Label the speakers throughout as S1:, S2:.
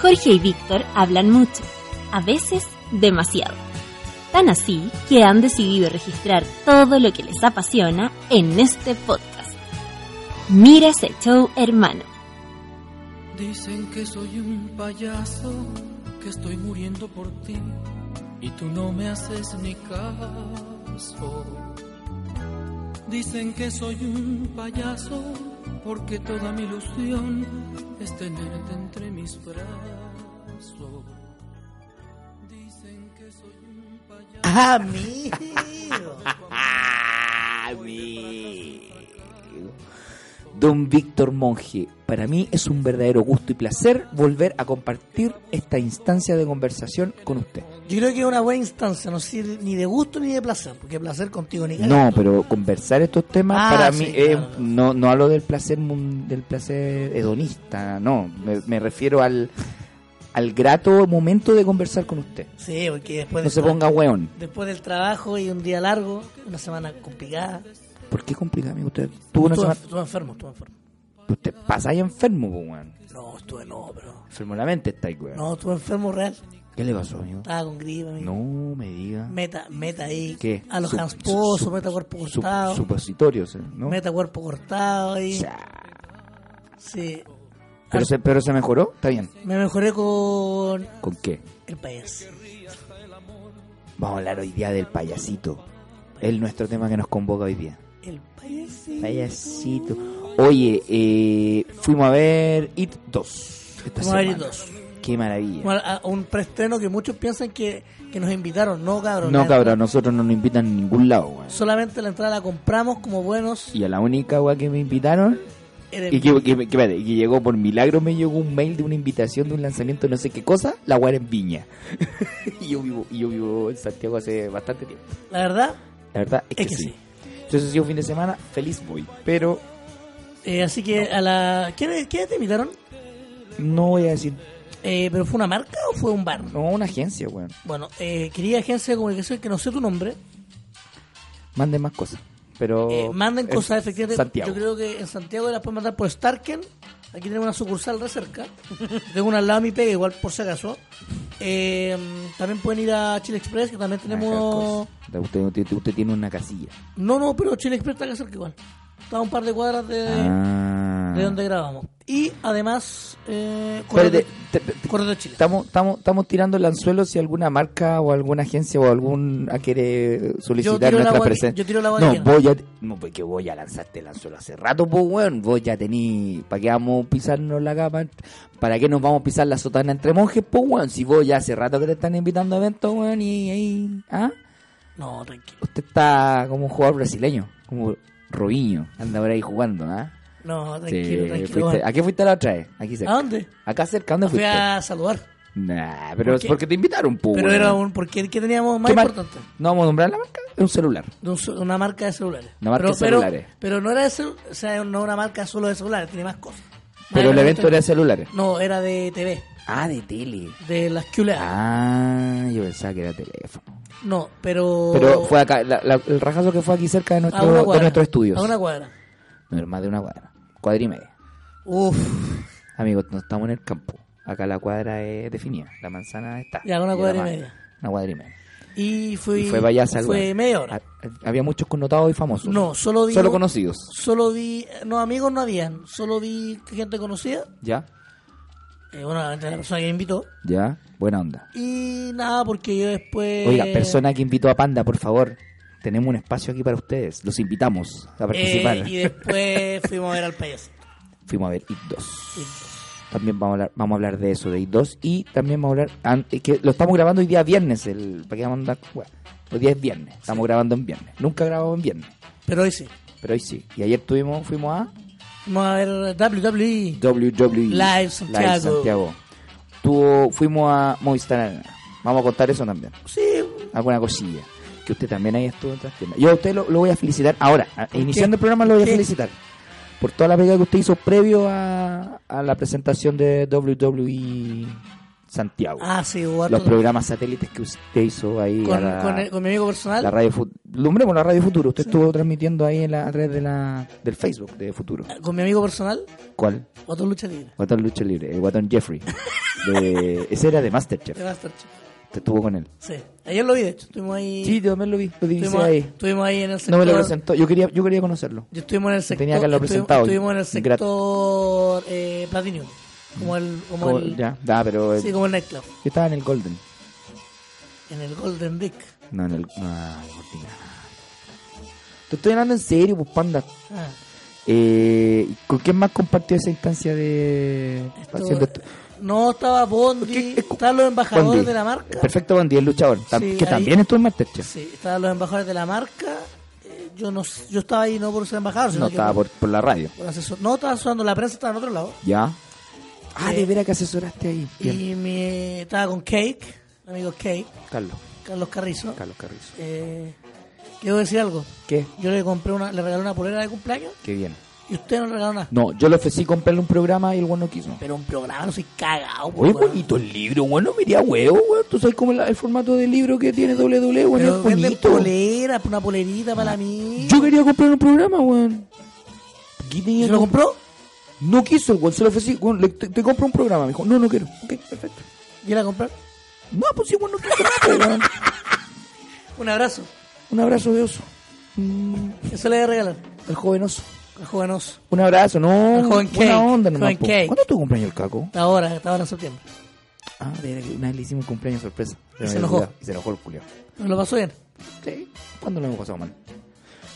S1: Jorge y Víctor hablan mucho, a veces demasiado. Tan así que han decidido registrar todo lo que les apasiona en este podcast. Mira ese show, hermano.
S2: Dicen que soy un payaso, que estoy muriendo por ti y tú no me haces ni caso. Dicen que soy un payaso porque toda mi ilusión es tenerte entre mis brazos. Dicen que soy un payaso.
S3: Ah,
S4: Amigo. Amigo. Don Víctor Monge, para mí es un verdadero gusto y placer volver a compartir esta instancia de conversación con usted.
S3: Yo creo que es una buena instancia, no sirve ni de gusto ni de placer, porque placer contigo ni
S4: No, pero conversar estos temas
S3: Ah,
S4: para
S3: sí,
S4: mí es-
S3: claro.
S4: no no hablo del placer mun- del placer hedonista, no, me, me refiero al al grato momento de conversar con usted.
S3: Sí, porque después,
S4: No
S3: del
S4: se
S3: tra-
S4: ponga weón.
S3: después del trabajo y un día largo, una semana complicada.
S4: ¿Por qué complicado, amigo? Usted tuvo una
S3: estuve,
S4: semana-
S3: estuve enfermo, estuve enfermo.
S4: Usted pasa ahí enfermo, po, weón.
S3: No, estuve no, pero.
S4: Enfermo la mente está ahí, weón.
S3: No, estuve enfermo real.
S4: ¿Qué le pasó, amigo?
S3: Estaba con gripe, amigo.
S4: No me diga.
S3: Meta, meta ahí.
S4: ¿Qué?
S3: A los
S4: Su-
S3: transposos,
S4: su-
S3: meta cuerpo
S4: su-
S3: cortado.
S4: Supositorios, eh, ¿no?
S3: Meta cuerpo cortado ahí.
S4: Ya.
S3: Sí.
S4: Pero se, pero se mejoró, está bien.
S3: Me mejoré con
S4: ¿Con qué?
S3: el país.
S4: Vamos a hablar hoy día del payasito. Es nuestro tema que nos convoca hoy día.
S3: El país.
S4: Payasito. Oye, eh, fuimos a ver IT 2. esta
S3: Fuimos a ver
S4: semana.
S3: It 2.
S4: Qué maravilla.
S3: Bueno, a- un preestreno que muchos piensan que, que nos invitaron. No, cabrón.
S4: no,
S3: la-
S4: cabrón, a nosotros no nos invitan a ningún lado, weón.
S3: Solamente la entrada la compramos como buenos.
S4: Y a la única weá que me invitaron
S3: Eres-
S4: Y que, que- que- espérate, que llegó por milagro, me llegó un mail de una invitación de un lanzamiento de no sé qué cosa, la guarda en Viña. y yo vivo, y yo vivo en Santiago hace bastante tiempo.
S3: La verdad,
S4: La verdad es que,
S3: Es que
S4: sí.
S3: sí.
S4: Entonces ha sido un fin de semana, feliz voy. Pero
S3: eh, así que a la. ¿Quiénes quiénes te invitaron?
S4: no voy a decir,
S3: Eh, ¿Pero fue una marca o fue un bar?
S4: no, una agencia, weón.
S3: Bueno, eh, querida agencia de comunicación, que no sé tu nombre,
S4: Manden más cosas. Pero
S3: eh, manden
S4: Oh, es
S3: cosas efectivamente.
S4: Santiago.
S3: Yo creo que en Santiago las pueden mandar por Starken. Aquí tenemos una sucursal de cerca. Tengo una al lado de mi pega, igual por si acaso. Eh, también pueden ir a Chile Express, que también
S4: Una
S3: tenemos.
S4: cosa. Usted, usted- usted tiene una casilla.
S3: No, no, pero Chile Express está acá cerca igual. Está a un par de cuadras de,
S4: Ah.
S3: Eh, de donde grabamos. Y además, eh, Correo
S4: Espérate,
S3: de-
S4: te- te-
S3: Correo de Chile.
S4: Estamos, estamos, estamos tirando el anzuelo si alguna marca o alguna agencia o algún ah, quiere
S3: Yo
S4: solicitar
S3: tiro la
S4: nuestra
S3: guagua-
S4: presencia.
S3: yo tiro la guagua
S4: no,
S3: llena.
S4: vos ya, no, pues porque vos ya lanzaste el anzuelo hace rato, pues weón. Vos ya tení, ¿para qué vamos a pisarnos la cama? ¿Para qué nos vamos a pisar la sotana entre monjes, pues weón? Si vos ya hace rato que te están invitando a eventos, weón, y ahí, ¿ah?
S3: No, tranquilo.
S4: Usted está como un jugador brasileño, como Robinho, anda por ahí jugando, ¿ah?
S3: No,
S4: Sí,
S3: tranquilo,
S4: fuiste-
S3: tranquilo. bueno.
S4: ¿A qué fuiste la otra vez? Aquí cerca.
S3: ¿A dónde?
S4: Acá cerca, ¿dónde
S3: Fui
S4: fuiste?
S3: a saludar.
S4: Nah, pero
S3: ¿Por
S4: es
S3: qué?
S4: porque te invitaron, pues.
S3: Pero
S4: weón.
S3: era un. Porque ¿qué teníamos más
S4: ¿Qué mar-
S3: importante? Ah,
S4: No vamos a nombrar la marca, es un celular.
S3: De un cel- una marca de celulares.
S4: Una marca
S3: pero,
S4: de
S3: pero-
S4: celulares.
S3: Pero, no era de celu- o sea, no era una marca solo de celulares, tiene más cosas. Más
S4: Pero el evento
S3: elementos-
S4: era de celulares.
S3: No, era de TV,
S4: Ah, de tele.
S3: de las QLA.
S4: Ah, yo pensaba que era teléfono.
S3: No, pero.
S4: Pero fue acá, la- la- el rajazo que fue aquí cerca
S3: Oh.
S4: de
S3: a una
S4: nuestro, de
S3: cuadra.
S4: nuestros estudios.
S3: A una cuadra.
S4: No, era más de una cuadra. Cuadra y media.
S3: Uf,
S4: Amigos, no estamos en el campo. Acá la cuadra es definida. La manzana está.
S3: Ya, una
S4: la
S3: cuadra y
S4: ma-
S3: media.
S4: Una cuadra y media.
S3: y fue.
S4: Y fue para allá
S3: Fue media hora.
S4: Había muchos connotados y famosos.
S3: No, solo vi.
S4: Ah, Solo conocidos.
S3: Solo vi. No, amigos no habían. Solo vi gente conocida.
S4: ¿Ya?
S3: Eh, bueno, obviamente la persona que me invitó.
S4: ¿Ya? Buena onda.
S3: Y nada, porque yo después. eh,
S4: Oiga, persona que invitó a Panda, por favor. Tenemos un espacio aquí para ustedes. Los invitamos a
S3: Eh,
S4: participar.
S3: y después fuimos a ver al país.
S4: Fuimos a ver IT 2. También vamos a hablar, vamos a hablar de eso, de IT 2. Y también vamos a hablar. an- es que lo estamos grabando hoy día viernes. El, ¿Para qué vamos a andar con weá? Hoy día es viernes. Estamos grabando en viernes. Nunca grabamos en viernes.
S3: Pero hoy sí.
S4: Pero hoy sí. Y ayer tuvimos, fuimos a
S3: Vamos a ver E. WWE.
S4: WWE
S3: Live Santiago.
S4: Santiago. Tuvo- fuimos a Movistar Arena. Vamos a contar eso también.
S3: Sí,
S4: alguna cosilla. Que usted también ahí estuvo en trastienda. Yo a usted lo, lo voy a felicitar ahora. a- Iniciando el programa lo voy a
S3: ¿Qué?
S4: felicitar. Por toda la pega que usted hizo previo a, a la presentación de WWE Santiago.
S3: Ah, sí, hubo harto-
S4: Los programas satélites que usted hizo ahí. a
S3: con,
S4: la,
S3: con el- con mi amigo personal.
S4: la radio Futuro. la radio Futuro. Usted estuvo transmitiendo ahí en la- a través de la, del Facebook de Futuro.
S3: Con mi amigo personal,
S4: ¿Cuál?
S3: otro lucha libre.
S4: Guatón Lucha Libre. El Guatón Jeffrey. de- ese era de Masterchef.
S3: de Masterchef.
S4: Te estuvo con él.
S3: Sí. Ayer lo vi, de hecho. Estuvimos ahí.
S4: Sí, yo también lo vi. Lo divisé
S3: estuvimos,
S4: ahí.
S3: estuvimos ahí en el sector.
S4: No me lo presentó. Yo quería, yo quería conocerlo.
S3: Yo estuvimos en el sector.
S4: Tenía que haberlo
S3: estuvimos-
S4: presentado.
S3: Estuvimos en el
S4: Gratis.
S3: sector eh, Platinum. Como el. Como,
S4: Como-
S3: el
S4: ya, da, pero eh,
S3: Sí, como el nightclub.
S4: yo estaba en el Golden.
S3: En el Golden Dick.
S4: No, en el. Ay, ordinario. Te estoy hablando en serio, pues panda.
S3: Ah,
S4: Eh, ¿Con quién más compartió esa instancia de.
S3: estuvo-
S4: haciendo esto?
S3: no estaba Bondi.
S4: Porque es co-
S3: Estaban los embajadores
S4: Bondi.
S3: de la marca.
S4: Perfecto, Bondi, el luchador. Tam-
S3: Sí,
S4: que
S3: ahí-
S4: también estuvo en Masterchef.
S3: Sí, estaban los embajadores de la marca. Eh, Yo no s- yo estaba ahí no por ser embajador, sino
S4: no,
S3: que
S4: estaba por, por la radio.
S3: por asesor- No, estaba sonando la prensa, estaba en otro lado.
S4: ¿Ya? Ah,
S3: Sí.
S4: de veras que asesoraste ahí. Bien,
S3: Eh, Y me estaba con Cake, mi amigo Cake,
S4: Carlos.
S3: Carlos Carrizo.
S4: Carlos Carrizo.
S3: Eh, quiero decir algo.
S4: ¿Qué?
S3: Yo le compré una, le regalé una polera de cumpleaños
S4: Qué bien.
S3: y usted no le regaló nada.
S4: No, yo le ofrecí comprarle un programa y el weón no quiso.
S3: Pero un programa no soy cagado. po,
S4: Oye,
S3: weón.
S4: bonito el libro, weón. No miría huevo, weón. Tú sabes cómo es la- el formato del libro que tiene WWE, weón.
S3: Pero
S4: Es
S3: venden
S4: bonito.
S3: polera, una polerita para mí.
S4: Yo quería comprar un programa, weón. ¿Qué
S3: ¿Y
S4: tenía
S3: se lo
S4: que-
S3: compró?
S4: No quiso el weón. Se lo ofrecí, weón. le- te, te compro un programa. Me dijo, no, no quiero. Ok, perfecto.
S3: ¿Y la compró?
S4: No, pues sí, weón, no quiso nada, weón.
S3: Un abrazo.
S4: Un abrazo de oso.
S3: Eso le voy a regalar
S4: El joven oso.
S3: al jovenoso.
S4: Un abrazo, no.
S3: El joven
S4: buena
S3: Cake.
S4: onda nomás.
S3: Joven
S4: po.
S3: Cake.
S4: ¿Cuándo es tu cumpleaños el caco?
S3: Hasta ahora, hasta ahora en septiembre.
S4: Ah, de que una vez le hicimos un cumpleaños sorpresa.
S3: Y se
S4: me había
S3: enojó.
S4: olvidado. Y se enojó el culio.
S3: ¿Me lo pasó bien?
S4: Sí. ¿Cuándo lo hemos pasado mal?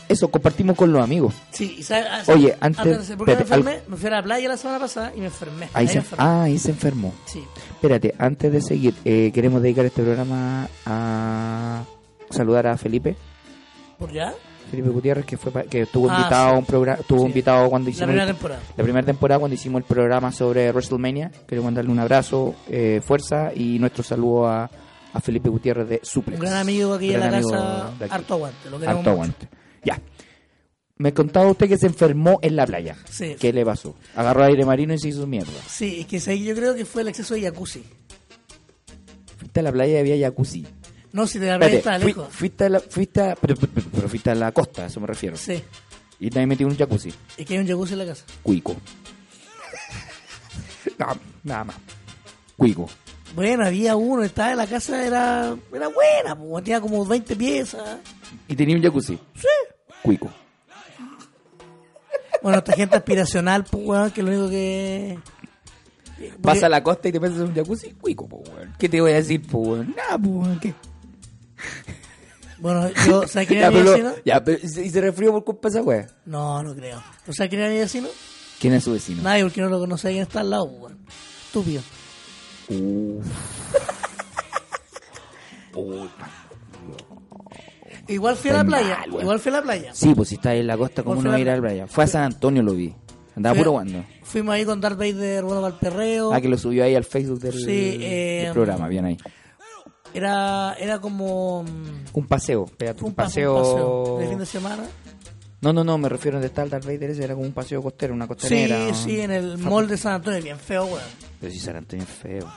S4: Eso, compartimos con los amigos.
S3: Sí, y sabe- ah,
S4: Oye,
S3: sí.
S4: antes-
S3: Antes, ¿Por qué me
S4: espérate,
S3: enfermé? Me fui a la playa la semana pasada y me enfermé.
S4: Ahí,
S3: me
S4: se,
S3: enfermé.
S4: ah, ahí se enfermó.
S3: Sí.
S4: Espérate, antes de seguir, eh, queremos dedicar este programa a saludar a Felipe.
S3: ¿Por ya?
S4: Felipe Gutiérrez, que fue pa- que estuvo
S3: Ah,
S4: invitado
S3: sí.
S4: a un programa, estuvo
S3: Sí.
S4: invitado cuando
S3: La
S4: hicimos
S3: primera
S4: el-
S3: temporada.
S4: la primera temporada cuando hicimos el programa sobre WrestleMania. Quiero mandarle un abrazo, eh, fuerza y nuestro saludo a, a Felipe Gutiérrez de Suplex.
S3: Un gran amigo aquí de
S4: Gran
S3: la
S4: amigo
S3: casa.
S4: de aquí.
S3: Harto aguante. Lo queremos
S4: Harto
S3: mucho.
S4: aguante. Ya. Me contaba usted que se enfermó en la playa.
S3: Sí.
S4: ¿Qué le pasó? Agarró aire marino y se hizo mierda.
S3: Sí, es que sí, yo creo que fue el exceso de jacuzzi.
S4: Fuiste a la playa y había jacuzzi.
S3: No, si de la playa
S4: Espérate,
S3: está
S4: fui-
S3: lejos.
S4: fuiste a la, fuiste a- pero, pero- pero fuiste a la costa, a eso me refiero.
S3: Sí,
S4: Y también metí un jacuzzi.
S3: es que hay un jacuzzi en la casa.
S4: Cuico. no, nada más. Cuico.
S3: Bueno, había uno, estaba en la casa, era, era buena, po, tenía como 20 piezas.
S4: Y tenía un jacuzzi. Sí. Cuico.
S3: Bueno, esta gente aspiracional, pues, weón, que lo único que... que-
S4: Vas a la costa y te pasas un jacuzzi. Cuico, po, weón. ¿Qué te voy a decir, po, weón? Nada, po, weón. ¿Qué?
S3: Bueno, yo, ¿sabes quién
S4: Ya,
S3: era mi
S4: pero,
S3: vecino?
S4: ya, pero- ¿y se- ¿y se resfrió por culpa de esa weá?
S3: No, no creo. ¿Tú sabes quién era mi vecino?
S4: ¿Quién es su vecino?
S3: Nadie, porque no lo conoce quién está al lado, po, weón. Estúpido.
S4: Uy,
S3: Igual fui a la
S4: Estoy
S3: playa,
S4: mal, weón.
S3: igual fui a la playa.
S4: Sí, pues si está ahí en la costa, ¿cómo
S3: Por
S4: no va a ir
S3: favor.
S4: al playa? Fue a San Antonio, lo vi. Andaba
S3: Fui-
S4: puro guando.
S3: Fuimos ahí con Darth Vader, bueno, para el perreo.
S4: Ah, que lo subió ahí al Facebook del,
S3: Sí, eh,
S4: del programa, bien ahí.
S3: Era, era como... mm,
S4: Un paseo, espérate,
S3: Fue
S4: un
S3: pa-
S4: paseo.
S3: paseo de fin de semana.
S4: No, no, no, me refiero a donde está el Darth Vader, ese era como un paseo costero, una costanera.
S3: Sí, sí, en el mall de San Antonio, bien feo, weón.
S4: Pero si San Antonio es feo,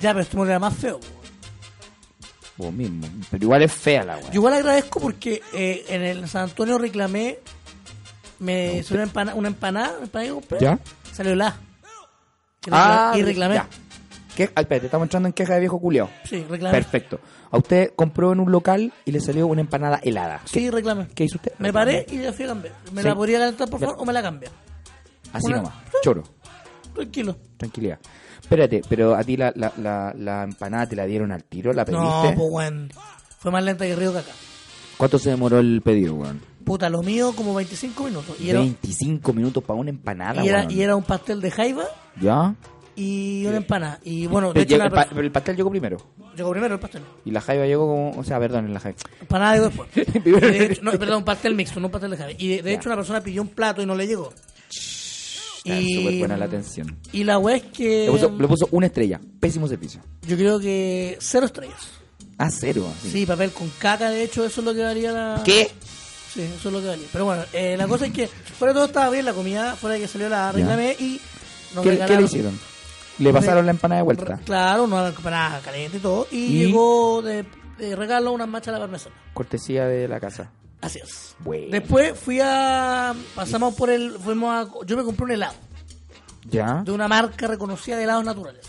S3: Ya, pero este mall era más feo. weón.
S4: vos mismo. Pero igual es fea la weá.
S3: Yo igual agradezco porque eh, en el San Antonio reclamé, me subió una empanada, una empanada, una empanada que compré,
S4: ¿Ya?
S3: salió la. Que
S4: Ah,
S3: recla- y reclamé.
S4: ya. ¿Qué? Ah, espérate, estamos entrando en queja de viejo culiao.
S3: Sí, reclamé.
S4: Perfecto. A usted compró en un local y le salió una empanada helada.
S3: Sí, reclamé.
S4: ¿Qué hizo usted?
S3: Me paré y la fui a cambiar. ¿Me
S4: Sí.
S3: la podría calentar, por
S4: Ya.
S3: favor, o me la cambia?
S4: Así
S3: una-
S4: nomás, choro.
S3: Tranquilo.
S4: Tranquilidad. Espérate, pero a ti la, la, la, la empanada te la dieron al tiro, la pediste.
S3: No, pues weón. Fue más lenta que Río Caca.
S4: ¿Cuánto se demoró el pedido, weón?
S3: Puta, lo mío como 25 minutos. Y era,
S4: 25 minutos para una empanada,
S3: y era,
S4: weón.
S3: y era un pastel de jaiba
S4: ¿Ya?
S3: y una empanada. Y bueno, de
S4: Pero,
S3: Pues hecho,
S4: llegó-
S3: una
S4: el pa-
S3: persona-
S4: pero el pastel llegó primero.
S3: llegó primero el pastel.
S4: Y la jaiba llegó como... O sea, perdón, la jaiba.
S3: Empanada llegó después. Y
S4: Primero-
S3: de hecho- no, perdón, un pastel mixto, no un pastel de jaiba. Y de, de hecho, una persona pidió un plato y no le llegó.
S4: Está súper buena la atención.
S3: Y la wea es que.
S4: Le puso, le puso una estrella. Pésimo servicio.
S3: Yo creo que cero estrellas.
S4: A cero,
S3: Sí.
S4: así.
S3: papel con caca, de hecho, eso es lo que valía la.
S4: ¿Qué?
S3: Sí, eso es lo que valía. Pero bueno, eh, la cosa es que fuera de todo estaba bien la comida, fuera de que salió la reclamé y nos
S4: ¿Qué,
S3: regalaron-
S4: qué le hicieron? Le pasaron la empanada de vuelta.
S3: Re- Claro, no para caliente y todo. Y,
S4: ¿Y?
S3: llegó de, de regalo una mancha de la parmesana.
S4: Cortesía de la casa.
S3: Así es.
S4: Bueno.
S3: Después fui a. Pasamos por el. Fuimos a. Yo me compré un helado
S4: ¿Ya?
S3: de una marca reconocida de helados naturales.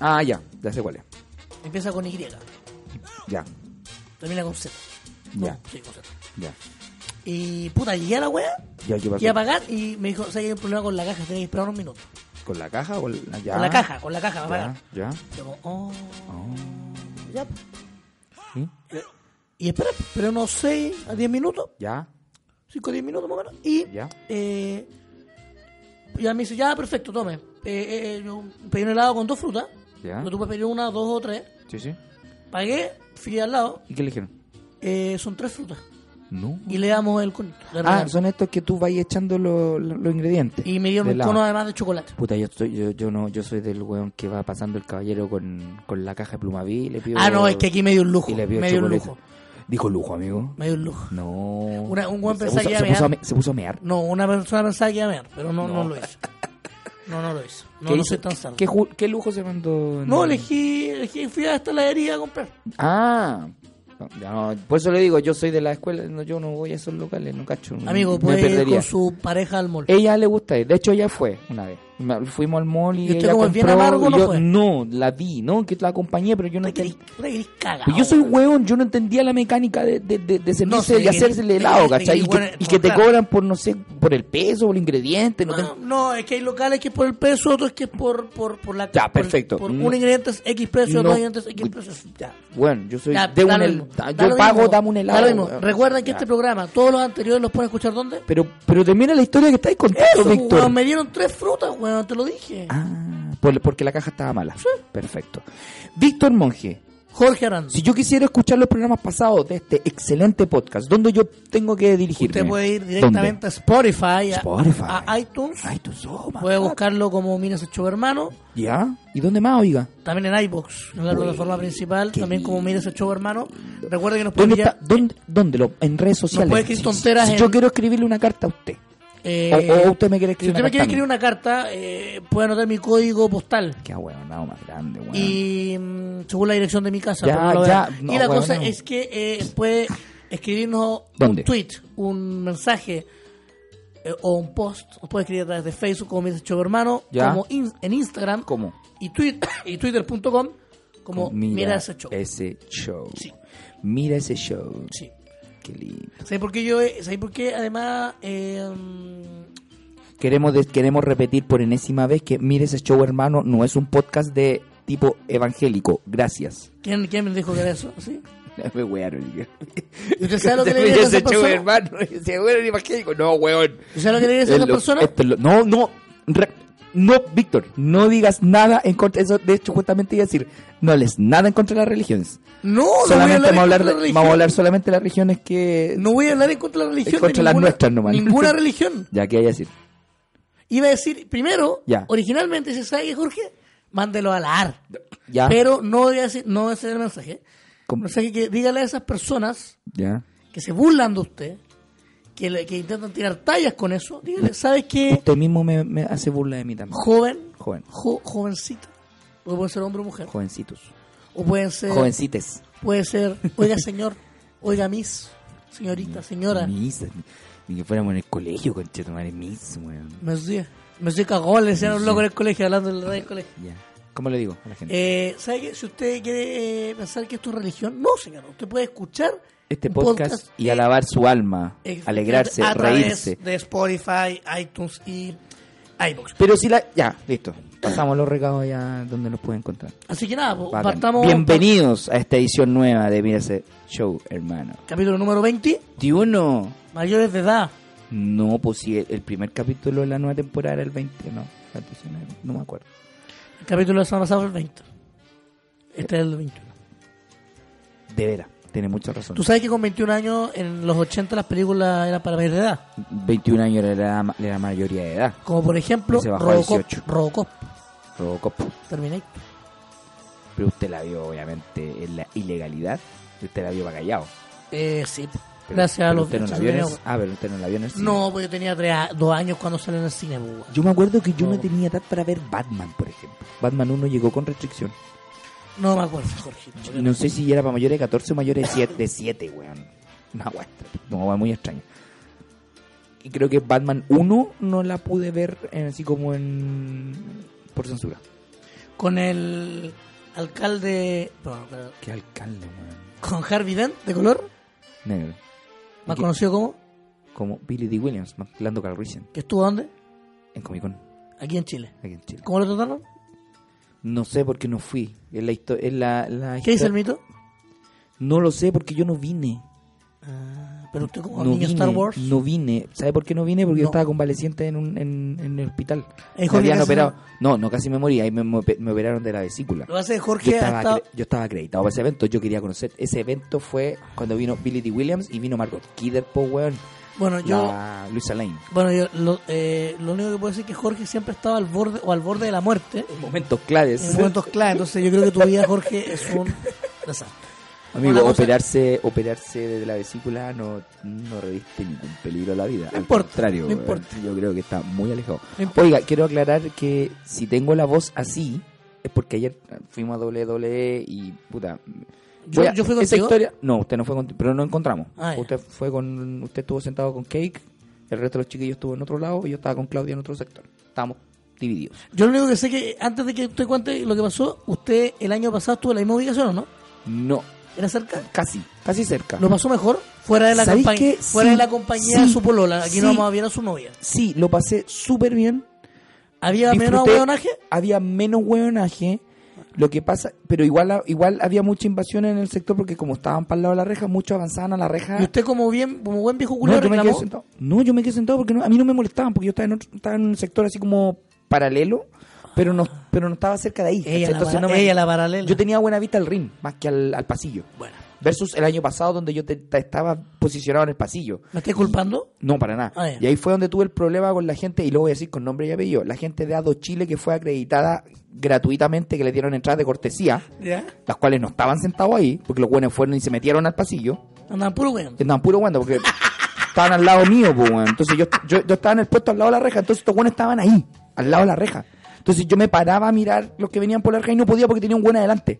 S4: Ah, ya, ya sé cuál es.
S3: Empieza con Y,
S4: Ya,
S3: termina con Z. No,
S4: ya,
S3: sí, con Z.
S4: ya.
S3: Y puta, llegué a la wea,
S4: Ya, ¿qué pasó?
S3: y a pagar, y me dijo, o sea, hay un problema con la caja, tenés que esperar unos minutos.
S4: ¿Con la caja o la, ya?
S3: Con la caja, con la caja, va a pagar.
S4: Ya, ya.
S3: Yo como, oh, ya.
S4: ¿Sí?
S3: Y espera, esperé unos 6 a 10 minutos,
S4: Ya,
S3: 5 a 10 minutos más o menos, y
S4: Ya.
S3: eh, ya me dice, ya, perfecto, tome. Eh, eh, eh, yo pedí un helado con dos frutas,
S4: Ya.
S3: no tú puedes pedir una, dos o tres.
S4: sí, sí.
S3: Pagué, fui al lado,
S4: ¿Y qué le dijeron?
S3: eh, son tres frutas,
S4: No.
S3: y le damos el conito. de
S4: Ah,
S3: regalo.
S4: son estos que tú vas echando lo- lo- los ingredientes.
S3: y me dieron
S4: del
S3: un
S4: lado.
S3: cono además de chocolate.
S4: Puta, yo, estoy, yo, yo no, yo soy del weón que va pasando el caballero con, con la caja de plumaví y le pido...
S3: Ah, no, es que aquí me dio un lujo,
S4: y le pido
S3: me dio un
S4: chocolate.
S3: lujo,
S4: Dijo lujo, amigo.
S3: me dio un lujo.
S4: No.
S3: Una- un weón
S4: se,
S3: pensaba
S4: puso,
S3: que iba
S4: se
S3: a
S4: puso a
S3: mear.
S4: me- se puso a mear.
S3: No, una persona pensaba que iba a mear, pero no, no. lo hizo. No, no lo hizo. No,
S4: ¿Qué
S3: no
S4: hizo?
S3: soy tan sardo.
S4: ¿Qué, ju- qué lujo se mandó? en-
S3: No, elegí, elegí, fui hasta la herida a comprar.
S4: Ah, no, ya no, por eso le digo, yo soy de la escuela, no, yo no voy a esos locales, no cacho. no-
S3: Amigo,
S4: Mm. me
S3: puede ir
S4: perdería.
S3: con su pareja al mall.
S4: Ella le gusta, ir, de hecho ella fue una vez. Me- Fuimos al mall y,
S3: ¿Y usted
S4: ella
S3: como es
S4: compró.
S3: bien amargo, no
S4: yo-
S3: fue?
S4: no, la vi, no, que la acompañé, pero yo no
S3: Te querís,
S4: entendí.
S3: te querís cagado.
S4: Pues yo soy hueón, yo no entendía la mecánica de, de, de, de
S3: No,
S4: servirse
S3: sí,
S4: y hacerse el helado,
S3: sí,
S4: ¿cachai? Y
S3: igual
S4: que,
S3: es-
S4: y que te
S3: claro.
S4: cobran por, no sé, por el peso, por el ingrediente,
S3: No,
S4: no tengo-
S3: no, es que hay locales que es por el peso, otros que es por, por, por la...
S4: Ya,
S3: por-
S4: perfecto.
S3: por
S4: Mm.
S3: un ingrediente es X precio,
S4: No.
S3: dos ingredientes X precio. Ya.
S4: Bueno, yo soy
S3: Ya,
S4: de
S3: da
S4: un
S3: lo
S4: hel-
S3: mismo,
S4: da-
S3: da
S4: Yo
S3: lo
S4: pago,
S3: mismo,
S4: dame un helado.
S3: da lo mismo.
S4: weón.
S3: Recuerda que
S4: Ya.
S3: este programa, todos los anteriores los pueden escuchar ¿dónde?
S4: Pero, pero termina la historia que estáis contando,
S3: Eso,
S4: Víctor.
S3: weón, me dieron tres frutas, weón, te lo dije.
S4: Ah, por- porque la caja estaba mala. Perfecto. Víctor Monge,
S3: Jorge Aranda.
S4: si yo quisiera escuchar los programas pasados de este excelente podcast, ¿dónde yo tengo que dirigirme?
S3: Usted puede ir directamente a Spotify, a,
S4: Spotify.
S3: a iTunes.
S4: Ay, tú somas.
S3: Puede buscarlo como Minas Hecho Hermano.
S4: ¿Ya? ¿Y dónde más, oiga?
S3: También en iBox, en la plataforma principal.
S4: qué
S3: También como Minas Hecho Hermano. Recuerda que nos puede
S4: ¿Dónde
S3: enviar.
S4: está? ¿Dónde, dónde lo, en redes sociales.
S3: puede escribir
S4: Si-
S3: tonteras
S4: si
S3: en-
S4: yo quiero escribirle una carta a usted.
S3: eh,
S4: o, o usted me quiere
S3: si
S4: escribir
S3: usted
S4: una
S3: me quiere
S4: carta.
S3: escribir una carta, eh, puede anotar mi código postal.
S4: Qué huevón, nada más grande, weón.
S3: Y mm, según la dirección de mi casa.
S4: Ya,
S3: pero no lo
S4: ya,
S3: vean.
S4: no,
S3: y la
S4: bueno,
S3: cosa
S4: no.
S3: es que eh, puede escribirnos
S4: ¿Dónde?
S3: un tweet, un mensaje eh, o un post. Nos puede escribir a través de Facebook como Minas Hecho Hermano.
S4: Ya.
S3: Como in- en Instagram.
S4: ¿Cómo?
S3: y, tweet, y twitter.com como mira ese show.
S4: ese show.
S3: Sí.
S4: Mira ese show.
S3: Sí.
S4: Qué lindo.
S3: ¿Sabes por qué yo? eh, ¿Sabes por qué? Además, eh,
S4: Queremos, des- queremos repetir por enésima vez que Mire ese show, hermano, no es un podcast de tipo evangélico. Gracias.
S3: ¿quién, quién me dijo que era eso? ¿Sí?
S4: Me wearon, diga.
S3: ¿Y usted sabe lo que le
S4: Mire
S3: diría a esa
S4: ese show,
S3: persona?
S4: hermano. Ese weón es evangélico. No, weón.
S3: ¿Usted sabe lo que le diría a
S4: El-
S3: esa persona?
S4: este lo- no, no. Re- no, Víctor, no digas nada en contra. Eso, de hecho, justamente iba a decir, no hables nada en contra de las religiones.
S3: No, no voy a
S4: solamente
S3: hablar
S4: vamos a,
S3: en
S4: hablar
S3: contra
S4: de-
S3: de la
S4: vamos a
S3: religión.
S4: hablar solamente de las religiones que.
S3: No voy a hablar en contra de la religión. de
S4: contra las
S3: ninguna-
S4: nuestras nomás.
S3: Ninguna religión.
S4: Ya, ¿qué hay a decir?
S3: Iba a decir, primero,
S4: Ya.
S3: originalmente, si sabe que Jorge, mándelo a la AR.
S4: Ya.
S3: Pero no voy a decir, no voy a hacer el mensaje.
S4: Com-
S3: Un mensaje que dígale a esas personas
S4: Ya.
S3: que se burlan de usted, que, le- que intentan tirar tallas con eso, dígale, ¿sabes qué?
S4: Usted mismo me, me hace burla de mí también.
S3: Joven,
S4: Joven.
S3: jo- jovencita, porque puede ser hombre o mujer,
S4: Jovencitos.
S3: o pueden ser,
S4: Jovencites.
S3: puede ser, oiga señor, oiga miss, señorita, señora,
S4: Mis, ni- ni que fuéramos en el colegio, conchetumare, mis, weón.
S3: monsieur, monsieur cagón, le decían a un loco en el colegio, hablando en la radio del colegio.
S4: Ya. ¿Cómo le digo a la gente?
S3: Eh, ¿Sabe qué? Si usted quiere eh, pensar que esto es religión, no, señor, usted puede escuchar
S4: este
S3: un
S4: podcast, y
S3: eh,
S4: alabar su alma,
S3: eh,
S4: alegrarse,
S3: a través
S4: reírse.
S3: de Spotify, iTunes y iBox.
S4: Pero si la... Ya, listo. Pasamos los recados ya donde los pueden encontrar.
S3: Así que nada, pues,
S4: Bacán.
S3: partamos.
S4: Bienvenidos a esta edición nueva de Mira ese show, hermano.
S3: Capítulo número 20,
S4: uno
S3: mayores de edad.
S4: No, pues si el- el primer capítulo de la nueva temporada era el 20, no. la 19, No me acuerdo.
S3: El capítulo de la semana pasada fue el 20. Este es el 21.
S4: De veras, tiene mucha razón.
S3: Tú sabes que con 21 años, en los 80 las películas eran para mayores de edad.
S4: 21 años era la, era la mayoría de edad.
S3: Como por ejemplo,
S4: Y se bajó a
S3: Robocop,
S4: 18.
S3: Robocop,
S4: Robocop.
S3: Terminator.
S4: Pero usted la vio, obviamente, en la ilegalidad. Y usted la vio para callado.
S3: Eh, sí.
S4: Pero-
S3: Gracias a
S4: pero
S3: los
S4: usted no la
S3: bichos
S4: vio en
S3: tenía,
S4: el- Ah, pero usted no la vio en el
S3: weón.
S4: cine.
S3: No, porque yo tenía 2 años cuando salió en el cine, pues, weón.
S4: Yo me acuerdo que yo no
S3: No.
S4: tenía edad para ver Batman, por ejemplo. Batman 1 llegó con restricción.
S3: No me acuerdo, Jorge. porque
S4: No sé si era para mayores de 14 o mayores de 7, de 7 weón. Una weá, no, weá muy extraño. Y creo que Batman 1 no la pude ver eh, así como en... por censura.
S3: con el alcalde, no, pero-
S4: Qué alcalde, weón.
S3: con Harvey Dent, de color,
S4: Negro.
S3: más
S4: ¿Qué?
S3: conocido como,
S4: Como Billy D. Williams, Lando Calrissian,
S3: que estuvo dónde?
S4: en Comic Con,
S3: Aquí en Chile.
S4: aquí en Chile.
S3: ¿Cómo lo trataron?
S4: No sé por qué no fui. Es la histo- es la, la
S3: ¿Qué dice
S4: histo-
S3: el mito?
S4: No lo sé porque yo no vine.
S3: Ah, pero usted como
S4: No
S3: niño
S4: vine,
S3: Star Wars.
S4: no vine. ¿Sabe por qué no vine? Porque yo
S3: No.
S4: estaba convaleciente en, un, en, en el hospital.
S3: Eh,
S4: me
S3: Jorge,
S4: habían
S3: casi
S4: operado. No, no, casi me morí. Ahí me, mo- me operaron de la vesícula.
S3: Lo hace
S4: Yo
S3: Jorge
S4: estaba,
S3: hasta...
S4: acre- yo estaba acreditado para ese evento, yo quería conocer. Ese evento fue cuando vino Billy D. Williams y vino Margot Kidder, po, weón.
S3: Bueno, yo...
S4: La Luisa Lane.
S3: Bueno, yo, lo, eh, lo único que puedo decir es que Jorge siempre estaba al borde o al borde de la muerte
S4: Momentos
S3: en
S4: claves.
S3: momentos clave. Entonces yo creo que tu vida, Jorge, es un desastre.
S4: Amigo,
S3: Una cosa-
S4: operarse, operarse de la vesícula no, no reviste ningún peligro a la vida. Al
S3: importa,
S4: contrario,
S3: no
S4: weón,
S3: importa.
S4: yo creo que está muy alejado.
S3: No importa.
S4: Oiga, quiero aclarar que si tengo la voz así, es porque ayer fuimos a WWE y puta.
S3: Yo,
S4: voy a-
S3: yo fui
S4: esa
S3: contigo.
S4: historia, no, usted no fue contigo, pero no encontramos.
S3: Ah, ya.
S4: usted fue con, usted estuvo sentado con Cake, el resto de los chiquillos estuvo en otro lado y yo estaba con Claudia en otro sector. Estábamos divididos.
S3: Yo lo único que sé que antes de que usted cuente lo que pasó, usted el año pasado estuvo en la misma ubicación, ¿o no?
S4: No,
S3: ¿Era cerca?
S4: casi, casi cerca.
S3: ¿Lo pasó mejor? Fuera de la,
S4: ¿Sabéis
S3: compañía,
S4: qué?
S3: fuera
S4: Sí,
S3: de la compañía de
S4: sí,
S3: su polola. Aquí
S4: sí.
S3: no vamos a ver a su novia.
S4: Sí, lo pasé súper bien.
S3: ¿Había menos
S4: Disfruté.
S3: hueonaje?
S4: Había menos hueonaje. Lo que pasa, pero igual igual había mucha invasión en el sector porque como estaban para el lado de la reja, muchos avanzaban a la reja.
S3: Y usted como bien, como buen viejo
S4: No,
S3: culero
S4: yo me quedé
S3: reclamó.
S4: sentado. No, yo me quedé sentado porque no- a mí no me molestaban, porque yo estaba en, otro- estaba en un sector así como paralelo, pero no, pero no estaba cerca de ahí.
S3: Ella
S4: ¿cachai?
S3: la,
S4: Entonces
S3: para-
S4: no me-
S3: ella la paralela.
S4: Yo tenía buena vista al ring, más que al, al pasillo.
S3: Bueno,
S4: Versus el año pasado donde yo te- te estaba posicionado en el pasillo.
S3: ¿me estoy culpando?
S4: No, para nada.
S3: Ah, ya.
S4: Y ahí fue donde tuve el problema con la gente, y lo voy a decir con nombre y apellido, la gente de Ado Chile que fue acreditada gratuitamente, que le dieron entradas de cortesía,
S3: ¿Ya?
S4: las cuales no estaban sentados ahí, porque los buenos fueron y se metieron al pasillo,
S3: Andaban puro hueón.
S4: y andaban puro guando, porque estaban al lado mío, pues, weón. Entonces yo, yo, yo estaba en el puesto al lado de la reja, entonces estos buenos estaban ahí, al lado de la reja. Entonces yo me paraba a mirar los que venían por la reja y no podía porque tenía un buen adelante.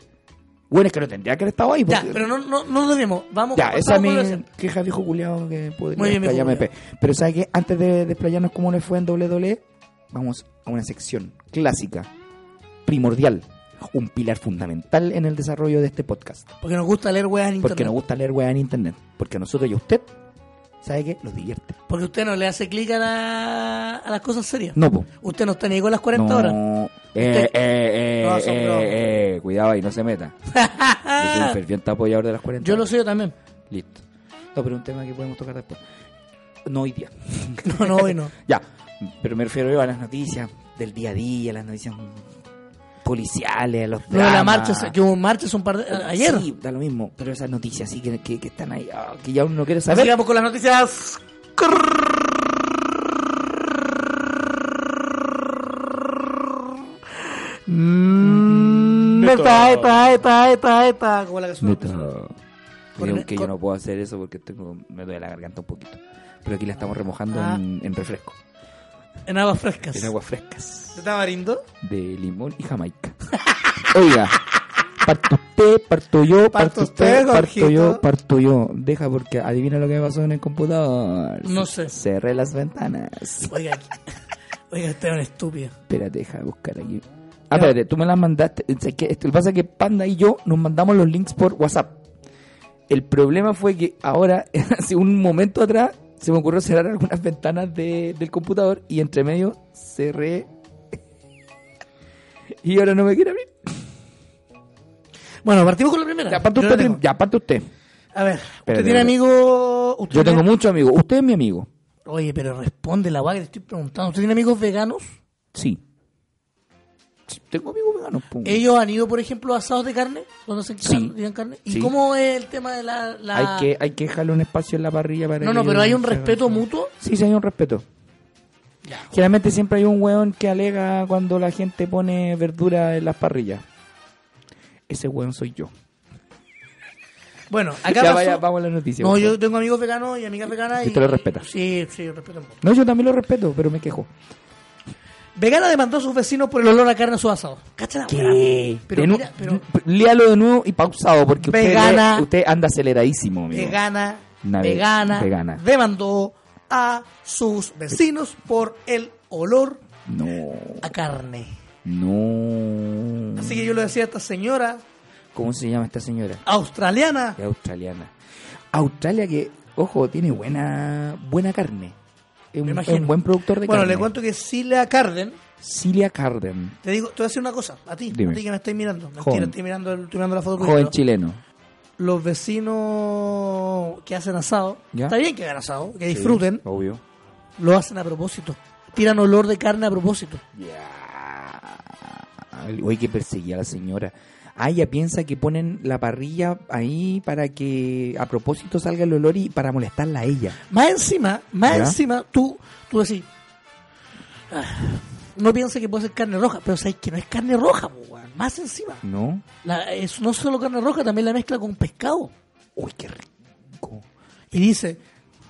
S4: Bueno, es que no tendría que haber estado ahí.
S3: Ya,
S4: porque-
S3: pero no, no, no debemos. Vamos
S4: ya,
S3: vamos
S4: esa es
S3: con lo de
S4: mi
S3: siempre.
S4: queja viejo culiado que podría
S3: Muy bien, viejo
S4: explayarme.
S3: culiao.
S4: pe- Pero ¿sabes qué? Antes de desplayarnos cómo le fue en WWE, vamos a una sección clásica, primordial, un pilar fundamental en el desarrollo de este podcast.
S3: Porque nos gusta leer weas en internet.
S4: Porque nos gusta leer weas en internet. Porque a nosotros y a usted, ¿sabe qué? Los divierte.
S3: Porque usted no le hace clic a, la- a las cosas serias.
S4: No, po.
S3: Usted no está ni con las 40
S4: no,
S3: horas.
S4: Eh, eh,
S3: Usted-
S4: eh,
S3: No,
S4: eh,
S3: son bromas.
S4: eh, cuidado ahí, no se meta. Yo soy un ferviente apoyador de las 40.
S3: Ah. Yo lo sé yo también.
S4: Listo. No, pero un tema que podemos tocar después. No hoy día.
S3: No, no, hoy no.
S4: Ya, pero me refiero yo a las noticias del día a día, las noticias policiales, a los
S3: No, la
S4: dramas.
S3: marcha, se- que hubo marchas un par de, a- ayer.
S4: Sí, pues, da lo mismo, pero esas noticias sí que, que, que están ahí, ah, que ya uno no quiere saber.
S3: Sigamos con las noticias. mm, Epa, epa, epa, epa, epa. Como la que suena.
S4: Neto.
S3: Con-
S4: Creo que yo
S3: con-
S4: no puedo hacer eso porque tengo, me duele la garganta un poquito. Pero aquí la estamos remojando
S3: Ah.
S4: en, en refresco,
S3: En aguas frescas.
S4: en aguas frescas,
S3: ¿Te estaba rindo?
S4: de limón y jamaica. Oiga, parto usted, parto
S3: Parto
S4: yo, parto
S3: usted,
S4: usted, parto
S3: Jorgito.
S4: yo, parto yo. Deja porque adivina lo que me pasó en el computador.
S3: No sé.
S4: Cerré las ventanas.
S3: Oiga, aquí. Oiga, usted es un estúpido.
S4: Espérate, deja de buscar aquí. Ah, espérate, tú me las mandaste. O sea, que esto- Lo que pasa es que Panda y yo nos mandamos los links por WhatsApp. El problema fue que ahora, hace un momento atrás, se me ocurrió cerrar algunas ventanas de- del computador y entre medio cerré. y ahora no me quiere abrir.
S3: Bueno, partimos con la primera.
S4: Ya, parte
S3: Yo
S4: usted.
S3: la tengo.
S4: prim- Ya, parte usted.
S3: A ver, ¿usted
S4: Espérate,
S3: tiene
S4: espérate.
S3: amigos? usted
S4: Yo
S3: tiene-
S4: tengo muchos amigos. Usted es mi amigo.
S3: Oye, pero responde la guay que te estoy preguntando. ¿Usted tiene amigos veganos?
S4: Sí. Sí, Tengo amigos veganos. pum.
S3: ¿Ellos han ido, por ejemplo, a asados de carne? ¿Cuándo hacen
S4: Sí.
S3: carne? tiran carne? ¿Y
S4: Sí.
S3: cómo es el tema de la...? la-
S4: Hay, que, hay que dejarle un espacio en la parrilla para
S3: No, no,
S4: que
S3: pero
S4: ellos
S3: hay un
S4: se hagan
S3: respeto
S4: su-
S3: mutuo.
S4: Sí, sí, hay un respeto. Generalmente siempre hay un weón que alega cuando la gente pone verdura en las parrillas. Ese weón soy yo.
S3: Bueno, acá
S4: ya
S3: pasó-
S4: vaya, vamos a la noticia.
S3: No,
S4: por
S3: yo
S4: favor.
S3: tengo amigos veganos y amigas veganas.
S4: Y tú lo respetas.
S3: Sí, sí, yo respeto mucho.
S4: No, yo también lo respeto, pero me quejo.
S3: Vegana demandó a sus vecinos por el olor a carne a su asado. Cacha la weá. Pero
S4: De nu-
S3: mira, pero...
S4: Léalo de nuevo y pausado, porque usted,
S3: Vegana.
S4: lee- usted anda aceleradísimo, amigo.
S3: Vegana,
S4: Una ve-
S3: vegana,
S4: vegana.
S3: demandó a sus vecinos por el olor
S4: No,
S3: a carne.
S4: no.
S3: Así que yo le decía a esta señora
S4: ¿Cómo se llama esta señora?
S3: australiana.
S4: Es australiana. Australia que, ojo, tiene buena buena carne. Es
S3: Me
S4: un, es
S3: imagino.
S4: un buen productor de
S3: Bueno,
S4: carne.
S3: le cuento que Sila Carden,
S4: Cilia Carden,
S3: te digo, te voy a decir una cosa, a ti,
S4: Dime.
S3: a ti que me estáis mirando. Mentira,
S4: Joven.
S3: estoy mirando, el- estoy mirando la foto.
S4: joven
S3: primero.
S4: chileno.
S3: Los vecinos que hacen asado,
S4: ¿Ya?
S3: está bien que hagan asado, que disfruten,
S4: Sí, Oh. obvio.
S3: lo hacen a propósito. Tiran olor de carne a propósito.
S4: Ya. Oye, que perseguía a la señora. Ah, ella piensa que ponen la parrilla ahí para que a propósito salga el olor y para molestarla a ella.
S3: Más encima, más
S4: ¿Ya?
S3: encima, tú, tú decís, "Ah, no pienses que puede ser carne roja, pero sabes que no es carne roja, po, weón. más encima.
S4: ¿No?
S3: La- es no solo carne roja, también la mezcla con pescado.
S4: Uy, qué rico.
S3: Y dice,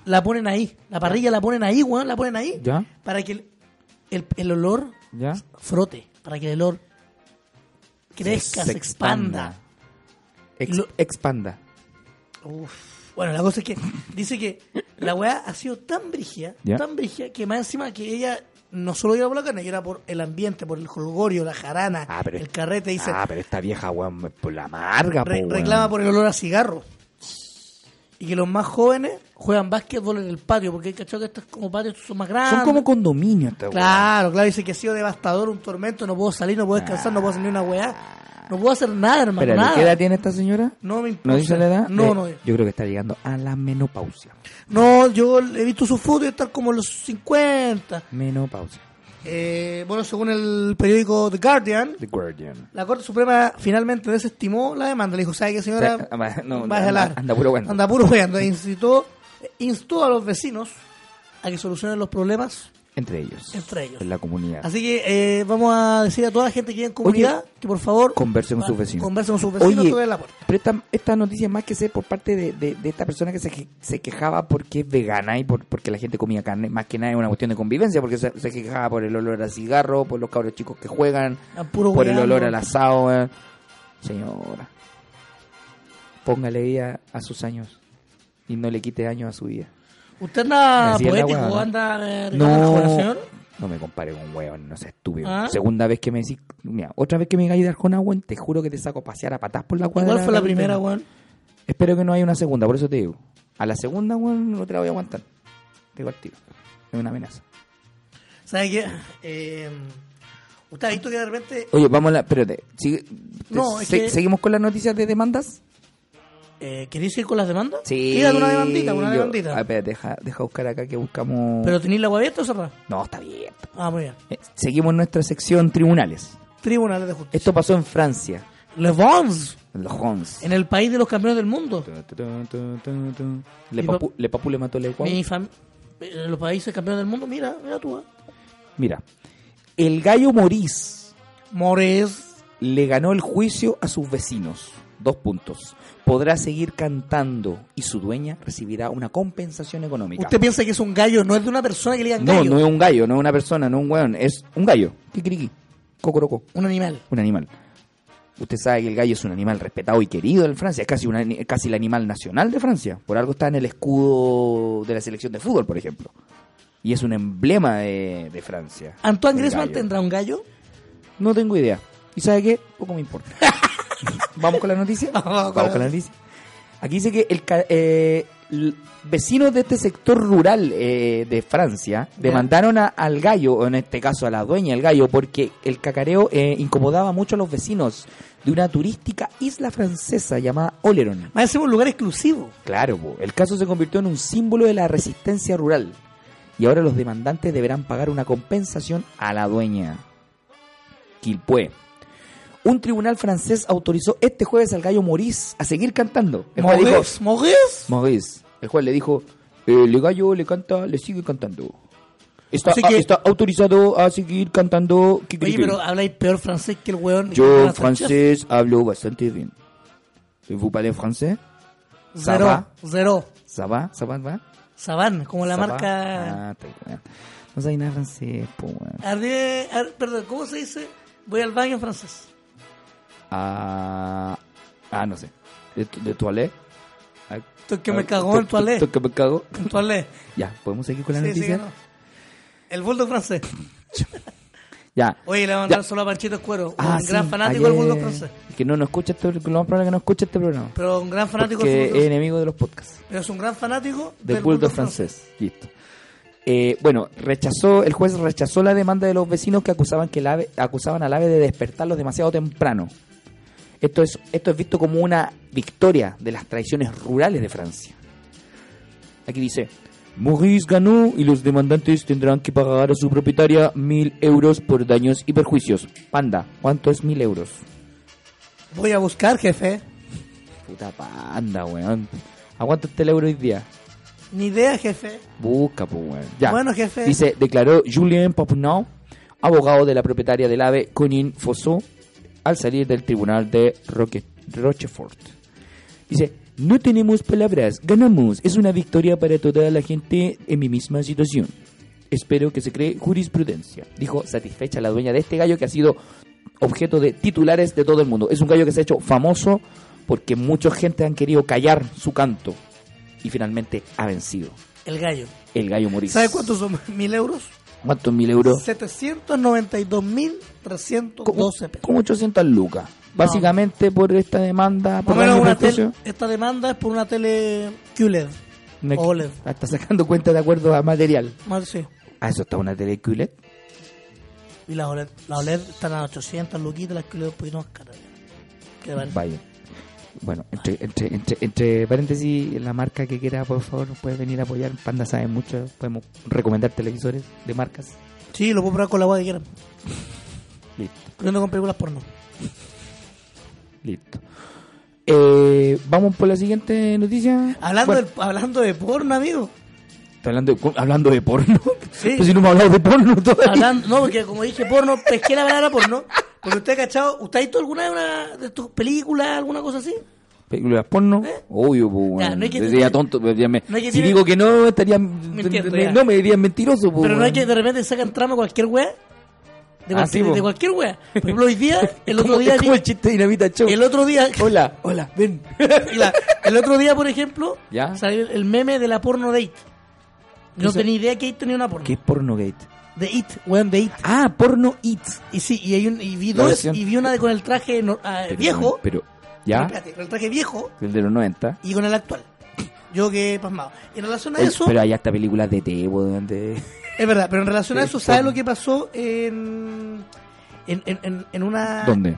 S3: la ponen ahí, la parrilla la ponen ahí, weón, la ponen ahí,
S4: ¿Ya?
S3: para que el, el, el olor
S4: ¿Ya?
S3: frote, para que el olor crezca, se, expanda.
S4: Ex-
S3: Lo-
S4: Expanda.
S3: Uf. Bueno, la cosa es que dice que la weá ha sido tan brigia,
S4: Ya.
S3: tan brigia, que más encima que ella no solo iba por la carne, que era por el ambiente, por el jolgorio, la jarana,
S4: Ah, pero
S3: el carrete, dice,
S4: Ah, pero esta vieja, weón, es por la amarga, po,
S3: re-
S4: weón.
S3: reclama por el olor a cigarro. Y que los más jóvenes juegan básquetbol en el patio, porque hay cachado que estos como patios son más grandes.
S4: Son como condominios, esta weón.
S3: Claro, claro, dice que ha sido devastador, un tormento, no puedo salir, no puedo descansar, no puedo hacer ni una weá. No puedo hacer nada, hermano,
S4: Espérate,
S3: nada.
S4: ¿qué edad tiene esta señora?
S3: No me
S4: ¿No dice la edad?
S3: No,
S4: Eh,
S3: no.
S4: Yo creo que está llegando a la menopausia.
S3: No, yo he visto su foto y estar como en los 50.
S4: Menopausia.
S3: Eh, bueno, según el periódico The Guardian,
S4: The Guardian.
S3: la Corte Suprema finalmente desestimó la demanda. Le dijo, ¿sabe qué, señora?
S4: O sea, ah, no,
S3: Vaya
S4: anda-
S3: larga".
S4: anda puro bueno.
S3: Anda puro bueno. E Incitó, instó a los vecinos a que solucionen los problemas
S4: Entre ellos.
S3: entre ellos.
S4: En la comunidad.
S3: Así que eh, vamos a decir a toda la gente que vive en comunidad que por favor
S4: Converse con
S3: va-
S4: sus vecinos.
S3: Converse con sus vecinos
S4: Oye,
S3: sobre la puerta.
S4: Pero esta, esta noticia es más que ser por parte de, de- de esta persona que se, que- se quejaba porque es vegana y por, porque la gente comía carne, más que nada es una cuestión de convivencia, porque se, se quejaba por el olor a cigarro, por los cabros chicos que juegan,
S3: Ah, puro
S4: por el
S3: weando.
S4: olor al asado. weón. Señora, póngale vida a sus años y no le quite años a su vida.
S3: ¿Usted anda
S4: Así es la
S3: poético?
S4: hueá, ¿no?
S3: ¿Anda eh, reclamando con el
S4: No,
S3: señor?
S4: no me compare con weón, no seas estúpido.
S3: ¿Ah?
S4: Segunda vez que me decís, mira, otra vez que me digáis de Arjona, weón, te juro que te saco a pasear a patas por la cuadra.
S3: ¿Cuál fue la
S4: weón.
S3: primera, weón?
S4: Espero que no haya una segunda, por eso te digo. A la segunda, weón, no te la voy a aguantar. Te digo al tiro. Es una amenaza.
S3: ¿Sabe qué? Eh, ¿Usted ha visto que de repente
S4: Oye, vamos a la. Espérate. sigue-
S3: No, es
S4: se-
S3: que-
S4: ¿Seguimos con las noticias de demandas?
S3: Eh, ¿Queréis ir con las demandas?
S4: Sí.
S3: Tírate una demandita, una
S4: yo-
S3: demandita.
S4: Ah, espérate, deja, deja buscar acá que buscamos.
S3: ¿Pero tenéis la agua abierta o cerrada?
S4: No, está bien.
S3: Ah, muy bien.
S4: Eh, seguimos nuestra sección tribunales.
S3: Tribunales de Justicia.
S4: Esto pasó en Francia.
S3: Le Bons,
S4: En los Hons.
S3: en el país de los campeones del mundo.
S4: Le,
S3: Y
S4: papu, le Papu le mató a Le Cuau.
S3: Mi fam- eh, los países campeones del mundo, mira, mira tú. ah.
S4: Mira. El gallo Morís.
S3: Morés.
S4: le ganó el juicio a sus vecinos. Dos puntos. Podrá seguir cantando y su dueña recibirá una compensación económica.
S3: ¿Usted piensa que es un gallo? No es de una persona que le digan
S4: no,
S3: gallo.
S4: no es un gallo, no es una persona, no es un weón, es un gallo. Kikiriki. Cocoroco.
S3: Un animal.
S4: Un animal. Usted sabe que el gallo es un animal respetado y querido en Francia, es casi, un ani- casi el animal nacional de Francia. Por algo está en el escudo de la selección de fútbol, por ejemplo. Y es un emblema de, de Francia.
S3: ¿Antoine
S4: El
S3: Griezmann
S4: gallo.
S3: tendrá un gallo?
S4: No tengo idea. ¿Y sabe qué? Poco me importa. ¿Vamos con la noticia?
S3: Vamos con la
S4: noticia. Aquí dice que el, ca- eh, l- vecinos de este sector rural eh, de Francia demandaron a- al gallo, o en este caso a la dueña del gallo, porque el cacareo eh, incomodaba mucho a los vecinos de una turística isla francesa llamada Oléron.
S3: Más encima un lugar exclusivo.
S4: Claro, po. el caso se convirtió en un símbolo de la resistencia rural. Y ahora los demandantes deberán pagar una compensación a la dueña. Quilpué. Un tribunal francés autorizó este jueves al gallo Maurice a seguir cantando. El juez dijo,
S3: ¿Morés? ¿Morés?
S4: Maurice. El juez le dijo, "Eh, el gallo le canta, le sigue cantando. Está, ah,
S3: Así que-
S4: está autorizado a seguir cantando.
S3: Oye,
S4: kikiriki".
S3: pero ah, habláis peor francés que el weón.
S4: Yo
S3: Jonathan Chess.
S4: francés hablo bastante bien. ¿Vous parlez français?
S3: Zero.
S4: Zaba.
S3: Zero.
S4: ¿Ça va? ¿Ça va? va?
S3: Saban, como la
S4: Zapá.
S3: marca...
S4: Ah, está bien. No sabía nada francés, po, weón.
S3: Arde, ar- perdón, ¿cómo se dice? Voy al baño en francés.
S4: Ah, ah, no sé. ¿De, tu- de toilet? Ah,
S3: Tú que me
S4: ah,
S3: cagó en
S4: tú- tú-
S3: toilet.
S4: tú que me cagó.
S3: En toalé.
S4: Ya, ¿podemos seguir con la
S3: Sí, sí,
S4: noticia?
S3: no. El bulldog francés.
S4: Ya. Ah,
S3: Oye, le voy a mandar solo a Panchito Escuero, un gran
S4: sí,
S3: fanático del
S4: ayer-
S3: fútbol francés.
S4: Que no, no escucha este, lo más probable es que no escuche este programa.
S3: Pero un gran fanático
S4: porque
S3: del fútbol
S4: es
S3: francés.
S4: enemigo de los podcasts.
S3: Pero es un gran fanático
S4: Del bulldog francés. Listo. Eh, bueno, rechazó, el juez rechazó la demanda de los vecinos que acusaban que el ave, acusaban al ave de despertarlos demasiado temprano. Esto es, esto es visto como una victoria de las tradiciones rurales de Francia. Aquí dice, Maurice ganó y los demandantes tendrán que pagar a su propietaria mil euros por daños y perjuicios. Panda, ¿cuánto es mil euros?
S3: Voy a buscar, jefe.
S4: Puta panda, weón. Aguanta el euro hoy día.
S3: Ni idea, jefe.
S4: Busca, pues, weón. Ya.
S3: Bueno, jefe.
S4: Dice, declaró Julien Papunau, abogado de la propietaria del ave Conin Fosso, al salir del tribunal de Roque- Rochefort. Dice, no tenemos palabras, ganamos. Es una victoria para toda la gente en mi misma situación. Espero que se cree jurisprudencia. Dijo satisfecha la dueña de este gallo que ha sido objeto de titulares de todo el mundo. Es un gallo que se ha hecho famoso porque mucha gente han querido callar su canto. Y finalmente ha vencido
S3: El gallo.
S4: el gallo Moris.
S3: ¿Sabes cuántos son mil euros?
S4: ¿Cuántos mil euros?
S3: 792.312 pesos.
S4: Como 800 lucas. Básicamente por esta demanda.
S3: Más o
S4: Por
S3: menos
S4: daño
S3: una
S4: y perjuicio.
S3: tele, esta demanda es por una tele QLED.
S4: Una-
S3: OLED.
S4: Ah, Está sacando cuenta de acuerdo a material.
S3: Más sí.
S4: Ah, eso está una tele QLED.
S3: Y las OLED, las OLED están a 800 luquitas, las QLED un poquito más caras. Que vale.
S4: Vaya. Bueno, entre, entre, entre, entre paréntesis, la marca que quiera, por favor, nos puede venir a apoyar. Panda sabe mucho. Podemos recomendar televisores de marcas.
S3: Sí, lo puedo probar con la agua que quieran.
S4: Listo,
S3: Creo con películas porno.
S4: listo. Eh, Vamos por la siguiente noticia.
S3: Hablando,
S4: Bueno,
S3: del- hablando de porno, amigo.
S4: está hablando, de, hablando de porno.
S3: Sí.
S4: Pues si no hemos hablado de porno todavía.
S3: Hablando, no, porque como dije porno, pesqué la palabra porno. Porque usted ha cachado, ¿usted ha visto alguna de, una- de tus películas, alguna cosa así?
S4: ¿Películas porno?
S3: ¿Eh?
S4: Obvio, pues,
S3: Ya,
S4: weón.
S3: no hay que-
S4: Sería tonto. pues, ya me-
S3: no hay que
S4: si
S3: tirar-
S4: digo que no, estaría.
S3: Mintiendo, ya.
S4: no, me dirían mentiroso, pues,
S3: Pero no
S4: weón.
S3: es que de repente sacan trama cualquier wea. De,
S4: Ah,
S3: cual-
S4: sí, po.
S3: de cualquier wea. Por ejemplo, hoy día,
S4: Es
S3: el otro
S4: como-
S3: día.
S4: Es como el chiste de Dinamita Show.
S3: El otro día.
S4: Hola, hola, ven.
S3: la- el otro día, por ejemplo,
S4: Ya.
S3: salió el meme de la porno de It. No
S4: Eso-
S3: tenía idea que It tenía una porno.
S4: ¿Qué es Pornogate?
S3: De It, weón, de It.
S4: Ah, Porno It.
S3: Y sí, y, hay un, y vi
S4: La
S3: dos,
S4: versión-
S3: y vi una de, con el traje no- ah,
S4: Pero,
S3: viejo.
S4: Pero, ¿ya?
S3: Espérate, con el traje viejo
S4: El de los 90.
S3: y con el actual. Yo quedé pasmado. En relación a
S4: Oye,
S3: eso,
S4: pero hay hasta películas de Tebo, donde.
S3: es verdad, pero en relación a
S4: El
S3: eso, ¿sabes
S4: porno.
S3: lo que pasó en. en, en, en- en una.
S4: ¿Dónde?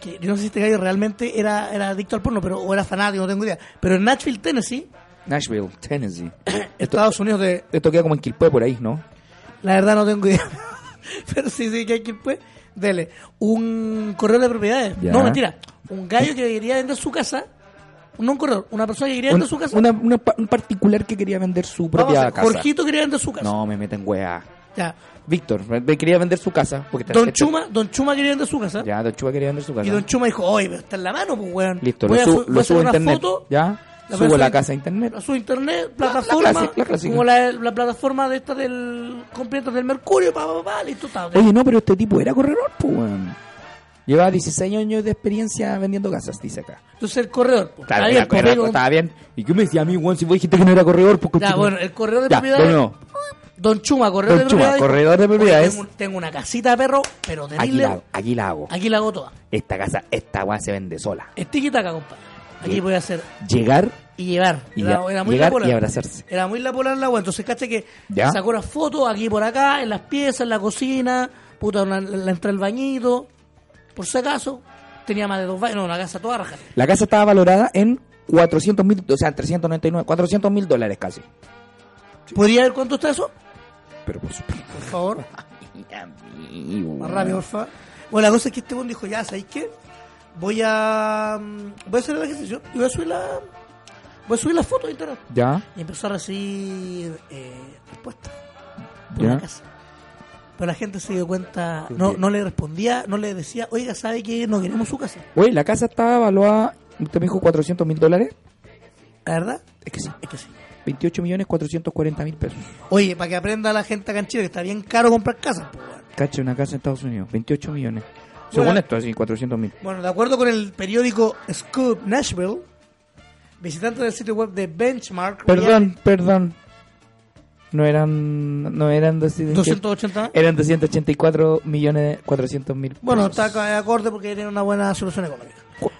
S3: que yo no sé si este gallo realmente era, era adicto al porno, pero o era fanático, no tengo idea. Pero en Nashville, Tennessee,
S4: Nashville, Tennessee.
S3: Estados Unidos de
S4: Esto queda como en Quilpue por ahí, ¿no?
S3: la verdad no tengo idea. pero sí, sí, que hay que pues, dele. Un correo de propiedades.
S4: Ya.
S3: No, mentira. Un gallo que quería vender su casa. No un correo, una persona que quería
S4: Un,
S3: vender su casa.
S4: una- una pa- un particular que quería vender su
S3: Vamos a
S4: propia
S3: hacer,
S4: casa.
S3: Jorgito quería vender su casa.
S4: No, me meten weá.
S3: Ya.
S4: Víctor, me- me quería vender su casa. Porque
S3: Don
S4: Chuma
S3: Chuma, Don Chuma quería vender su casa.
S4: este- Ya, Don Chuba quería vender su casa.
S3: Y Don Chuma dijo, oye, pero está en la mano, pues weón.
S4: Listo,
S3: Voy
S4: lo,
S3: a
S4: su-
S3: su- voy
S4: lo
S3: a hacer
S4: subo a
S3: una
S4: internet.
S3: foto,
S4: ¿Ya?
S3: la voy a
S4: subo
S3: hacer
S4: la
S3: en-
S4: casa a internet.
S3: a su internet, plataforma,
S4: clase- la clásica.
S3: como la, la plataforma de esta del completa del Mercurio, pa, pa, pa, listo, está.
S4: Oye, no, pero este tipo era corredor, pues, weón. Llevaba 16 años de experiencia vendiendo casas, dice acá.
S3: Entonces el corredor, pues,
S4: Claro,
S3: está
S4: era-
S3: bien, pues,
S4: era-
S3: amigo.
S4: estaba bien. ¿Y qué me decía a mí, weón, si vos dijiste que no era corredor? Pues,
S3: Ya,
S4: conchetumare?
S3: bueno, el corredor de
S4: Ya,
S3: propiedades.
S4: de nuevo.
S3: Don Chuma, corredor
S4: Don
S3: de
S4: Chuma,
S3: propiedades.
S4: corredor de
S3: Oye,
S4: propiedades.
S3: Tengo, un- tengo una casita de perro, pero
S4: aquí, la,
S3: terrible.
S4: hago, aquí la hago.
S3: Aquí la hago toda.
S4: Esta casa, esta weón se vende sola.
S3: Es tiquitaca, compadre. Aquí
S4: Bien.
S3: voy a hacer
S4: Llegar,
S3: y llevar.
S4: Y
S3: era,
S4: ya-
S3: era muy
S4: llegar
S3: la polar.
S4: y abrazarse.
S3: Era muy la polar la agua. Entonces, caché que
S4: Ya.
S3: sacó las fotos aquí por acá, en las piezas, en la cocina, puta, una- la entrada al bañito. Por si acaso, tenía más de dos baños, no, una casa toda raja.
S4: la casa estaba valorada en 400 mil, o sea, 399, 400 mil dólares casi.
S3: ¿Podría ver cuánto está eso?
S4: Pero por supuesto.
S3: Por favor,
S4: Amigo,
S3: más rápido, por favor. Bueno, la cosa es que este buen dijo, ya, ¿sabéis qué? Voy a. mm, Voy a hacer el ejercicio y voy a subir la. Voy a subir las fotos de internet.
S4: Ya,
S3: Y empezó a recibir eh, respuestas. por
S4: ya.
S3: la casa. Pero la gente se dio cuenta,
S4: Sí,
S3: no,
S4: sí.
S3: no le respondía, no le decía, oiga, ¿sabe que no queremos su casa?
S4: Oye, la casa estaba evaluada, usted me dijo 400 mil dólares.
S3: La verdad
S4: Es que sí,
S3: es que sí.
S4: 28 millones 440 mil pesos.
S3: Oye, para que aprenda la gente acá en Chile que está bien caro comprar casas. pues, bueno.
S4: Cacha, una casa en Estados Unidos, 28 millones. Según
S3: Bueno.
S4: esto, así, 400 mil.
S3: Bueno, de acuerdo con el periódico Scoop Nashville, visitante del sitio web de Benchmark,
S4: Perdón, perdón. no eran no eran 280,
S3: 280.
S4: eran 284 millones 400 mil.
S3: Bueno,
S4: pesos.
S3: está ac- acorde porque tiene una buena solución económica.
S4: Cu-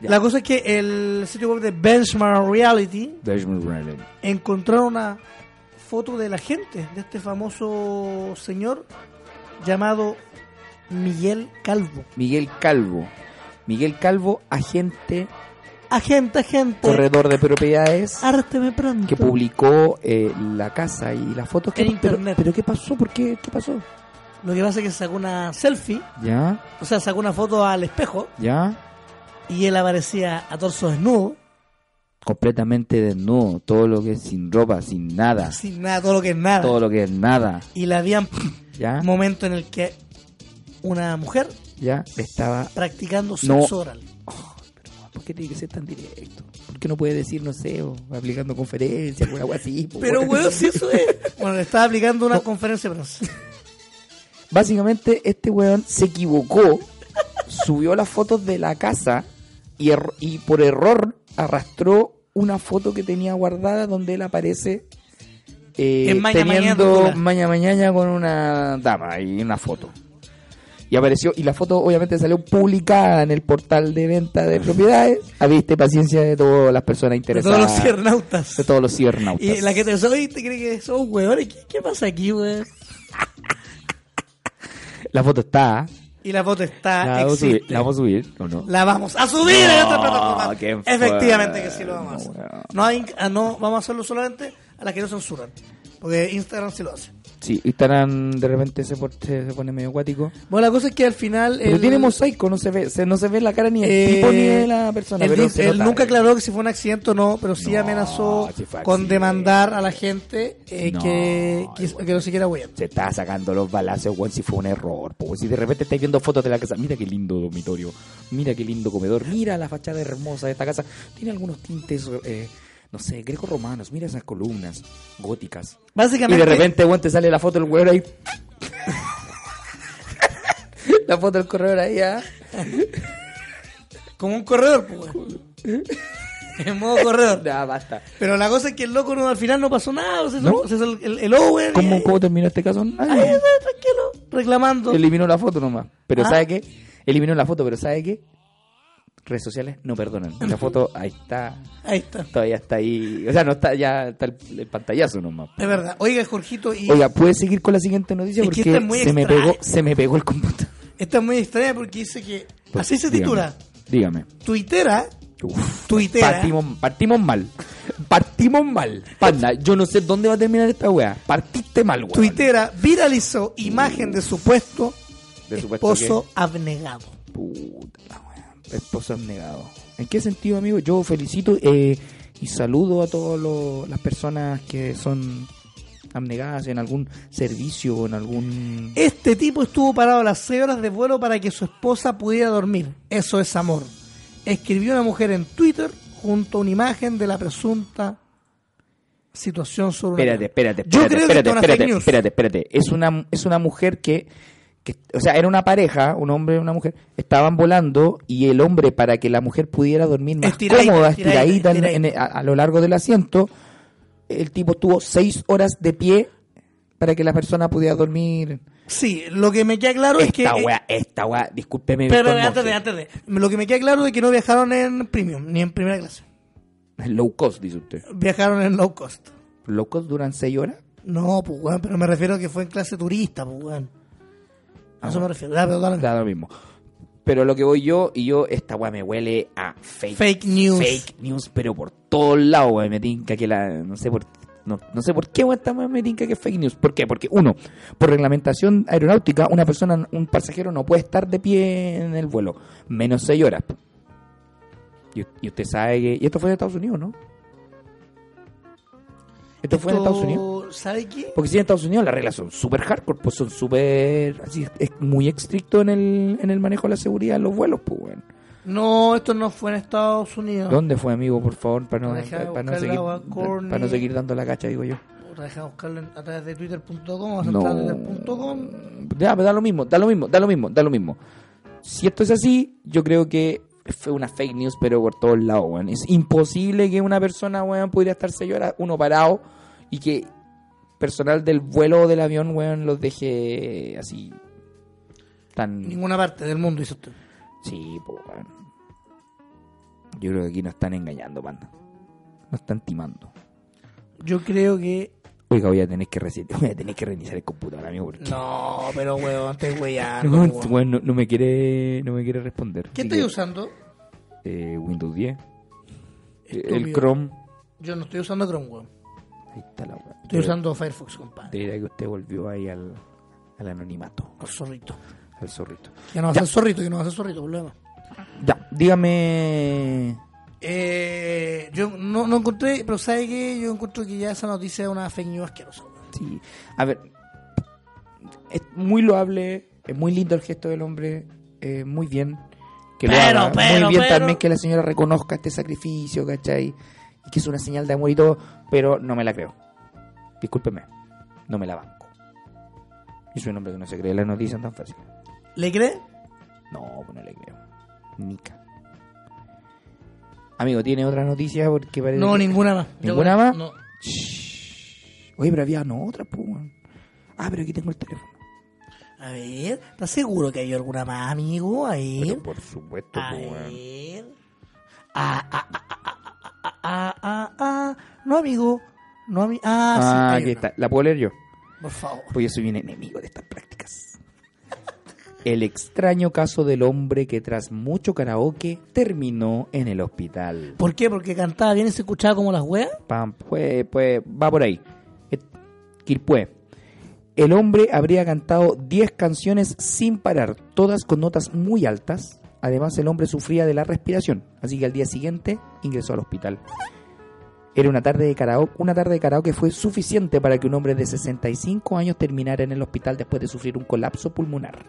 S4: Ya.
S3: La cosa es que el sitio web de Benchmark Reality encontraron una foto de la gente de este famoso señor llamado Miguel Calvo.
S4: Miguel Calvo. Miguel Calvo, agente,
S3: Agente, agente,
S4: corredor de propiedades,
S3: árteme pronto.
S4: que publicó eh, la casa y las fotos que
S3: En
S4: pero-
S3: internet.
S4: Pero, ¿qué pasó? ¿Por qué? ¿Qué pasó?
S3: Lo que pasa es que sacó una selfie,
S4: Ya,
S3: o sea, sacó una foto al espejo
S4: ya.
S3: y él aparecía a torso desnudo,
S4: Completamente desnudo, todo lo que es sin ropa, sin nada,
S3: sin nada, todo lo que es nada.
S4: todo lo que es nada.
S3: Y la habían
S4: Ya,
S3: momento en el que una mujer
S4: ya estaba.
S3: practicando
S4: No.
S3: sexo oral.
S4: ¿Por qué tiene que ser tan directo? ¿Por qué no puede decir, no sé, o, aplicando conferencias, o algo así? po,
S3: Pero,
S4: weón?
S3: weón, si eso es. Bueno, le estaba aplicando una conferencia de prensa.
S4: Básicamente, este weón se equivocó, subió las fotos de la casa y, er- y por error arrastró una foto que tenía guardada donde él aparece eh,
S3: En maña
S4: teniendo
S3: mañana.
S4: maña mañana con una dama y una foto. Y apareció, y la foto obviamente salió publicada en el portal de venta de propiedades. Aviste paciencia de todas las personas
S3: De
S4: interesadas.
S3: todos los cibernautas.
S4: De todos los cibernautas.
S3: Y la gente dice, oye, ¿te crees que son weones? ¿Qué, qué pasa aquí, weón?
S4: La foto está.
S3: Y la foto está,
S4: La vamos, a subir,
S3: Ah, existe.
S4: la vamos a subir, ¿o no?
S3: La vamos a subir en otra plataforma.
S4: qué
S3: Efectivamente que sí lo vamos a
S4: enfermo, weón.
S3: hacer. No, hay, ah, no vamos a hacerlo solamente a las que no censuran. Porque Instagram sí lo hace.
S4: Sí, Instagram de repente se, por- se se pone medio acuático.
S3: Bueno, la cosa es que al final...
S4: Pero
S3: el-
S4: tiene mosaico, no se ve, se- no se ve la cara ni del
S3: Eh,
S4: tipo ni de la persona.
S3: él,
S4: pero
S3: dice-
S4: se
S3: él
S4: nota. eh.
S3: nunca aclaró que si fue un accidente o no, pero sí
S4: No,
S3: amenazó
S4: sí fue
S3: con
S4: accidente.
S3: demandar a la gente eh,
S4: No,
S3: que, que,
S4: igual.
S3: que no se quiera huear.
S4: Se está sacando los balazos, weón, si fue un error. po, weón. si de repente estáis viendo fotos de la casa, mira qué lindo dormitorio, mira qué lindo comedor, mira la fachada hermosa de esta casa. Tiene algunos tintes, eh, no sé, greco-romanos, mira esas columnas góticas. Y
S3: Básicamente,
S4: de repente, weón, te sale la foto del weón ahí. la foto del corredor ahí, ah.
S3: como un corredor, pues. weón. en modo corredor.
S4: Ya, basta.
S3: Pero la cosa es que el loco no, al final no pasó nada. O sea,
S4: ¿No?
S3: o sea, el, el, el Owen.
S4: ¿Cómo,
S3: eh,
S4: cómo terminó este caso?
S3: ay,
S4: Nadie.
S3: ay, tranquilo, reclamando.
S4: Eliminó la foto nomás. Pero
S3: Ah.
S4: ¿sabe qué? Eliminó la foto, pero ¿sabe qué? Redes sociales no perdonan. La foto ahí está.
S3: Ahí está.
S4: Todavía está ahí. O sea, no está ya está el, el pantallazo nomás.
S3: Es verdad. Oiga, Jorgito, y
S4: Oiga, ¿puedes seguir con la siguiente noticia?
S3: Es que
S4: Porque
S3: esta es muy
S4: se, me
S3: extraña.
S4: pegó, se me pegó el computador.
S3: esta es muy extraña porque dice que.
S4: Pues,
S3: así se titula.
S4: Dígame.
S3: Tuitera.
S4: Uf.
S3: Tuitera.
S4: Partimos, partimos mal. Partimos mal. Panda, yo no sé dónde va a terminar esta weá. Partiste mal, weón.
S3: Tuitera viralizó imagen de supuesto
S4: De supuesto
S3: esposo abnegado.
S4: Puta la wea. Esposos negados. ¿En qué sentido, amigo? Yo felicito eh, y saludo a todas las personas que son abnegadas en algún servicio o en algún...
S3: Este tipo estuvo parado las 6 horas de vuelo para que su esposa pudiera dormir. Eso es amor. Escribió una mujer en Twitter junto a una imagen de la presunta situación sobre una-
S4: Espérate, espérate, espérate,
S3: Yo creo que
S4: espérate,
S3: esto es una
S4: espérate,
S3: fake news.
S4: espérate, espérate. Es una, es una mujer que, que- o sea, era una pareja, un hombre y una mujer, estaban volando y el hombre para que la mujer pudiera dormir más
S3: Estiradita,
S4: cómoda,
S3: estiradita,
S4: estiradita, en-
S3: estiradita.
S4: en- a, a lo largo del asiento, el tipo estuvo seis horas de pie para que la persona pudiera dormir.
S3: Sí, lo que me queda claro es que...
S4: esta weá, esta weá, discúlpeme.
S3: Pero
S4: Víctor
S3: antes de,
S4: Monge.
S3: antes de... Lo que me queda claro es que no viajaron en premium, ni en primera clase.
S4: Low cost, dice usted.
S3: Viajaron en low cost.
S4: Low cost duran seis horas.
S3: No, pues weón, pero me refiero a que fue en clase turista, pues weón. A eso me refiero. Ah, pero dale.
S4: Da lo mismo. Pero lo que voy yo, y yo, esta weá me huele a fake,
S3: Fake news.
S4: Fake news, pero por todos lados, weá. Me tinca que la. No sé por, no, no sé por qué, weá, esta weá me tinca que es fake news. ¿Por qué? Porque, uno, por reglamentación aeronáutica, una persona, un pasajero no puede estar de pie en el vuelo. Menos seis horas. Y, y usted sabe que. Y esto fue en Estados Unidos, ¿no? Esto fue en
S3: Esto-
S4: Estados Unidos.
S3: ¿Sabe qué?
S4: Porque si en Estados Unidos las reglas son súper hardcore, pues son súper. Así es muy estricto en el, en el manejo de la seguridad en los vuelos, pues, weón.
S3: No, esto no fue en Estados Unidos.
S4: ¿Dónde fue, amigo, por favor? Para no,
S3: Deja de
S4: para, no
S3: buscar la
S4: seguir,
S3: agua, Corny.
S4: para no seguir dando la cacha, digo yo.
S3: Puta, deja de buscarlo en- a través de twitter.com, vas a
S4: No.
S3: entrar a twitter.com.
S4: Ya, pero da lo mismo, da lo mismo, da lo mismo, da lo mismo. Si esto es así, yo creo que fue una fake news, pero por todos lados, weón. Es imposible que una persona, weón, pudiera estar seis horas, uno parado, y que personal del vuelo o del avión, weón, los deje así. Tan.
S3: Ninguna parte del mundo hizo esto.
S4: Sí, pues, weón. Yo creo que aquí nos están engañando, panda. Nos están timando.
S3: Yo creo que.
S4: Oiga, voy a tener que, resi- voy a tener que reiniciar el computador, amigo, porque.
S3: No, pero weón, te weyando.
S4: Weón,
S3: weón.
S4: weón, no, no me quiere no me quiere responder.
S3: ¿Qué
S4: Así
S3: estoy
S4: que,
S3: usando?
S4: eh, Windows 10. El
S3: Estúpido.
S4: Chrome.
S3: Yo no estoy usando Chrome, weón.
S4: Ahí está la weón.
S3: Estoy usando Firefox, compadre.
S4: Te diré que usted volvió ahí al, al anonimato,
S3: Al zorrito.
S4: al zorrito.
S3: Ya no va a ser zorrito, que no va a ser zorrito, problema.
S4: Ya, dígame.
S3: Eh, yo no, no encontré, pero ¿sabe qué? Yo encuentro que ya esa noticia es una fake news asquerosa. weón.
S4: Sí, a ver. Es muy loable, es muy lindo el gesto del hombre, eh, muy bien. Que lo
S3: Pero,
S4: haga,
S3: pero,
S4: muy bien
S3: pero.
S4: también que la señora reconozca este sacrificio, ¿cachai? Y que es una señal de amor y todo, pero no me la creo. Discúlpeme, no me la banco. Y soy un hombre que no se cree las noticias tan fácil.
S3: ¿Le cree?
S4: No, pues no le creo. Nica. Amigo, ¿tiene otra noticia? Porque parece
S3: No,
S4: que-
S3: ninguna más. Yo
S4: ¿Ninguna
S3: creo-
S4: más?
S3: No.
S4: Shhh. Oye, pero había no, otra, pues. weón. Ah, pero aquí tengo el teléfono.
S3: A ver, ¿estás seguro que hay alguna más, amigo? A ver.
S4: Pero por supuesto,
S3: A
S4: pues, weón.
S3: ver. Ah, ah, ah, ah, ah, ah, ah, ah, ah. No, amigo. No, amigo. Ah, sí,
S4: Ah,
S3: hay
S4: aquí
S3: una.
S4: está. La puedo leer yo.
S3: Por favor.
S4: Pues yo soy un enemigo de estas prácticas. El extraño caso del hombre que tras mucho karaoke terminó en el hospital.
S3: ¿Por qué? Porque cantaba bien y se escuchaba como las weas.
S4: Pam, pues, pues, va por ahí. Et- Quilpué. El hombre habría cantado 10 canciones sin parar, todas con notas muy altas. Además, el hombre sufría de la respiración, así que al día siguiente ingresó al hospital. Era una tarde de karaoke, una tarde de karaoke fue suficiente para que un hombre de 65 años terminara en el hospital después de sufrir un colapso pulmonar.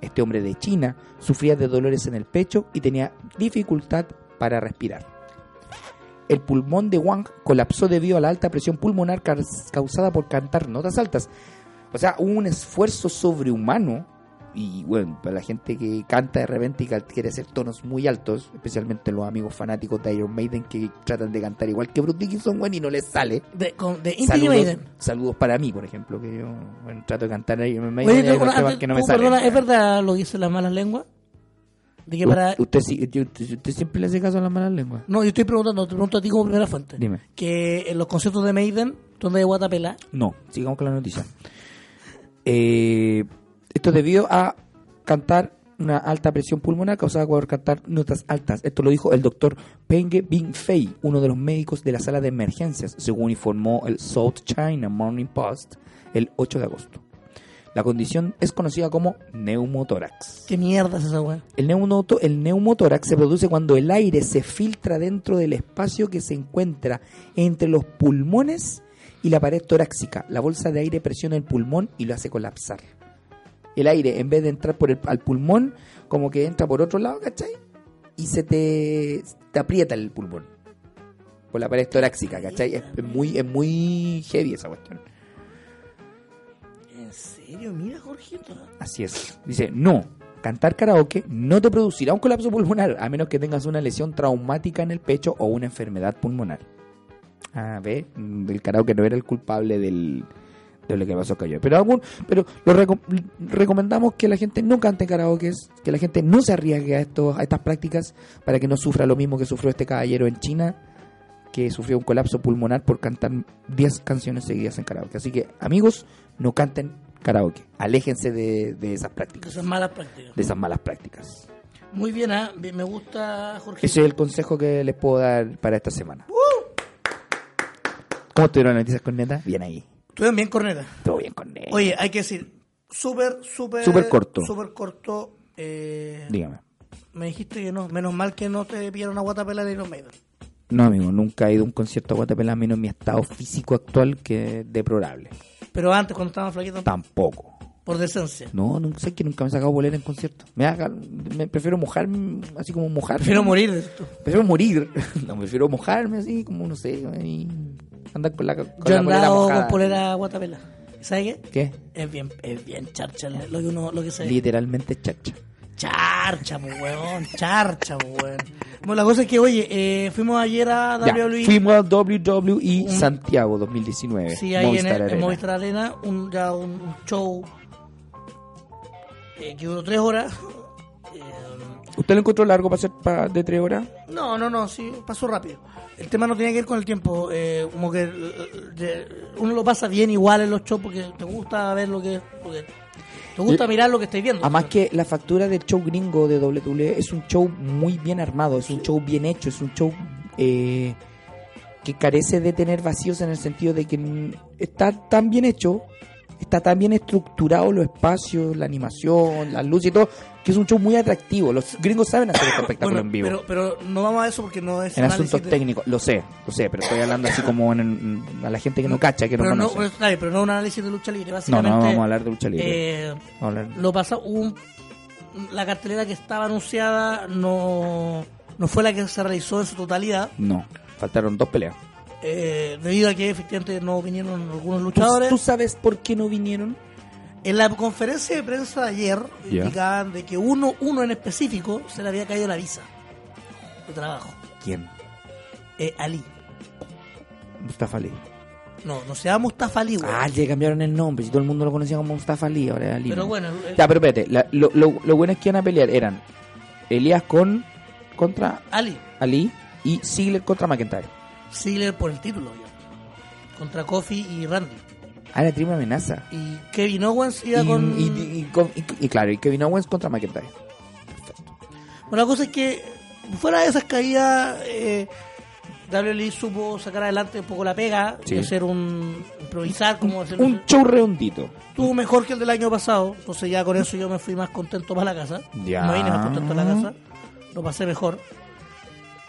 S4: Este hombre de China sufría de dolores en el pecho y tenía dificultad para respirar el pulmón de Wang colapsó debido a la alta presión pulmonar car- causada por cantar notas altas. O sea, hubo un esfuerzo sobrehumano. Y bueno, para la gente que canta de repente y que quiere hacer tonos muy altos, especialmente los amigos fanáticos de Iron Maiden que tratan de cantar igual que Bruce Dickinson, bueno, y no les sale.
S3: De, con, de Inti
S4: Saludos,
S3: Maiden.
S4: saludos para mí, por ejemplo, que yo bueno, trato de cantar Iron Maiden
S3: Oye,
S4: y hay
S3: tengo una-
S4: unos temas que no me
S3: tú, perdona, ¿es
S4: salen.
S3: verdad lo que dicen las malas lenguas? De que para...
S4: U- Usted, sí- usted- usted siempre le hace caso a las malas lenguas.
S3: No, yo estoy preguntando, te pregunto a ti como primera fuente.
S4: Dime.
S3: Que en los conciertos de Maiden, donde hay guatapela,
S4: No, sigamos con la noticia. Eh, esto es debido a cantar una alta presión pulmonar causada por cantar notas altas. Esto lo dijo el doctor Penge Bing Fei, uno de los médicos de la sala de emergencias, según informó el South China Morning Post el 8 de agosto. La condición es conocida como neumotórax.
S3: ¿qué mierda es esa weá?
S4: El, neumoto- el neumotórax se produce cuando el aire se filtra dentro del espacio que se encuentra entre los pulmones y la pared torácica. La bolsa de aire presiona el pulmón y lo hace colapsar. El aire, en vez de entrar por el, al pulmón, como que entra por otro lado, ¿cachai? Y se te, te aprieta el pulmón. Por la pared torácica, ¿cachai? Es, es muy, es muy heavy esa cuestión.
S3: En serio, mira, Jorgito.
S4: Así es. Dice, no, cantar karaoke no te producirá un colapso pulmonar, a menos que tengas una lesión traumática en el pecho o una enfermedad pulmonar. Ah, ve, Mm, el karaoke no era el culpable del, de lo que pasó con yo. Pero, algún, pero lo reco- recomendamos que la gente no cante karaoke, que la gente no se arriesgue a, estos, a estas prácticas para que no sufra lo mismo que sufrió este caballero en China, que sufrió un colapso pulmonar por cantar 10 canciones seguidas en karaoke. Así que, amigos, no canten karaoke. Aléjense de, de esas prácticas,
S3: Esas malas prácticas.
S4: de esas malas prácticas.
S3: Muy bien, ah, me me gusta, Jorgito.
S4: Ese es el consejo que les puedo dar para esta semana. ¿Cómo estuvieron las noticias con neta? Bien ahí.
S3: Tú también, Corneta.
S4: Todo bien con neta.
S3: Oye, hay que decir, súper, súper...
S4: Súper corto.
S3: Súper corto. Eh,
S4: Dígame.
S3: me dijiste que no, menos mal que no te pillaron una guatapela de Iron Maiden.
S4: No, amigo, nunca he ido a un concierto a Guatapela, menos en mi estado físico actual que es deplorable.
S3: Pero antes, cuando estaban flaquitos,
S4: Tampoco.
S3: por decencia.
S4: No, no sé que nunca me he sacado bolera en concierto. Me, da cal- me prefiero mojarme, así como mojarme.
S3: Prefiero morir de esto.
S4: Prefiero morir. No, prefiero mojarme así, como no sé. ahí, Andar con la, con
S3: Yo he
S4: la polera
S3: andado
S4: mojada.
S3: con polera guatapela. ¿Sabes qué?
S4: ¿Qué?
S3: Es bien, es bien charcha lo que uno, lo que se
S4: Literalmente chacha.
S3: Charcha, po, weón. Charcha, po, weón. Bueno, la cosa es que, oye, eh, fuimos ayer a
S4: Ya,
S3: WWE.
S4: fuimos a WWE
S3: Un-
S4: Santiago 2019.
S3: Sí, ahí en,
S4: Movistar
S3: el, en
S4: Arena.
S3: Movistar Arena, un, ya un, un show eh, que duró tres horas. Eh,
S4: ¿Usted lo encontró largo para ser pa- de tres horas?
S3: no, no, no, sí, pasó rápido. El tema no tenía que ver con el tiempo. eh, como que eh, de- uno lo pasa bien igual en los shows porque te gusta ver lo que. Porque te gusta
S4: Y-
S3: mirar lo que estáis viendo.
S4: Además que la factura del show gringo de WWE es un show muy bien armado, es un show bien hecho, es un show eh, que carece de tener vacíos en el sentido de que mm, está tan bien hecho, está tan bien estructurado los espacios, la animación, las luces y todo, que es un show muy atractivo. Los gringos saben hacer este espectáculo
S3: Bueno,
S4: en vivo.
S3: Pero, pero no vamos a eso porque no es
S4: en
S3: análisis
S4: asuntos
S3: de-
S4: técnicos, lo sé, lo sé, pero estoy hablando así como en- en- a la gente que no cacha, que no
S3: pero no,
S4: conoce.
S3: pues, dale, pero no un análisis de lucha libre,
S4: No,
S3: básicamente.
S4: no, vamos a hablar de lucha libre.
S3: eh,
S4: Vamos a hablar-
S3: lo pasa un, la cartelera que estaba anunciada no, no fue la que se realizó en su totalidad,
S4: No, faltaron dos peleas.
S3: eh, debido a que efectivamente no vinieron algunos
S4: ¿Tú,
S3: luchadores.
S4: tú sabes por qué no vinieron?
S3: En la conferencia de prensa de ayer
S4: Ya.
S3: indicaban de que uno, uno en específico se le había caído la visa de trabajo.
S4: ¿Quién?
S3: Eh, Ali.
S4: Mustafa Lee.
S3: No, no se llama Mustafa Ali, güey.
S4: Ah, le cambiaron el nombre. Si todo el mundo lo conocía como Mustafa Lee, ahora es Ali.
S3: Pero
S4: ¿no?
S3: bueno, eh, el-
S4: Ya, pero espérate. la- lo, lo, lo bueno es que iban a pelear eran Elías con contra
S3: Ali.
S4: Ali y Ziggler contra McIntyre.
S3: Ziggler por el título, obviamente. Contra Kofi y Randy.
S4: Ah, era triple amenaza.
S3: Y Kevin Owens
S4: Y,
S3: iba con...
S4: y- y- y con- y- y claro, y Kevin Owens contra McIntyre.
S3: Bueno, la cosa es que fuera de esas caídas, eh, WWE supo sacar adelante un poco la pega
S4: Sí.
S3: y hacer un improvisar, como hacer
S4: Un show redondito.
S3: estuvo mejor que el del año pasado, entonces ya con eso yo me fui más contento para la casa.
S4: Ya.
S3: Me vine más contento a la casa, lo pasé mejor.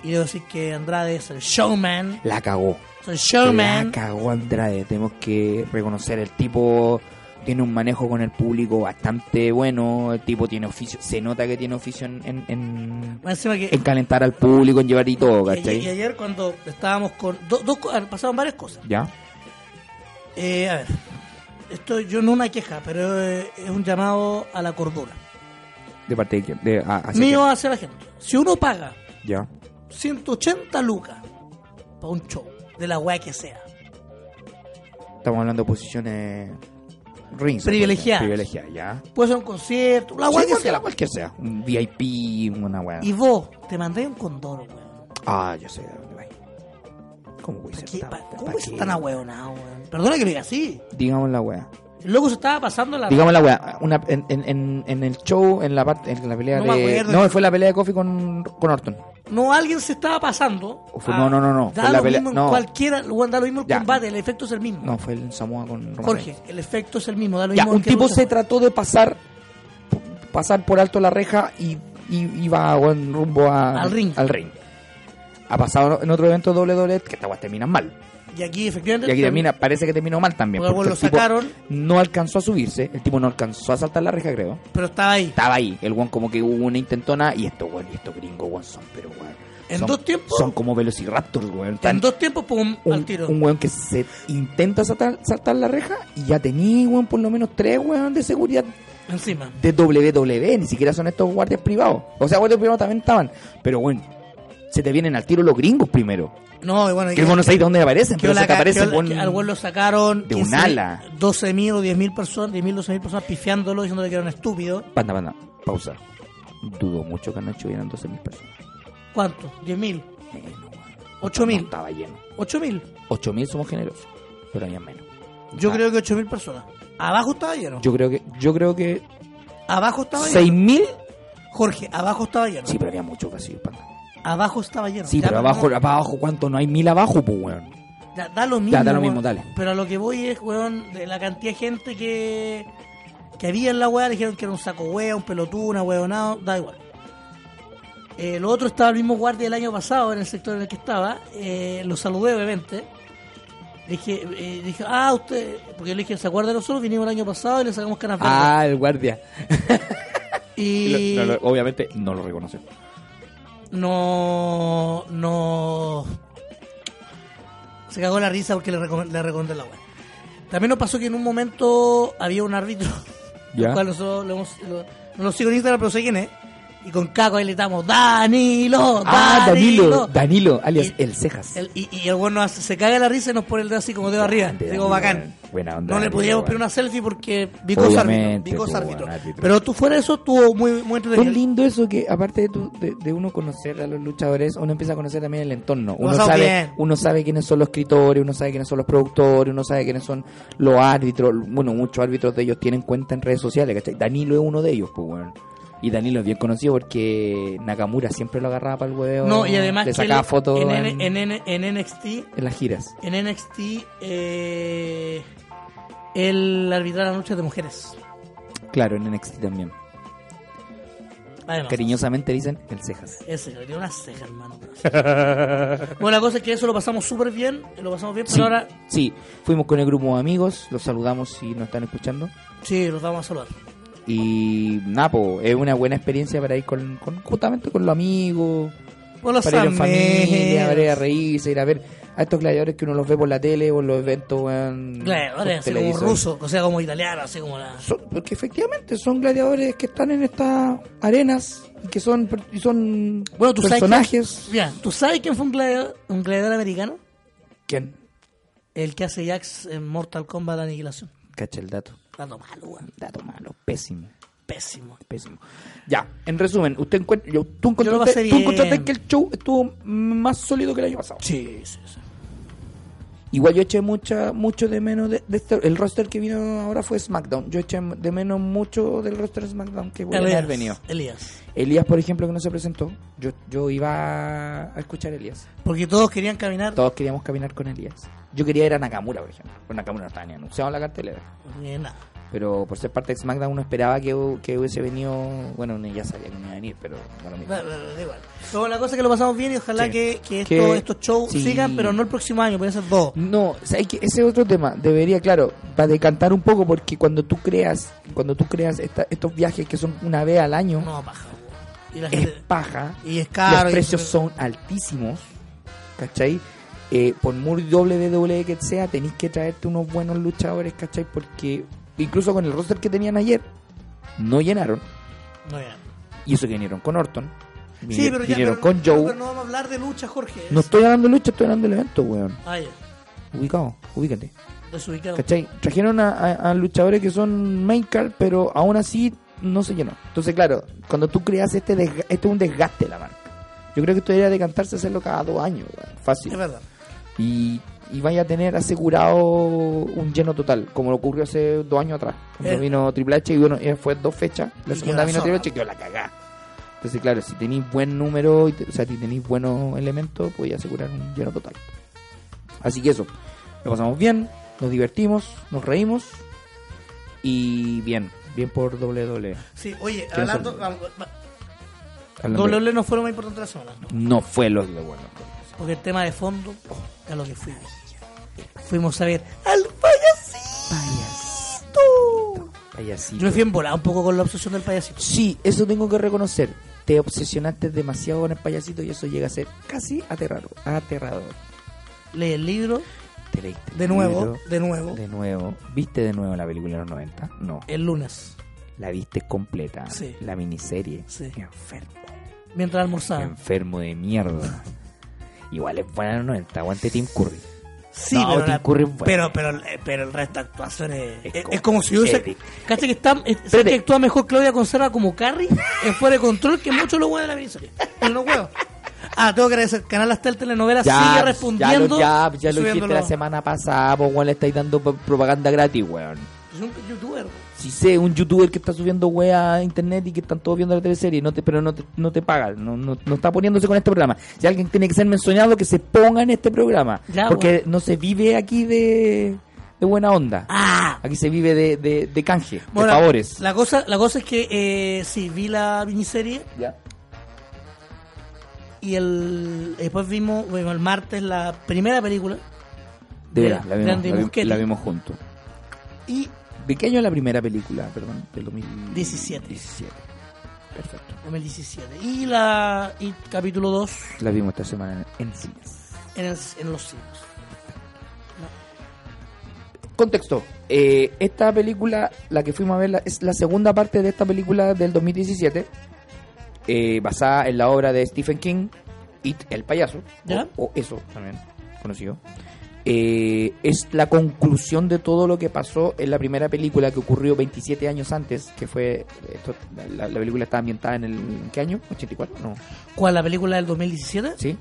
S3: Y debo decir que Andrade es el showman,
S4: La cagó.
S3: es el
S4: La
S3: showman.
S4: cagó Andrade. Tenemos que reconocer el tipo. Tiene un manejo con el público bastante bueno. El tipo tiene oficio. Se nota que tiene oficio en- en- en,
S3: Más encima que
S4: en calentar al público, en llevar y todo,
S3: y ayer, y
S4: ¿cachai?
S3: ayer cuando estábamos con do- dos co- pasaron varias cosas.
S4: Ya.
S3: Eh, a ver, esto yo no una queja, pero eh, es un llamado a la cordura.
S4: ¿De parte de quién? De, ah, hacia
S3: Mío hacia la gente. Si uno paga
S4: quién. Ya.
S3: 180 lucas para un show, de la weá que sea,
S4: Estamos hablando de posiciones rings.
S3: Privilegiadas.
S4: Privilegiadas, ya.
S3: puede ser un concierto, la weá
S4: Sí,
S3: que
S4: cualquiera,
S3: sea,
S4: cualquier sea. Un VIP, una weá.
S3: y vos te mandáis un condoro, weón.
S4: Ah, yo sé de dónde va. ¿Cómo voy a
S3: ¿Para
S4: ser
S3: qué?
S4: tan-
S3: ¿Para-
S4: pa'
S3: ¿Cómo es
S4: qué?
S3: tan ahueonado, weón? Perdona que lo diga así.
S4: Digamos la weá.
S3: El loco se estaba pasando la.
S4: Digamos la weá. Una, en, en, en, en el show, en la parte, en la pelea
S3: No me
S4: de.
S3: acuerdo.
S4: No, fue la pelea de Coffee con, con Orton.
S3: No, alguien se estaba pasando.
S4: O fue- no, no, no, no,
S3: Da
S4: fue la
S3: lo
S4: pelea-
S3: mismo en
S4: no.
S3: cualquiera. weón, Da lo mismo el
S4: Ya.
S3: combate, el efecto es el mismo.
S4: No, fue el Samoa con Roman
S3: Jorge, el efecto es el mismo. Da lo
S4: Ya,
S3: mismo en
S4: un
S3: qué
S4: tipo
S3: lucha
S4: se
S3: fue.
S4: trató de pasar pasar por alto la reja y, y- iba en rumbo a-
S3: Al ring.
S4: Ha pasado en otro evento doble doble que esta terminan mal.
S3: Y aquí, efectivamente.
S4: Y aquí termina, parece que terminó mal también.
S3: Porque
S4: porque
S3: lo
S4: el tipo
S3: sacaron,
S4: No alcanzó a subirse, el tipo no alcanzó a saltar la reja, creo.
S3: pero estaba ahí.
S4: Estaba ahí, el guan como que hubo una intentona y estos weón, y estos gringos weón son, pero weón.
S3: En
S4: son-
S3: dos tiempos.
S4: Son como velociraptors, weón.
S3: En
S4: Tan-
S3: dos tiempos, pum, al
S4: un,
S3: tiro.
S4: un weón que se intenta saltar, saltar la reja y ya tenía, weón, por lo menos tres weón de seguridad
S3: Encima.
S4: de WWE, ni siquiera son estos guardias privados. O sea, guardias privados también estaban, pero bueno, se te vienen al tiro los gringos primero.
S3: No, y bueno,
S4: Que vos no sabés de dónde aparecen,
S3: que
S4: pero se te
S3: la-
S4: aparecen
S3: que-
S4: con-
S3: que al güey lo sacaron
S4: de un
S3: 15,
S4: ala.
S3: 12.000 o 10.000 personas, 10.000 12.000 personas pifiándolo, diciéndole que era un estúpido.
S4: Panda, panda, pausa. Dudo mucho que anoche hubieran 12.000 personas.
S3: ¿Cuánto? 10.000,
S4: Menos, weón.
S3: 8.000.
S4: No estaba lleno.
S3: 8.000.
S4: 8.000 somos generosos, pero había menos.
S3: Yo
S4: Ah,
S3: creo que 8.000 personas. Abajo estaba lleno.
S4: yo creo que yo creo que
S3: Abajo estaba lleno.
S4: 6.000
S3: Jorge, abajo estaba lleno.
S4: Sí, pero había mucho vacío, panda.
S3: Abajo estaba lleno.
S4: Sí,
S3: Ya,
S4: pero abajo, abajo, ¿cuánto? No hay mil abajo, pues, weón.
S3: Da, da lo mismo.
S4: Ya, da lo mismo,
S3: weón.
S4: dale.
S3: Pero a lo que voy es, weón, de la cantidad de gente que, que había en la weá, le dijeron que era un saco wea, un pelotudo, una weonado, da igual. Eh, lo otro estaba el mismo guardia del año pasado en el sector en el que estaba. eh, lo saludé, obviamente. Le Dije, eh, dije, ah, usted, porque le dije, ¿se acuerda de nosotros? Vinimos el año pasado y le sacamos canas verdes".
S4: Ah, el guardia.
S3: y
S4: Lo- no, lo- obviamente no lo reconoció.
S3: no, no. Se cagó la risa porque le, recom- le recomendé la web. También nos pasó que en un momento había un árbitro,
S4: Ya.
S3: el cual nosotros lo hemos- lo- no lo sigo en Instagram, pero sé quién es, Y con Caco ahí le estamos, Danilo,
S4: Ah, Danilo,
S3: Oh, Danilo.
S4: Danilo, alias
S3: Y-
S4: el Cejas.
S3: El- y, y el bueno hace- se caga la risa y nos pone el dedo así como dedo arriba.
S4: Grande,
S3: Digo,
S4: Danilo,
S3: bacán.
S4: weón. Buena onda.
S3: No le
S4: Danilo,
S3: podíamos
S4: weón.
S3: pedir una selfie porque Vicos árbitro.
S4: Obviamente,
S3: Vicos
S4: po,
S3: árbitro.
S4: weón, árbitro.
S3: Pero tú fuera de eso, estuvo muy, muy
S4: Es
S3: entretenido.
S4: lindo eso que aparte de, tu- de, de uno conocer a los luchadores, uno empieza a conocer también el entorno. Uno
S3: pasamos
S4: sabe,
S3: bien.
S4: uno sabe quiénes son los escritores, uno sabe quiénes son los productores, uno sabe quiénes son los árbitros. Bueno, muchos árbitros de ellos tienen cuenta en redes sociales, ¿cachai? Danilo es uno de ellos, pues weón. Y Danilo es bien conocido porque Nakamura siempre lo agarraba para el huevo.
S3: No, y además
S4: le
S3: que él
S4: sacaba fotos
S3: en,
S4: en,
S3: N- en, N- en NXT,
S4: en las giras.
S3: en NXT, eh, él arbitra las noches de mujeres.
S4: Claro, en NXT también.
S3: Además.
S4: Cariñosamente dicen el cejas.
S3: Ese, le dio una ceja, hermano. bueno, la cosa es que eso lo pasamos súper bien, lo pasamos bien, pero
S4: Sí,
S3: ahora
S4: sí, fuimos con el grupo de amigos, los saludamos si nos están escuchando.
S3: sí, los vamos a saludar.
S4: Y nada, po, es una buena experiencia para ir con, con- justamente con los amigos,
S3: Por los
S4: para ir en familia, para ir a
S3: amigos.
S4: reírse, ir a ver a estos gladiadores que uno los ve por la tele o en los eventos weón,
S3: Gladiadores,
S4: por
S3: así como
S4: televisor.
S3: ruso, o sea, como italiano, así como la...
S4: Son- porque efectivamente son gladiadores que están en estas arenas y que son, per- y son
S3: Bueno, tú
S4: personajes.
S3: sabes quién, Mira, ¿tú sabes quién fue un gladiador, un gladiador americano?
S4: ¿Quién?
S3: El que hace Jax en Mortal Kombat la Aniquilación.
S4: Cacha el dato.
S3: Rato malo, weón.
S4: Dato malo, pésimo.
S3: Pésimo.
S4: Pésimo. Ya, en resumen, usted encuent- yo- tú
S3: Yo lo
S4: encontraste,
S3: pasé
S4: tú
S3: bien.
S4: encontraste que el show estuvo más sólido que el año pasado.
S3: Sí, sí, sí.
S4: Igual yo eché mucha, mucho de menos de, de este- el roster que vino ahora fue SmackDown. Yo eché de menos mucho del roster de SmackDown que podría haber venido.
S3: Elías.
S4: Elías, por ejemplo, que no se presentó. Yo, yo iba a escuchar a Elías.
S3: Porque todos querían caminar.
S4: Todos queríamos caminar con Elías. Yo quería ir a Nakamura, por ejemplo. Pero Nakamura no estaba ni anunciado en la cartelera.
S3: Eh, nada.
S4: Pero por ser parte de SmackDown uno esperaba que, hu- que hubiese venido... Bueno, ni- ya sabía que no iba a venir, pero no lo mismo.
S3: Da- da- da igual. Pero la cosa es que lo pasamos bien y ojalá
S4: Sí.
S3: que, que esto-
S4: Que-
S3: estos shows
S4: sí.
S3: sigan, pero no el próximo año, pueden ser dos.
S4: No, ¿sabes qué? ese es otro tema. Debería, claro, para decantar un poco porque cuando tú creas, cuando tú creas esta- estos viajes que son una vez al año,
S3: No, paja. weón. Y la
S4: es
S3: gente-
S4: paja.
S3: Y es caro.
S4: los
S3: y-
S4: precios son altísimos, ¿cachai? Eh, por muy doble WWE que sea, tenéis que traerte unos buenos luchadores, ¿cachai? Porque incluso con el roster que tenían ayer, no llenaron.
S3: No, ya.
S4: Y eso que vinieron con Orton, vin-
S3: Sí, pero ya,
S4: vinieron
S3: pero-
S4: con
S3: pero
S4: Joe.
S3: No vamos a hablar de lucha, Jorge.
S4: No estoy hablando de lucha, estoy hablando del evento, weón.
S3: Ah, ya.
S4: Ubicado, ubícate.
S3: Desubicado.
S4: ¿Cachai? Trajeron a, a- a luchadores que son main card, pero aún así no se llenó. Entonces, claro, cuando tú creas este desga- este es un desgaste de la marca. Yo creo que esto debería decantarse a hacerlo cada dos años, weón. fácil.
S3: Es verdad.
S4: Y, y vaya a tener asegurado un lleno total, como lo ocurrió hace dos años atrás. Cuando
S3: Eh.
S4: vino Triple H y bueno, eh, fue dos fechas. La
S3: Y
S4: segunda
S3: quedó
S4: vino
S3: sola.
S4: Triple H y quedó la cagá. Entonces, claro, si tenéis buen número, y te- o sea, si tenéis buenos elementos, podéis asegurar un lleno total. Así que eso, lo pasamos bien, nos divertimos, nos reímos y bien, bien por WWE.
S3: Sí, oye,
S4: ¿Quién
S3: hablando.
S4: son?
S3: vamos, va-
S4: Hablando de-
S3: WWE no fue lo más importante de la semana. ¿no?
S4: No fue lo de bueno. pues.
S3: Porque el tema de fondo es lo que fuimos. Fuimos a ver al payasito. Yo
S4: pues-
S3: me fui embolado un poco con la obsesión del payasito.
S4: Sí, eso tengo que reconocer. Te obsesionaste demasiado con el payasito y eso llega a ser casi aterrador. aterrador.
S3: Leí el libro,
S4: Te leíste el
S3: de nuevo,
S4: libro,
S3: de nuevo,
S4: de nuevo. ¿Viste de nuevo la película de los 90? No.
S3: el lunes,
S4: La viste completa.
S3: Sí.
S4: La miniserie.
S3: Sí.
S4: Qué enfermo.
S3: mientras
S4: Qué
S3: almorzaba.
S4: enfermo de mierda. Igual es buena los 90. Aguante Tim Curry.
S3: Sí,
S4: No,
S3: pero,
S4: Tim
S3: la-
S4: Curry es bueno.
S3: pero, pero, eh, pero el resto de actuaciones eh, es,
S4: Es
S3: es
S4: como-
S3: como si hubiese.
S4: Eric.
S3: ¿Cachai que, está, es- ¿sabes que actúa mejor Claudia Conserva como Carrie en fuera de control que muchos los huevos de la miniserie? Pero los huevos. Ah, tengo que agradecer. Canal Hasta el Telenovela sigue respondiendo.
S4: Ya, lo- ya, ya lo dijiste
S3: subiéndolo.
S4: la semana pasada. Pues, weón, le estáis dando pa- propaganda gratis, weón.
S3: Es un youtuber.
S4: Si sé, un youtuber que está subiendo wea a internet y que están todos viendo la teleserie, no te, pero no te, no te paga, no, no, no está poniéndose con este programa. Si alguien tiene que ser mencionado, que se ponga en este programa.
S3: Ya,
S4: porque no se vive aquí de, de buena onda.
S3: Ah,
S4: Aquí se vive de, de, de canje,
S3: Bueno,
S4: de favores.
S3: La cosa, la cosa es que eh, sí, vi la miniserie
S4: Ya.
S3: y el después vimos bueno, el martes la primera película
S4: De
S3: De
S4: verdad, la
S3: Andy
S4: vimos, la, vi-
S3: Muschietti.
S4: la vimos juntos.
S3: y
S4: ¿De qué año es la primera película? Perdón, del 2017.
S3: 17.
S4: 17. Perfecto.
S3: 2017 y la y capítulo 2
S4: La vimos esta semana en, en cines.
S3: en, el- en los cines.
S4: Contexto. Eh, esta película, la que fuimos a ver, la- es la segunda parte de esta película del 2017. eh, basada en la obra de Stephen King, It el payaso,
S3: ¿Ya?
S4: O, o eso también conocido, eh, es la conclusión de todo lo que pasó en la primera película que ocurrió 27 años antes, que fue, esto- la, la película está ambientada en el, ¿en ¿qué año? ¿84? No,
S3: ¿Cuál? ¿La película del 2017?
S4: ¿sí?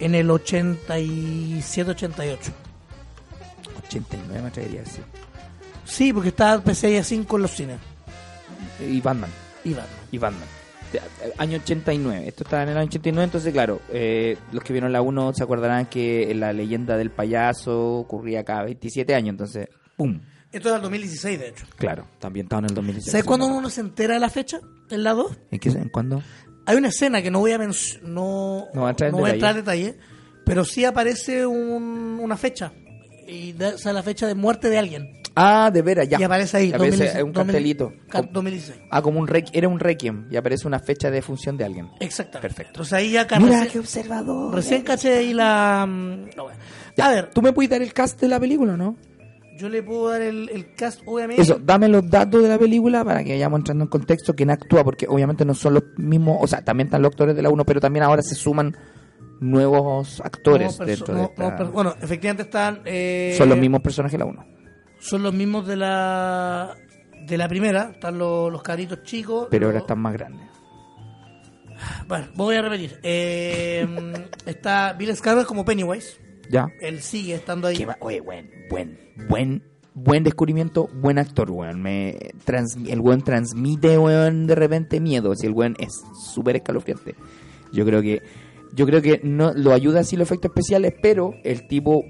S3: En el 87-88.
S4: 89 me atrevería a decir.
S3: Sí, porque estaba PCI a 5 en los cines.
S4: Y Batman.
S3: Y Batman.
S4: y Batman. Te- Año 89, esto está en el año 89, entonces claro, eh, los que vieron la 1 se acordarán que la leyenda del payaso ocurría cada 27 años, entonces, ¡pum!
S3: Esto era el 2016, de hecho.
S4: Claro, también estaba en el 2016.
S3: ¿Sabes cuándo uno se entera de la fecha? En la 2.
S4: ¿En qué? ¿En cuándo?
S3: Hay una escena que no voy a menc- no,
S4: No va a entrar en
S3: no voy a entrar en detalle, pero sí aparece un- una fecha. Y da- o sea, la fecha de muerte de alguien.
S4: Ah, de veras, ya.
S3: Y aparece ahí.
S4: A veces
S3: 2016,
S4: un cartelito.
S3: 2000, ca- 2016.
S4: Ah, como un requ- era un requiem y aparece una fecha de función de alguien.
S3: Exactamente.
S4: Perfecto.
S3: Entonces ahí ya ca-
S4: Mira,
S3: recién-
S4: qué observador.
S3: eh, Recién caché ahí la. mm, no, bueno.
S4: Ya,
S3: A ver,
S4: tú me puedes dar el cast de la película, ¿no?
S3: yo le puedo dar el, el cast, obviamente.
S4: Eso, dame los datos de la película para que vayamos entrando en contexto, quién actúa, porque obviamente no son los mismos, o sea, también están los actores de la 1, pero también ahora se suman nuevos actores
S3: No, perso-
S4: dentro
S3: no,
S4: de
S3: no,
S4: esta-
S3: per- bueno, efectivamente están. eh,
S4: Son los mismos personajes de la 1.
S3: Son los mismos de la. De la primera. Están los, los cabritos chicos.
S4: Pero
S3: los-
S4: ahora están más grandes.
S3: Bueno, voy a repetir. Eh, está Bill Skarsgård como Pennywise.
S4: ¿Ya?
S3: Él sigue estando ahí.
S4: Qué va- Oye, buen, buen, buen, buen descubrimiento, buen actor, weón. Me trans- el weón transmite, weón, de repente miedo. Si el weón es súper escalofriante. Yo creo que, yo creo que no lo ayuda así los efectos especiales, pero el tipo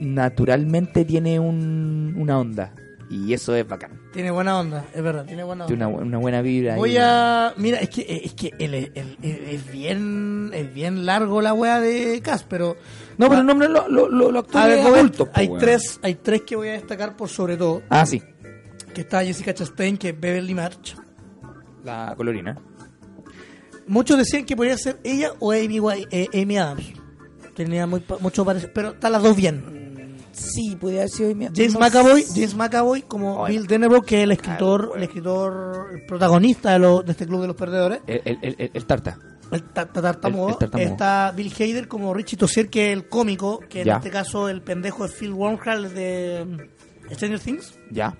S4: naturalmente tiene un, una onda. Y eso es bacán.
S3: Tiene buena onda, es verdad, tiene buena onda.
S4: Tiene una, una buena vibra. ahí.
S3: Voy a. Mira, es que es que el- el- el- es bien es bien largo la wea de Cas, pero.
S4: No, pero no, no, lo, lo, lo, lo actúa
S3: A ver, Robert,
S4: adulto, po,
S3: hay
S4: weón.
S3: tres, hay tres que voy a destacar por sobre todo,
S4: Ah, sí.
S3: que está Jessica Chastain, que es Beverly March.
S4: La colorina.
S3: Muchos decían que podría ser ella o Amy, Wi- eh, Amy Adams. Tenía muy, pa- mucho parecido, pero están las dos bien.
S4: Sí, podría haber sido...
S3: James McAvoy, James McAvoy como
S4: Hola.
S3: Bill Denebro, que es el escritor,
S4: Claro,
S3: el escritor el protagonista de, lo- de este club de los perdedores.
S4: El, el, el, el- el tarta.
S3: El ta- ta- tartamudo.
S4: El- el tartamudo.
S3: Está Bill Hader como Richie Tossier, que es el cómico, que
S4: Ya.
S3: en este caso el pendejo es Phil Wormhall de mm, Stranger Things.
S4: Ya.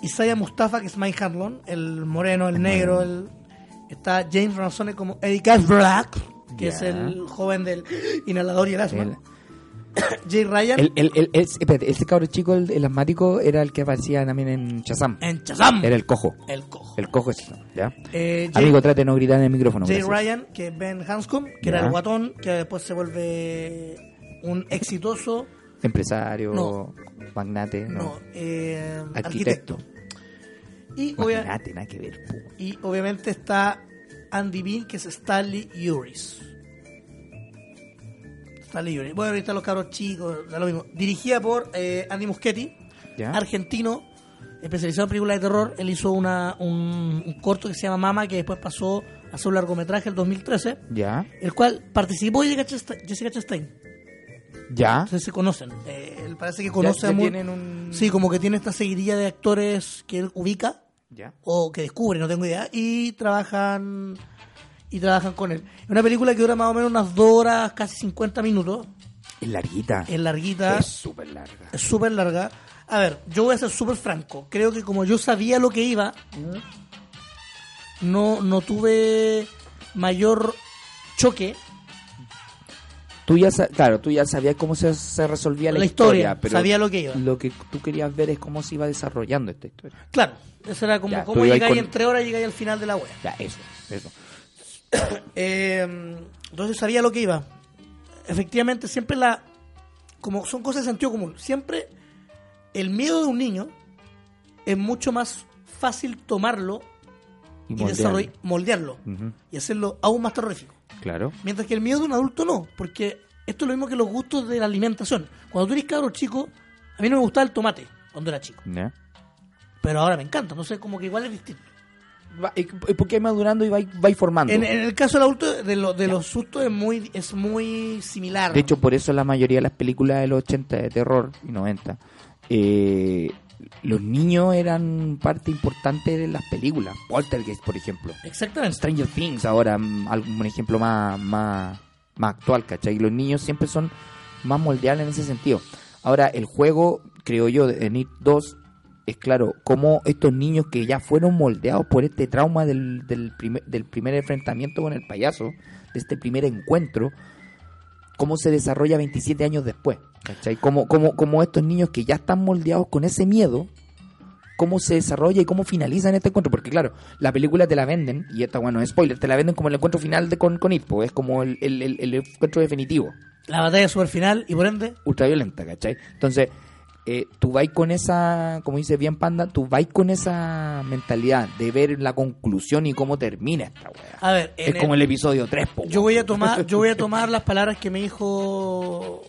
S3: Isaiah Mustafa, que es Mike Hanlon, el moreno, el negro. El... Está James Ransone como Eddie Cash Black, que
S4: Ya.
S3: es el joven del inhalador y el asma.
S4: El-
S3: Jay Ryan
S4: El, el, el, el- espérate, ese cabro chico, el, el asmático, era el que aparecía también en Shazam.
S3: en Shazam.
S4: Era el cojo.
S3: El cojo.
S4: El cojo es Shazam, ¿ya?
S3: Eh, Jay-
S4: Amigo, trate de no gritar en el micrófono.
S3: Jay
S4: gracias.
S3: Ryan, que es Ben Hanscom, que era
S4: Ya.
S3: el guatón, que después se vuelve un exitoso
S4: Empresario,
S3: No.
S4: magnate,
S3: no,
S4: no.
S3: eh,
S4: Arquitecto.
S3: arquitecto. Y, obvia-
S4: Magnate, nada que ver. pu.
S3: y obviamente está Andy Bean, que es Stanley Uris. Stanley Uris. Bueno, ahorita los cabros chicos, da lo mismo. Dirigida por eh, Andy Muschietti,
S4: ¿Ya?
S3: argentino, especializado en películas de terror. Él hizo una, un, un corto que se llama Mama, que después pasó a hacer un largometraje el 2013,
S4: ¿Ya?
S3: el cual participó Jessica Chastain. Jessica Chastain.
S4: ¿Ya?
S3: Entonces se conocen. Eh, él parece que conoce a
S4: Ah. Ya- ya
S3: mu-
S4: tienen un-
S3: Sí, como que tiene esta seguidilla de actores que él ubica
S4: ¿Ya?
S3: o que descubre, no tengo idea, y trabajan y trabajan con él. Es una película que dura más o menos unas 2 horas, casi 50 minutos.
S4: Es larguita.
S3: Es larguita,
S4: Es súper larga.
S3: es súper larga. A ver, yo voy a ser súper franco. Creo que como yo sabía lo que iba, no, no tuve mayor choque.
S4: Tú ya, sa- claro, tú ya sabías cómo se, se resolvía la,
S3: La historia,
S4: pero
S3: sabía lo que iba.
S4: Lo que tú querías ver es cómo se iba desarrollando esta historia.
S3: Claro, eso era como
S4: Ya,
S3: cómo
S4: tú ibas
S3: llegáis
S4: con-
S3: en 3 horas y llegáis al final de la web.
S4: Ya, eso, eso.
S3: Eh, entonces sabía lo que iba. Efectivamente, siempre la. Como son cosas de sentido común. Siempre el miedo de un niño es mucho más fácil tomarlo
S4: Y,
S3: y,
S4: moldearlo.
S3: desarroll- moldearlo.
S4: Ujú.
S3: Y hacerlo aún más terrorífico.
S4: Claro.
S3: Mientras que el miedo de un adulto no. Porque esto es lo mismo que los gustos de la alimentación. Cuando tú eres cabro chico, a mí no me gustaba el tomate cuando era chico.
S4: ¿Ya?
S3: Pero ahora me encanta. Entonces, como que igual es distinto.
S4: Va- y- y porque va madurando y va, va formando.
S3: En, en el caso del adulto, de, lo- de los sustos es muy, es muy similar.
S4: De hecho, por eso la mayoría de las películas de los 80 de terror y 90 eh, los niños eran parte importante de las películas. Poltergeist, por ejemplo.
S3: Exactamente.
S4: Stranger Things ahora, mm, algún ejemplo más, más, más actual, ¿cachai? Los niños siempre son más moldeables en ese sentido. Ahora, el juego, creo yo, de Need 2 es claro, como estos niños que ya fueron moldeados por este trauma del, del, primer, del primer enfrentamiento con el payaso, de este primer encuentro, cómo se desarrolla 27 años después. ¿Cachai? Como, como, como estos niños que ya están moldeados con ese miedo, cómo se desarrolla y cómo finalizan este encuentro. Porque claro, la película te la venden, y esta, bueno, es spoiler, te la venden como el encuentro final de, con, con It, po, es como el, el- el- el encuentro definitivo
S3: La batalla super final y por ende.
S4: ultraviolenta, ¿cachai? Entonces, eh, tú vais con esa, como dice bien Panda, tú vais con esa mentalidad de ver la conclusión y cómo termina esta weá.
S3: A ver, Ah, en
S4: Es como el episodio 3, po,
S3: Yo
S4: weón.
S3: voy a tomar, yo voy a tomar las palabras que me dijo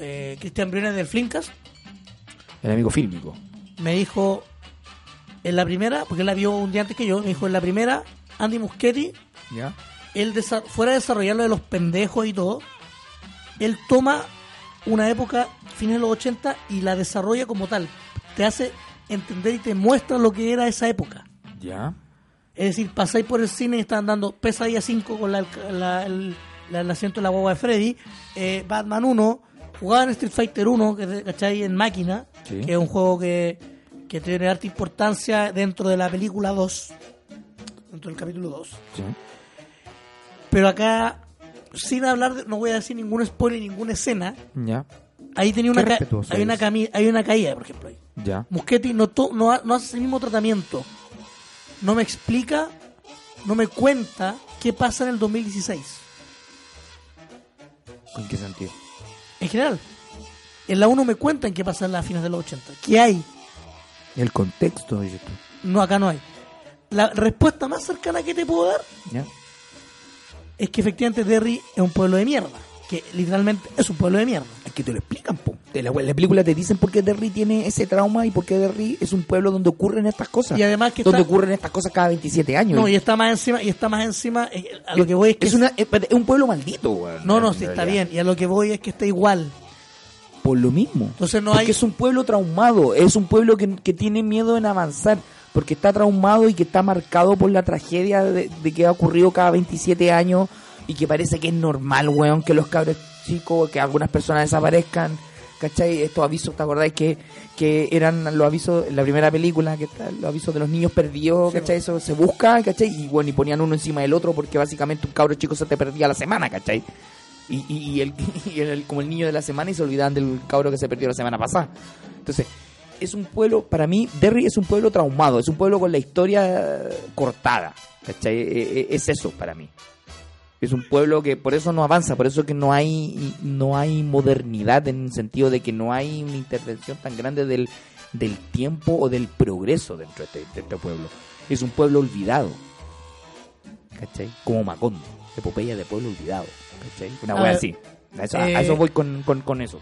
S3: eh, Cristian Briones del Flinkas.
S4: El amigo fílmico.
S3: Me dijo en la primera, porque él la vio un día antes que yo, me dijo en la primera, Andy Muschietti,
S4: ¿Ya?
S3: él desa- fuera de desarrollar lo de los pendejos y todo, él toma una época, fines de los 80, y la desarrolla como tal. Te hace entender y te muestra lo que era esa época.
S4: ¿Ya?
S3: Es decir, pasáis por el cine y están dando Pesadilla 5 con la, la- el, la- el asiento de la guagua de Freddy, eh, Batman 1, jugaban Street Fighter 1, que es de- ¿cachai? En máquina,
S4: Sí.
S3: que es un juego que, que tiene harta importancia dentro de la película 2, dentro del capítulo 2.
S4: Sí.
S3: Pero acá, sin hablar, de- no voy a decir ningún spoiler, ninguna escena,
S4: ¿Ya?
S3: ahí tenía una,
S4: Qué
S3: ca-
S4: respetuoso
S3: hay, una
S4: eres.
S3: cami- hay una caída, por ejemplo. Ahí.
S4: ¿Ya?
S3: Muschetti no, to- no, ha- no hace el mismo tratamiento. No me explica, no me cuenta qué pasa en el 2016.
S4: ¿En qué sentido?
S3: En general, en la 1 me cuentan qué pasa en las fines de los 80. ¿Qué hay?
S4: El contexto, dices tú.
S3: No, acá no hay. La respuesta más cercana que te puedo dar
S4: ¿Ya?
S3: es que efectivamente Derry es un pueblo de mierda. Que literalmente es un pueblo de mierda.
S4: Es que te lo explican, po. Te La, la película te dicen por qué Derry tiene ese trauma y por qué Derry es un pueblo donde ocurren estas cosas.
S3: Y además que
S4: Donde
S3: está-
S4: ocurren estas cosas cada 27 años.
S3: No, y está más encima, y está más encima, eh, a lo que voy es que...
S4: una- es, espérate, es un pueblo maldito, weón.
S3: no, no,
S4: en
S3: sí, está
S4: realidad.
S3: bien, y a lo que voy es que está igual.
S4: por lo mismo.
S3: Entonces no
S4: porque
S3: hay-
S4: es un pueblo traumado, es un pueblo que, que tiene miedo en avanzar, porque está traumado y que está marcado por la tragedia de, de que ha ocurrido cada 27 años y que parece que es normal, weón, que los cabros chicos, que algunas personas desaparezcan. ¿Cachai? Estos avisos, ¿te acordáis que, que eran los avisos en la primera película? que está- Los avisos de los niños perdidos, ¿cachai? Eso se busca, ¿cachai? Y bueno, y ponían uno encima del otro porque básicamente un cabro chico se te perdía a la semana, ¿cachai? y, y, y el, y el- como el niño de la semana y se olvidaban del cabro que se perdió la semana pasada. Entonces, es un pueblo, para mí, Derry es un pueblo traumado, es un pueblo con la historia cortada. ¿cachai? E- e- Es eso para mí. Es un pueblo que por eso no avanza, por eso que no hay, no hay modernidad en el sentido de que no hay una intervención tan grande del, del tiempo o del progreso dentro de este, de este pueblo. Es un pueblo olvidado. ¿Cachai? Como Macondo, epopeya de pueblo olvidado. ¿Cachai? Una
S3: A
S4: wea
S3: ver,
S4: así. A eso, a
S3: eh,
S4: eso voy con, con, con eso.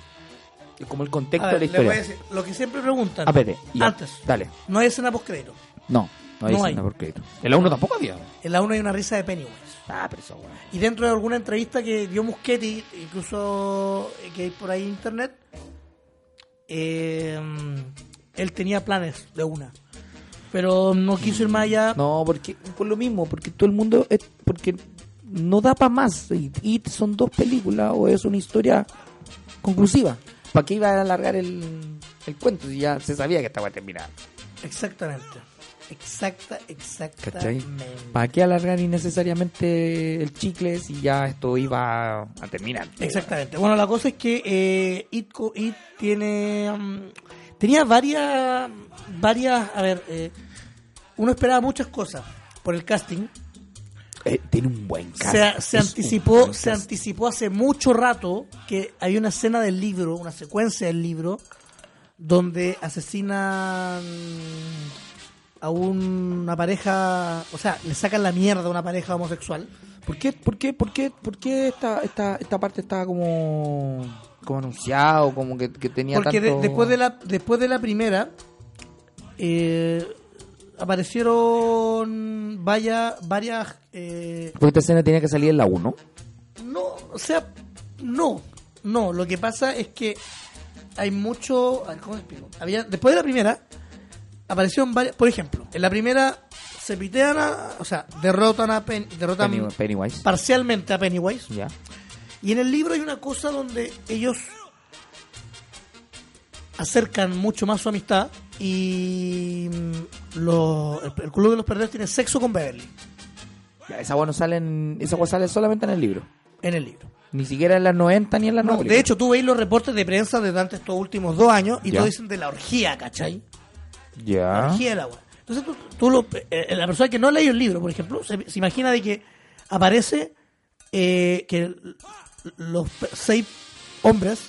S4: Es como el contexto
S3: A
S4: de
S3: ver,
S4: la
S3: le voy a
S4: historia.
S3: decir, lo que siempre preguntan,
S4: Ah, espérate, ya.
S3: Antes.
S4: Dale.
S3: no hay escena post-crédito.
S4: No, no hay
S3: No
S4: escena
S3: hay.
S4: por crédito. En la 1 tampoco había.
S3: En la 1 hay una risa de Pennywise.
S4: Ah, pero eso, weón.
S3: Y dentro de alguna entrevista que dio Muschetti, incluso eh, que hay por ahí en internet, eh, él tenía planes de una. Pero no quiso ir más allá.
S4: No, porque por lo mismo, porque todo el mundo es- porque no da para más. Y, y son dos películas o es una historia conclusiva. ¿Para qué iba a alargar el, el cuento si ya se sabía que estaba terminada?
S3: Exactamente. Exacta,
S4: ¿Cachai?
S3: exactamente.
S4: ¿Para qué alargar innecesariamente el chicle si ya esto iba a terminar?
S3: Exactamente. Bueno, la cosa es que eh, It, Co- It tiene. mm, tenía varias. Varias. A ver, eh, uno esperaba muchas cosas por el casting.
S4: Eh, tiene un buen cast.
S3: se, se
S4: Es un
S3: anticipó
S4: buen
S3: se
S4: cast.
S3: anticipó hace mucho rato que hay una escena del libro una secuencia del libro donde asesinan a un- una pareja o sea le sacan la mierda a una pareja homosexual
S4: ¿Por qué, por qué, por qué, por qué esta, esta, esta parte estaba como, como anunciado, como que, que tenía
S3: porque de-
S4: tanto...
S3: después de la después de la primera eh, aparecieron vaya, varias eh,
S4: Porque esta escena tenía que salir en la 1.
S3: No, o sea, no, no. Lo que pasa es que hay mucho. a ver, ¿Cómo explico? Había, después de la primera, aparecieron varias. Por ejemplo, en la primera se pitean a. O sea, derrotan a Pen, derrotan
S4: Penny- Pennywise.
S3: parcialmente a Pennywise.
S4: Ya.
S3: Y en el libro hay una cosa donde ellos acercan mucho más su amistad y mm, lo- el, el Club de los Perdedores tiene sexo con Beverly
S4: Ya, Esa agua no sale en- esa agua sale solamente en el libro.
S3: en el libro.
S4: Ni siquiera en las 90 ni en las
S3: No,
S4: 90.
S3: de hecho, tú veis los reportes de prensa desde antes estos últimos dos años y
S4: Ya. Ah.
S3: todos dicen de la orgía, ¿cachai?
S4: Ya.
S3: energía del agua. Entonces tú, tú lo- eh, la persona que no leyó el libro, por ejemplo, se, se imagina de que aparece eh, que l- los pe- seis hombres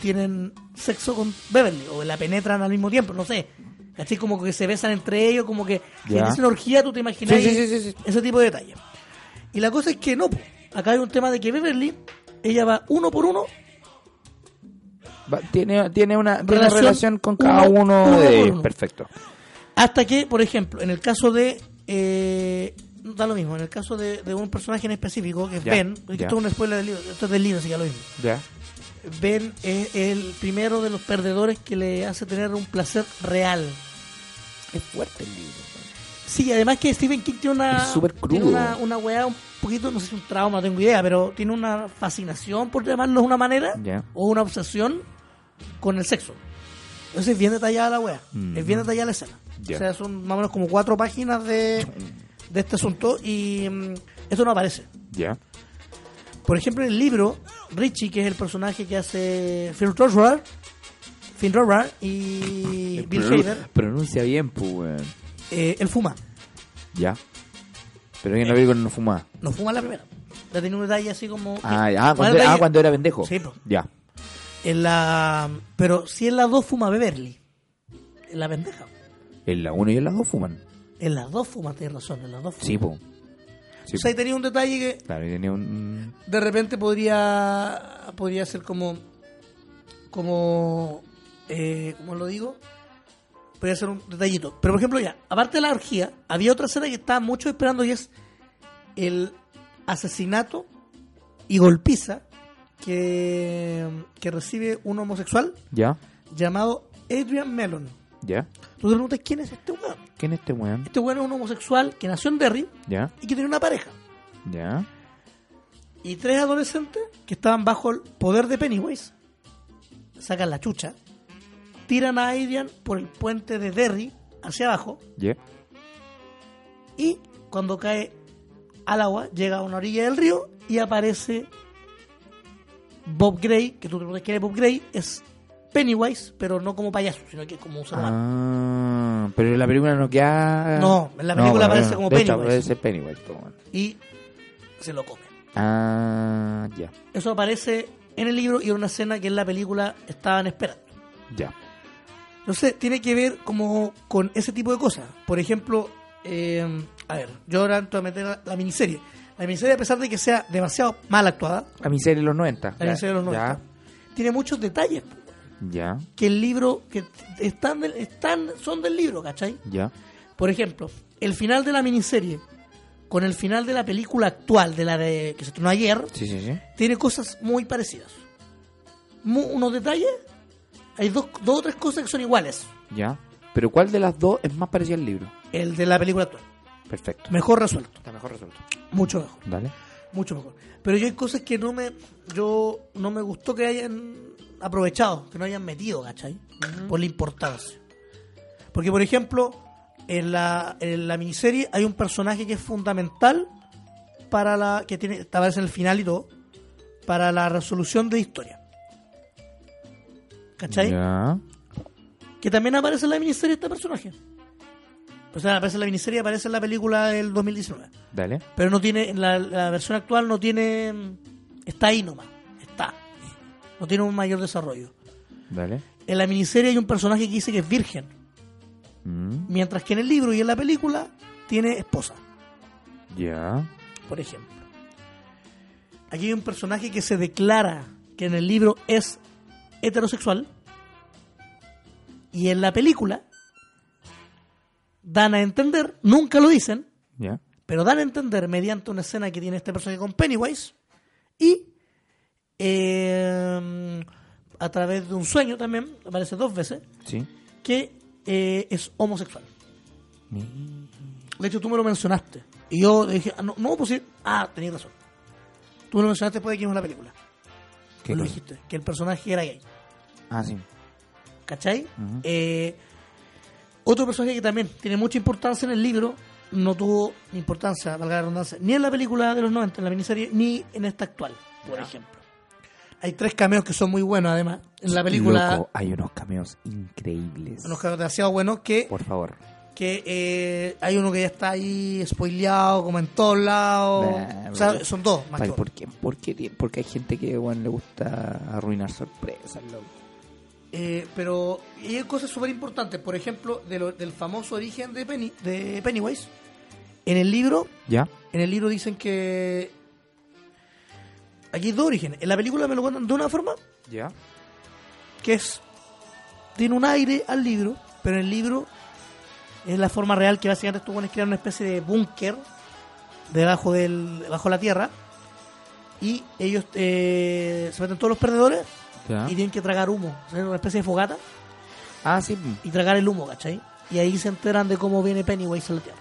S3: tienen sexo con Beverly o la penetran al mismo tiempo, no sé. Así como que se besan entre ellos, como que
S4: Ya.
S3: es una orgía, tú te imaginas
S4: Sí, sí, sí, sí, sí.
S3: ese tipo de detalles. Y la cosa es que no, po. acá hay un tema de que Beverly, ella va uno por uno
S4: Va- tiene, tiene una tiene relación,
S3: Relación
S4: con
S3: uno-
S4: cada uno,
S3: uno
S4: de
S3: por
S4: ellos.
S3: uno.
S4: Perfecto.
S3: Hasta que, por ejemplo, en el caso de. eh, da lo mismo, en el caso de, de un personaje en específico, que es
S4: Ya,
S3: Ben,
S4: ya.
S3: esto es un spoiler del libro, esto es del libro, así que da lo mismo.
S4: Ya.
S3: Ben es el primero de los perdedores que le hace tener un placer real.
S4: Es fuerte el libro.
S3: Sí, además que Stephen King tiene una.
S4: Es súper
S3: tiene
S4: crudo.
S3: Una, una weá un poquito, no sé si un trauma, no tengo idea, pero tiene una fascinación, por llamarlo de una manera,
S4: Ya.
S3: o una obsesión con el sexo. Entonces es bien detallada la weá,
S4: Mm.
S3: es bien detallada la escena.
S4: Ya.
S3: O sea, son más o menos como cuatro páginas de, de este asunto y mm, esto no aparece.
S4: Ya.
S3: Por ejemplo, en el libro, Richie, que es el personaje que hace Phil Rothrock, Phil Rothrock y Bill
S4: Pronun-
S3: Hader,
S4: Pronuncia bien, pues, weón.
S3: eh, él fuma.
S4: Ya. Pero en la película no fumaba.
S3: No fuma en la primera. Le tenía un detalle así como...
S4: Ah,
S3: eh,
S4: ya. Ah,
S3: como
S4: cuando,
S3: el
S4: ah,
S3: detalle-
S4: cuando era pendejo.
S3: Sí, po.
S4: Ya.
S3: En la... Pero si en la 2 fuma Beverly. En la pendeja.
S4: En la 1 y en la 2 fuman.
S3: En las dos fuma, tienes razón, en las dos fuma.
S4: Sí, pues. Sí,
S3: O sea, Pues ahí tenía un detalle que
S4: po. Claro, y tenía un.
S3: de repente podría podría ser como como eh, ¿cómo lo digo? podría ser un detallito pero por ejemplo ya aparte de la orgía había otra escena que estaba mucho esperando y es el asesinato y golpiza que, que recibe un homosexual
S4: Ya.
S3: llamado Adrian Mellon
S4: Ya.
S3: tú te preguntas quién es este weón
S4: ¿Quién es este weón?
S3: este weón es un homosexual que nació en Derry
S4: Ya.
S3: y que tenía una pareja
S4: Ya.
S3: y tres adolescentes que estaban bajo el poder de Pennywise sacan la chucha, tiran a Adrian por el puente de Derry hacia abajo
S4: Ya.
S3: y cuando cae al agua llega a una orilla del río y aparece Bob Gray, que tú te preguntas quién es Bob Gray, es Pennywise, pero no como payaso, sino que como un ser humano.
S4: Ah, pero en la película no queda.
S3: No, en la película
S4: Ah, bueno,
S3: aparece como
S4: de hecho,
S3: Pennywise.
S4: aparece Pennywise, po, weón.
S3: Y se lo come.
S4: Ah, ya.
S3: Eso aparece en el libro y en una escena que en la película estaban esperando.
S4: Ya.
S3: No sé, tiene que ver como con ese tipo de cosas. Por ejemplo, eh, a ver, yo ahora entro a meter la, la miniserie. La miniserie, a pesar de que sea demasiado mal actuada,
S4: A mi serie de los 90.
S3: la miniserie de los 90, tiene muchos detalles po,
S4: Ya.
S3: que el libro, que t- están, del- están, son del libro, ¿cachai?
S4: Ya.
S3: Por ejemplo, el final de la miniserie con el final de la película actual, de la de que se estrenó ayer,
S4: Sí, sí, sí.
S3: tiene cosas muy parecidas. Mu- unos detalles, hay dos, dos o tres cosas que son iguales.
S4: Ya. Pero ¿cuál de las dos es más parecida al libro?
S3: El de la película actual.
S4: Perfecto.
S3: Mejor resuelto.
S4: Está mejor resuelto.
S3: Mucho mejor.
S4: Dale.
S3: Mucho mejor. Pero yo hay cosas que no me. Yo no me gustó que hayan aprovechado, que no hayan metido, ¿cachai? Por la importancia. Porque, por ejemplo, en la, en la miniserie hay un personaje que es fundamental para la. que tiene. aparece en el final y todo. Para la resolución de historia. ¿Cachai?
S4: Ya.
S3: Que también aparece en la miniserie este personaje. O sea, aparece en la miniserie y aparece en la película del 2019
S4: Dale.
S3: pero no tiene la, la versión actual no tiene está ahí nomás está no tiene un mayor desarrollo
S4: Dale.
S3: en la miniserie hay un personaje que dice que es virgen
S4: Mm,
S3: mientras que en el libro y en la película tiene esposa
S4: Ya.
S3: por ejemplo aquí hay un personaje que se declara que en el libro es heterosexual y en la película dan a entender nunca lo dicen
S4: Ya.
S3: pero dan a entender mediante una escena que tiene este personaje con Pennywise y eh, a través de un sueño también, aparece dos veces,
S4: Sí.
S3: que eh, es homosexual. De hecho, tú me lo mencionaste. Y yo dije, ah, no, no, pues sí. Ah, tenías razón. Tú me lo mencionaste después de que vimos la película.
S4: ¿Qué
S3: Me lo
S4: cosa?
S3: dijiste, que el personaje era gay.
S4: Ah, sí.
S3: ¿Cachai?
S4: Ujú.
S3: Eh, otro personaje que también tiene mucha importancia en el libro, no tuvo importancia, valga la redundancia, ni en la película de los 90, en la miniserie, ni en esta actual, por ejemplo. Hay tres cameos que son muy buenos, además. En la película,
S4: Loco, hay unos cameos increíbles.
S3: unos cameos demasiado buenos que
S4: Por favor.
S3: que eh, hay uno que ya está ahí spoileado, como en todos lados.
S4: Nah,
S3: o sea,
S4: bro.
S3: son dos más que
S4: Ay,
S3: uno.
S4: ¿Por qué? ¿Por qué? tie- Porque hay gente que bueno, le gusta arruinar sorpresas, loco.
S3: Eh, pero y hay cosas súper importantes. Por ejemplo, de lo- del famoso origen de, Penny, de Pennywise. En el libro,
S4: ¿Ya?
S3: en el libro dicen que aquí hay dos orígenes. En la película me lo cuentan de una forma
S4: ¿Ya?
S3: que es tiene un aire al libro, pero en el libro es la forma real que básicamente estos buenos crearon una especie de búnker debajo del debajo de la tierra y ellos eh, se meten todos los perdedores
S4: ¿Ya?
S3: y tienen que tragar humo, hacer una especie de fogata
S4: Ah, sí.
S3: y tragar el humo, ¿cachai? Y ahí se enteran de cómo viene Pennywise a la tierra.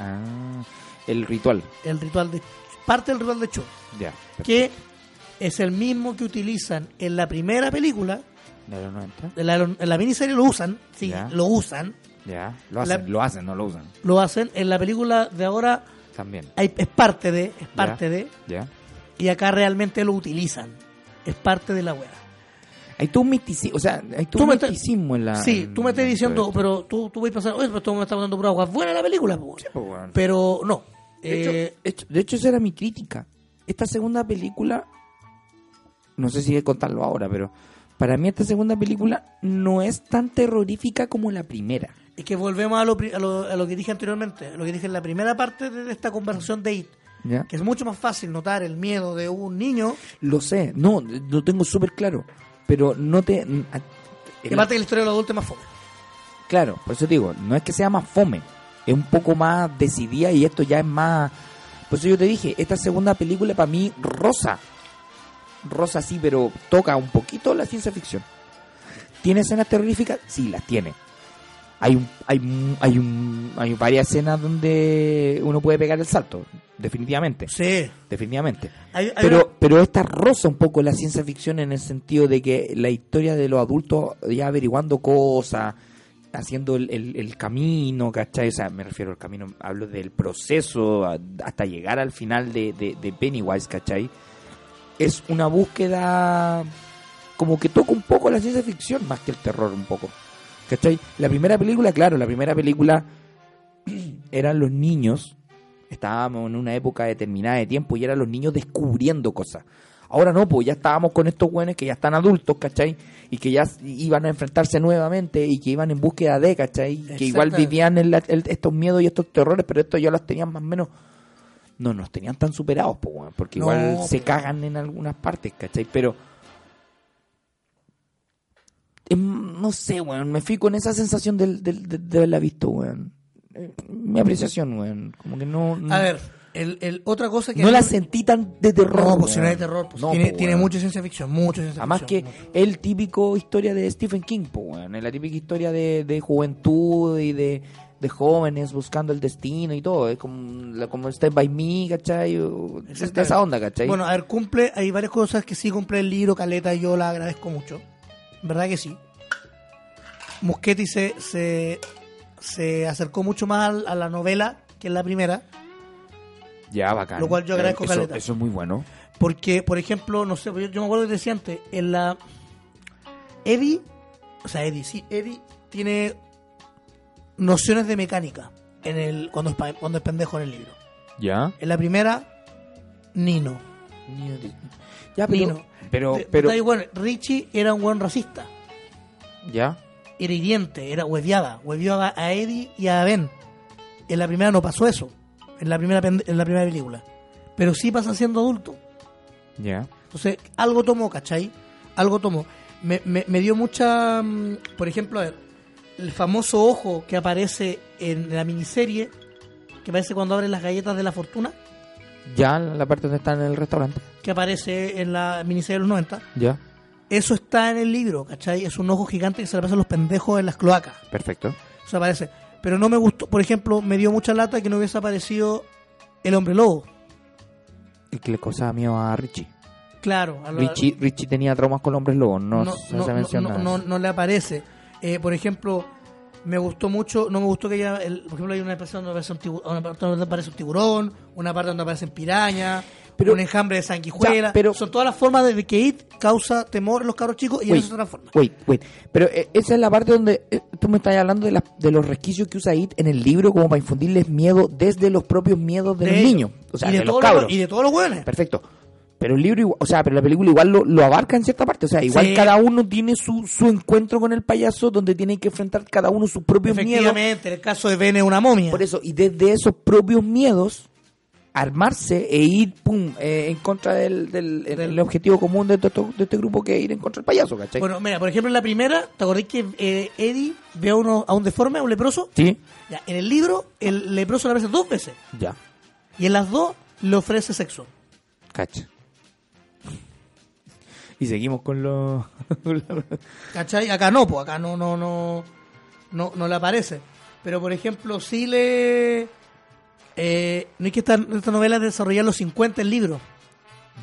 S4: Ah, el ritual.
S3: El ritual de parte del ritual de Chu,
S4: Ya.
S3: que es el mismo que utilizan en la primera película,
S4: De los 90.
S3: en la, en la miniserie lo usan, sí,
S4: Ya.
S3: lo usan,
S4: Ya. Lo
S3: La-
S4: hacen, lo hacen, no lo usan.
S3: lo hacen. En la película de ahora
S4: También.
S3: hay- es parte de, es parte
S4: Ya.
S3: de,
S4: Ya.
S3: y acá realmente lo utilizan. Es parte de la wea.
S4: Hay todo un misticismo, o sea, hay todo
S3: Tú
S4: un
S3: me estás-
S4: misticismo Ah, en la...
S3: sí, tú me estás
S4: en-
S3: diciendo, pero tú, tú vas a pensar, oye, pero esto me está dando por agua buena la película, po, weón".
S4: pues, weón.
S3: pero no.
S4: De hecho,
S3: Eh,
S4: esto- de hecho, esa era mi crítica. Esta segunda película, no sé si de contarlo ahora, pero para mí esta segunda película no es tan terrorífica como la primera.
S3: es que volvemos a lo, pri- a, lo, a lo que dije anteriormente, a lo que dije en la primera parte de esta conversación de IT,
S4: ¿ya?
S3: que es mucho más fácil notar el miedo de un niño,
S4: Lo sé, no, lo tengo súper claro, pero no te... n- a-
S3: que parte de la historia de los adultos es más fome.
S4: Claro, por eso digo, no es que sea más fome, es un poco más decidida y esto ya es más... Por eso yo te dije, esta segunda película para mí rosa. Rosa sí, pero toca un poquito la ciencia ficción. ¿Tiene escenas terroríficas? Sí, las tiene. Hay, un, hay, un- hay, un- hay varias escenas donde uno puede pegar el salto, definitivamente.
S3: Sí.
S4: Definitivamente.
S3: Hay- hay una-
S4: Pero, pero esta roza un poco la ciencia ficción en el sentido de que la historia de los adultos ya averiguando cosas, haciendo el, el- el camino, ¿cachai? O sea, me refiero al camino, hablo del proceso a- hasta llegar al final de, de- de Pennywise, ¿cachai? Es una búsqueda como que toca un poco la ciencia ficción más que el terror un poco. ¿Cachai? La primera película, claro, la primera película eran los niños, estábamos en una época determinada de tiempo y eran los niños descubriendo cosas. Ahora no, pues ya estábamos con estos güenes que ya están adultos, ¿cachai? Y que ya s- iban a enfrentarse nuevamente y que iban en búsqueda de, ¿cachai? Y Que igual
S3: Exactamente.
S4: vivían en la- el- estos miedos y estos terrores, pero estos ya los tenían más o menos... No, nos tenían tan superados, pues, güey, porque
S3: No,
S4: igual
S3: pues.
S4: se cagan en algunas partes, ¿cachai? Pero... Em, No sé, weón. Me fui con esa sensación del, del- de, de haberla visto, weón. Eh, Mi apreciación, weón. Como que no. no-
S3: A ver, el, el- otra cosa que...
S4: No
S3: a mí-
S4: la sentí tan de terror.
S3: No, pues si no
S4: weón.
S3: hay terror, pues,
S4: No,
S3: tiene,
S4: po,
S3: tiene
S4: weón.
S3: mucha ciencia ficción, mucha ciencia
S4: Además que
S3: ficción. mucha.
S4: el típico historia de Stephen King, po, weón. Es la típica historia de, de juventud y de, de jóvenes buscando el destino y todo. Es como, la- como Step by Me, ¿cachai? O- Es de esa onda, ¿cachai?
S3: Bueno, a ver, cumple, hay varias cosas que sí cumple el libro, Caleta, y yo la agradezco mucho. ¿Verdad que sí? Muschetti se, se, se acercó mucho más al- a la novela que en la primera,
S4: ya, bacán.
S3: lo cual yo agradezco
S4: Eh, eso,
S3: caleta.
S4: eso es muy bueno.
S3: porque, por ejemplo, no sé, yo, yo me acuerdo que te decía antes, en la... Eddie, o sea, Eddie, sí, Eddie tiene nociones de mecánica en el, cuando, es, pa- cuando es pendejo en el libro.
S4: Ya.
S3: En la primera, Nino.
S4: Ya, pero.
S3: Nino.
S4: Pero,
S3: De-
S4: pero.
S3: da igual, Richie era un buen racista.
S4: Ya.
S3: era hiriente, era hueviada, hueviaba a Eddie y a Ben. En la primera no pasó eso, en la primera, pende- en la primera película. Pero sí pasa siendo adulto.
S4: Ya.
S3: Entonces, Pues, eh, algo tomó, ¿cachai? Algo tomó. Me, me- me dio mucha... mm, Por ejemplo, a ver, el famoso ojo que aparece en la miniserie, que aparece cuando abren las galletas de la fortuna,
S4: Ya, la parte donde está en el restaurante.
S3: que aparece en la miniserie de los 90,
S4: Ya.
S3: Eso está en el libro, ¿cachai? Es un ojo gigante que se le pasan los pendejos en las cloacas.
S4: Perfecto.
S3: Eso aparece. Pero no me gustó, por ejemplo, me dio mucha lata que no hubiese aparecido el hombre lobo.
S4: Y que le cosa mío a Richie.
S3: Claro, a la-
S4: Richie, Richie tenía traumas con hombres lobos, no,
S3: no,
S4: se
S3: no,
S4: se
S3: no,
S4: menciona.
S3: no, no- no le aparece. Eh, por ejemplo, me gustó mucho, no me gustó que ella, el- por ejemplo, hay una parte donde aparece un, tibu- una parte donde aparece un tiburón, una parte donde aparecen pirañas,
S4: Pero-
S3: un enjambre de sanguijuela.
S4: Ya, pero-
S3: Son todas las formas de que It causa temor en los cabros chicos y en
S4: Wait,
S3: eso se transforma.
S4: wait, wait. Pero eh, esa es la parte donde eh, tú me estás hablando de, las- de los resquicios que usa IT en el libro como para infundirles miedo desde los propios miedos de,
S3: De
S4: los
S3: ellos.
S4: niños. O sea,
S3: y
S4: de,
S3: de,
S4: los
S3: todos
S4: cabros.
S3: y de todos los hueones.
S4: Perfecto. Pero el libro, igual- o sea, pero la película igual lo, lo abarca en cierta parte. O sea, igual
S3: Sí.
S4: cada uno tiene su, su encuentro con el payaso donde tienen que enfrentar cada uno sus propios miedos.
S3: Efectivamente, en el caso de Ben es una momia.
S4: Por eso, y desde esos propios miedos, armarse e ir, pum, eh, en contra del, del,
S3: Del-
S4: el objetivo común de, todo- de este grupo que es ir en contra del payaso, ¿cachai?
S3: Bueno, mira, por ejemplo, en la primera, ¿te acordás que eh, Eddie ve a, uno, a un deforme, a un leproso?
S4: sí,
S3: Ya, en el libro, el leproso le aparece dos veces.
S4: ya,
S3: Y en las dos le ofrece sexo.
S4: cacha. Y seguimos con los...
S3: ¿Cachai? Acá no, pues acá no, no, no, no, no le aparece. Pero por ejemplo, sí le. eh, no es que esta, esta novela desarrollada en los 50 el libro.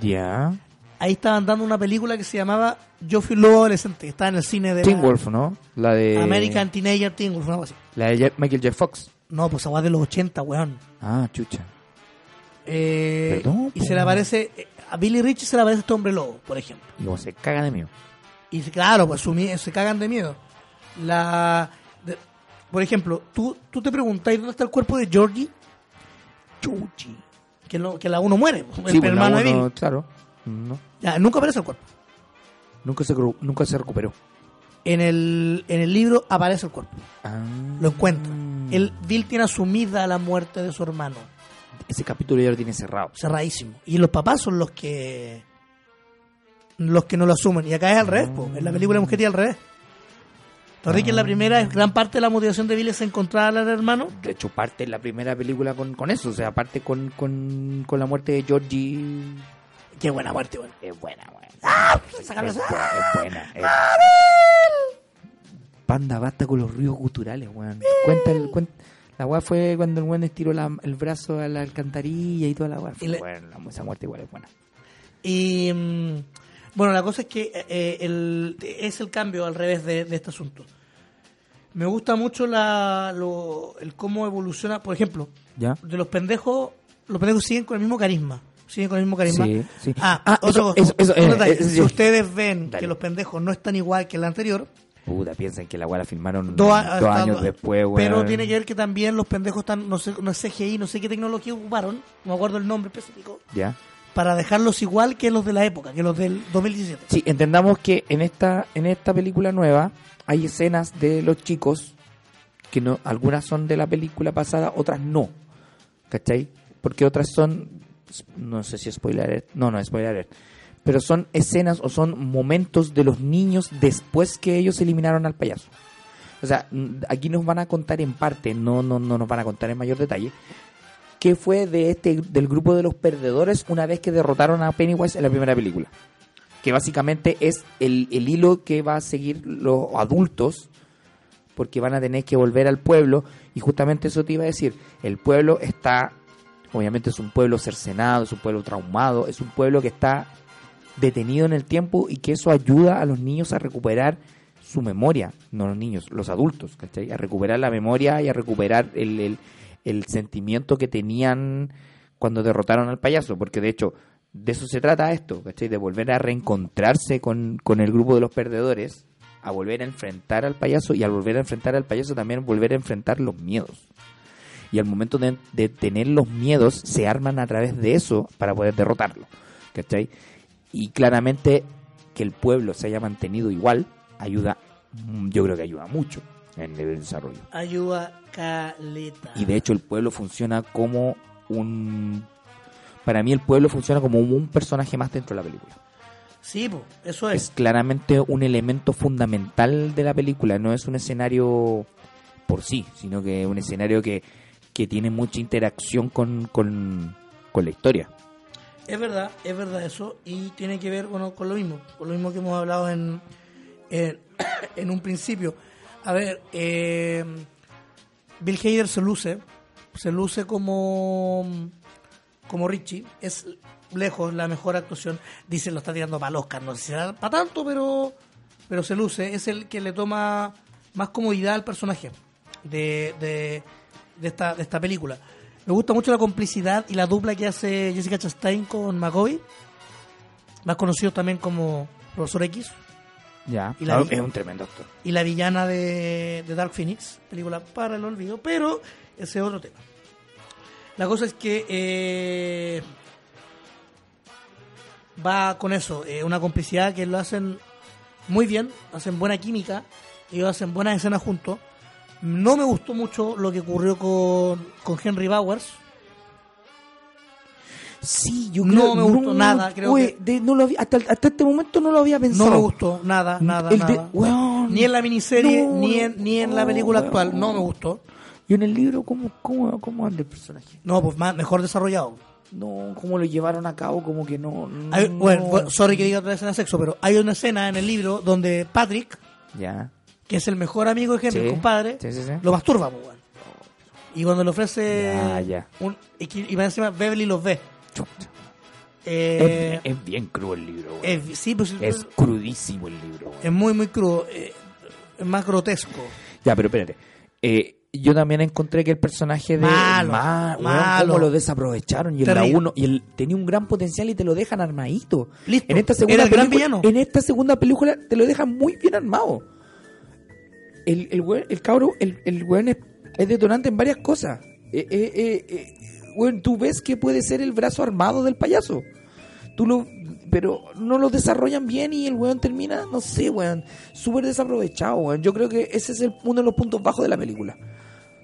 S4: ya.
S3: Ahí estaban dando una película que se llamaba Yo fui un lobo adolescente, que estaba en el cine de.
S4: Teen
S3: la-
S4: Wolf, eh. ¿no? La de...
S3: American Teenager Teen Wolf, algo así.
S4: La de Jack- Michael J. Fox.
S3: No, pues agua de los 80, weón.
S4: Ah, chucha.
S3: Eh,
S4: Perdón,
S3: y
S4: po.
S3: se le aparece. eh, A Billy Rich se le aparece este hombre lobo, por ejemplo.
S4: Y como se caga de mí.
S3: Y se- claro, pues su mie- se cagan de miedo. La, de- por ejemplo, ¿tú, tú te preguntáis dónde está el cuerpo de Georgie,
S4: Chuchi.
S3: que, lo, que la uno muere, pues, el
S4: Sí, pues, la
S3: hermano de
S4: uno,
S3: Bill.
S4: Claro. No.
S3: Ya, nunca aparece el cuerpo.
S4: Nunca se, cru- nunca se recuperó.
S3: En el, en el libro aparece el cuerpo,
S4: Ah.
S3: lo encuentra.
S4: Mm.
S3: El, Bill tiene asumida la muerte de su hermano,
S4: Ese capítulo ya lo tiene cerrado.
S3: cerradísimo. Y los papás son los que los que no lo asumen. Y acá es al revés, pues. en la película Mujer y al revés. Entonces,
S4: Ah.
S3: que en la primera, gran parte de la motivación de Bill es encontrar al hermano.
S4: De hecho, parte la primera película con, con eso. O sea, parte con, con, con la muerte de Georgie.
S3: Qué buena muerte, bueno.
S4: Es buena, weón. Ah, pues,
S3: Sácalo,
S4: Es,
S3: sácalo.
S4: buena, es buena. es- Panda, basta con los ríos culturales, weón. Cuenta el, cuen- La weá fue cuando el weón estiró la- el brazo a la alcantarilla y toda la weá.
S3: Y le-
S4: Bueno, la- esa muerte igual es buena.
S3: Y mm, bueno, la cosa es que eh, eh, el- es el cambio al revés de, de este asunto. Me gusta mucho la, lo- el cómo evoluciona, por ejemplo,
S4: ¿Ya?
S3: de los pendejos, los pendejos siguen con el mismo carisma. Siguen con el mismo carisma.
S4: Sí, sí.
S3: Ah,
S4: Ah,
S3: otra
S4: eso-
S3: cosa,
S4: eso- eso,
S3: otro
S4: eh,
S3: detalle.
S4: eso sí.
S3: Si ustedes ven
S4: Dale.
S3: que los pendejos no están igual que el anterior,
S4: Puta, piensan que la weá la
S3: dos
S4: filmaron Mm, dos
S3: a- hasta-
S4: años después, weón.
S3: Pero tiene que ver que también los pendejos están, no sé, no es CGI, no sé qué tecnología ocuparon, no me acuerdo el nombre específico,
S4: ¿Ya?
S3: para dejarlos igual que los de la época, que los del 2017.
S4: Sí, entendamos que en esta, en esta película nueva hay escenas de los chicos que no, algunas son de la película pasada, otras no. ¿Cachai? Porque otras son, no sé si spoiler, alert, no, no, spoiler, alert, pero son escenas o son momentos de los niños después que ellos eliminaron al payaso. O sea, n- aquí nos van a contar en parte, no, no, no nos van a contar en mayor detalle, qué fue de este, del grupo de los perdedores una vez que derrotaron a Pennywise en la primera película que básicamente es el, el hilo que va a seguir los adultos, porque van a tener que volver al pueblo, y justamente eso te iba a decir, el pueblo está, obviamente es un pueblo cercenado, es un pueblo traumado, es un pueblo que está detenido en el tiempo y que eso ayuda a los niños a recuperar su memoria, no los niños, los adultos, ¿cachai? A recuperar la memoria y a recuperar el, el- el sentimiento que tenían cuando derrotaron al payaso, porque de hecho de eso se trata esto, ¿cachai? De volver a reencontrarse con, con el grupo de los perdedores, a volver a enfrentar al payaso y al volver a enfrentar al payaso también volver a enfrentar los miedos. Y al momento de, de tener los miedos se arman a través de eso para poder derrotarlo, ¿cachai? Y claramente que el pueblo se haya mantenido igual ayuda, mm, yo creo que ayuda mucho en el desarrollo.
S3: Ayuda caleta.
S4: Y de hecho el pueblo funciona como un... Para mí el pueblo funciona como un personaje más dentro de la película.
S3: Sí, po, eso
S4: Es
S3: es.
S4: claramente un elemento fundamental de la película, no es un escenario por sí, sino que es un escenario que, que tiene mucha interacción con, con, con la historia.
S3: Es verdad, es verdad eso. Y tiene que ver bueno, con lo mismo, con lo mismo que hemos hablado en, en, en un principio. A ver, eh, Bill Hader se luce, se luce como, como Richie. Es lejos la mejor actuación. Dicen lo está tirando para el Oscar, no sé si será para tanto, pero, pero se luce. Es el que le toma más comodidad al personaje de, de, de esta, de esta película. Me gusta mucho la complicidad y la dupla que hace Jessica Chastain con McCoy, más conocido también como Profesor X,
S4: Ya.
S3: Y la
S4: Ah,
S3: vi-
S4: es un tremendo actor.
S3: y la villana de, de Dark Phoenix, película para el olvido, pero ese es otro tema. La cosa es que eh, va con eso, eh, una complicidad que lo hacen muy bien, hacen buena química, ellos hacen buenas escenas juntos. No me gustó mucho lo que ocurrió con, con Henry Bowers.
S4: Sí, yo
S3: creo- no, oye,
S4: hasta, este momento no lo había pensado.
S3: No me gustó nada, nada,
S4: El de-
S3: nada.
S4: weón.
S3: ni en la miniserie,
S4: No,
S3: ni en, ni en la película
S4: no,
S3: actual,
S4: weón.
S3: no me gustó.
S4: Y en el libro, ¿cómo, cómo, cómo anda el personaje?
S3: No, pues más, mejor desarrollado.
S4: No, cómo lo llevaron a cabo, como que no.
S3: Hay-
S4: no.
S3: bueno, bueno, sorry que diga otra escena de sexo, pero hay una escena en el libro donde Patrick,
S4: Ya.
S3: que es el mejor amigo de Henry,
S4: Sí,
S3: compadre,
S4: sí, sí, sí.
S3: lo masturba, pues, weón. Y cuando le ofrece.
S4: Ya, ya.
S3: un- y, que- y más encima Beverly los ve.
S4: Chuta.
S3: Eh,
S4: es, es bien crudo el libro, weón.
S3: es- sí, pues,
S4: Es
S3: es,
S4: crudísimo el libro, weón.
S3: muy, muy crudo. eh, es más grotesco.
S4: Ya, pero espérate. Eh, yo también encontré que el personaje de
S3: Malo,
S4: Ma- weón,
S3: malo.
S4: cómo lo desaprovecharon y en la
S3: Terrible.
S4: uno y el, tenía un gran potencial y te lo dejan armadito.
S3: Listo.
S4: En esta segunda
S3: Era el gran
S4: película,
S3: villano.
S4: en esta segunda película te lo dejan muy bien armado. El el weón- el cabro, el el weón es, es detonante en varias cosas. Eh, eh, eh, eh, weón, tú ves que puede ser el brazo armado del payaso. Tú lo, pero no lo desarrollan bien y el weón termina, no sé, weón, súper desaprovechado, weón. Yo creo que ese es el, uno de los puntos bajos de la película.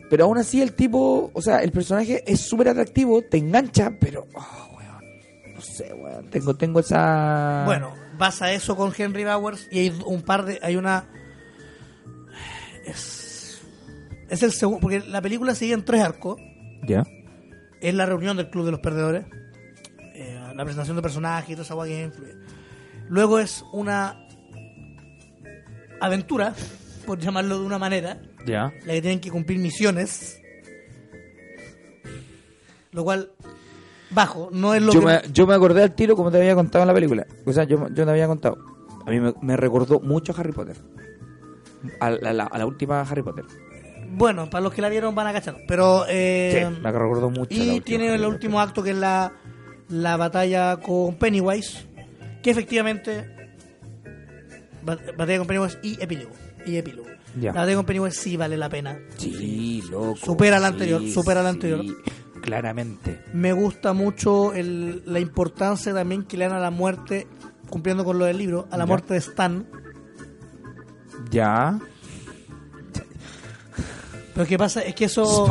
S4: Pero aún así el tipo, o sea, el personaje es súper atractivo, te engancha, pero, oh, weón, no sé, weón. Tengo, tengo esa...
S3: Bueno, vas a eso con Henry Bowers y hay un par de. Hay una. Es, es el segundo. Porque la película sigue en tres arcos.
S4: ¿Ya?
S3: es la reunión del Club de los Perdedores, eh, la presentación de personajes y toda esa guay que influye. eh, Luego es una aventura, por llamarlo de una manera,
S4: ¿Ya?
S3: la que tienen que cumplir misiones, lo cual bajo, no es lo
S4: Yo
S3: que...
S4: me, yo me acordé al tiro como te había contado en la película. O sea, yo, yo te había contado. A mí me, me recordó mucho a Harry Potter. A la, a la- a la última Harry Potter.
S3: Bueno, para los que la vieron van a cachar, pero...
S4: Sí,
S3: eh,
S4: me recordó mucho. a la
S3: Y
S4: última
S3: tiene
S4: Harry
S3: el
S4: Potter.
S3: último acto que es la, la batalla con Pennywise, que efectivamente ba- batalla con Pennywise y epílogo. Y epílogo.
S4: Ya.
S3: La batalla con Pennywise sí vale la pena.
S4: Sí, loco.
S3: Supera la
S4: sí,
S3: anterior, supera la anterior.
S4: Claramente.
S3: Me gusta mucho el- la importancia también que le dan a la muerte, cumpliendo con lo del libro, a la
S4: Ya.
S3: muerte de Stan.
S4: Ya.
S3: Pero qué pasa, es que eso...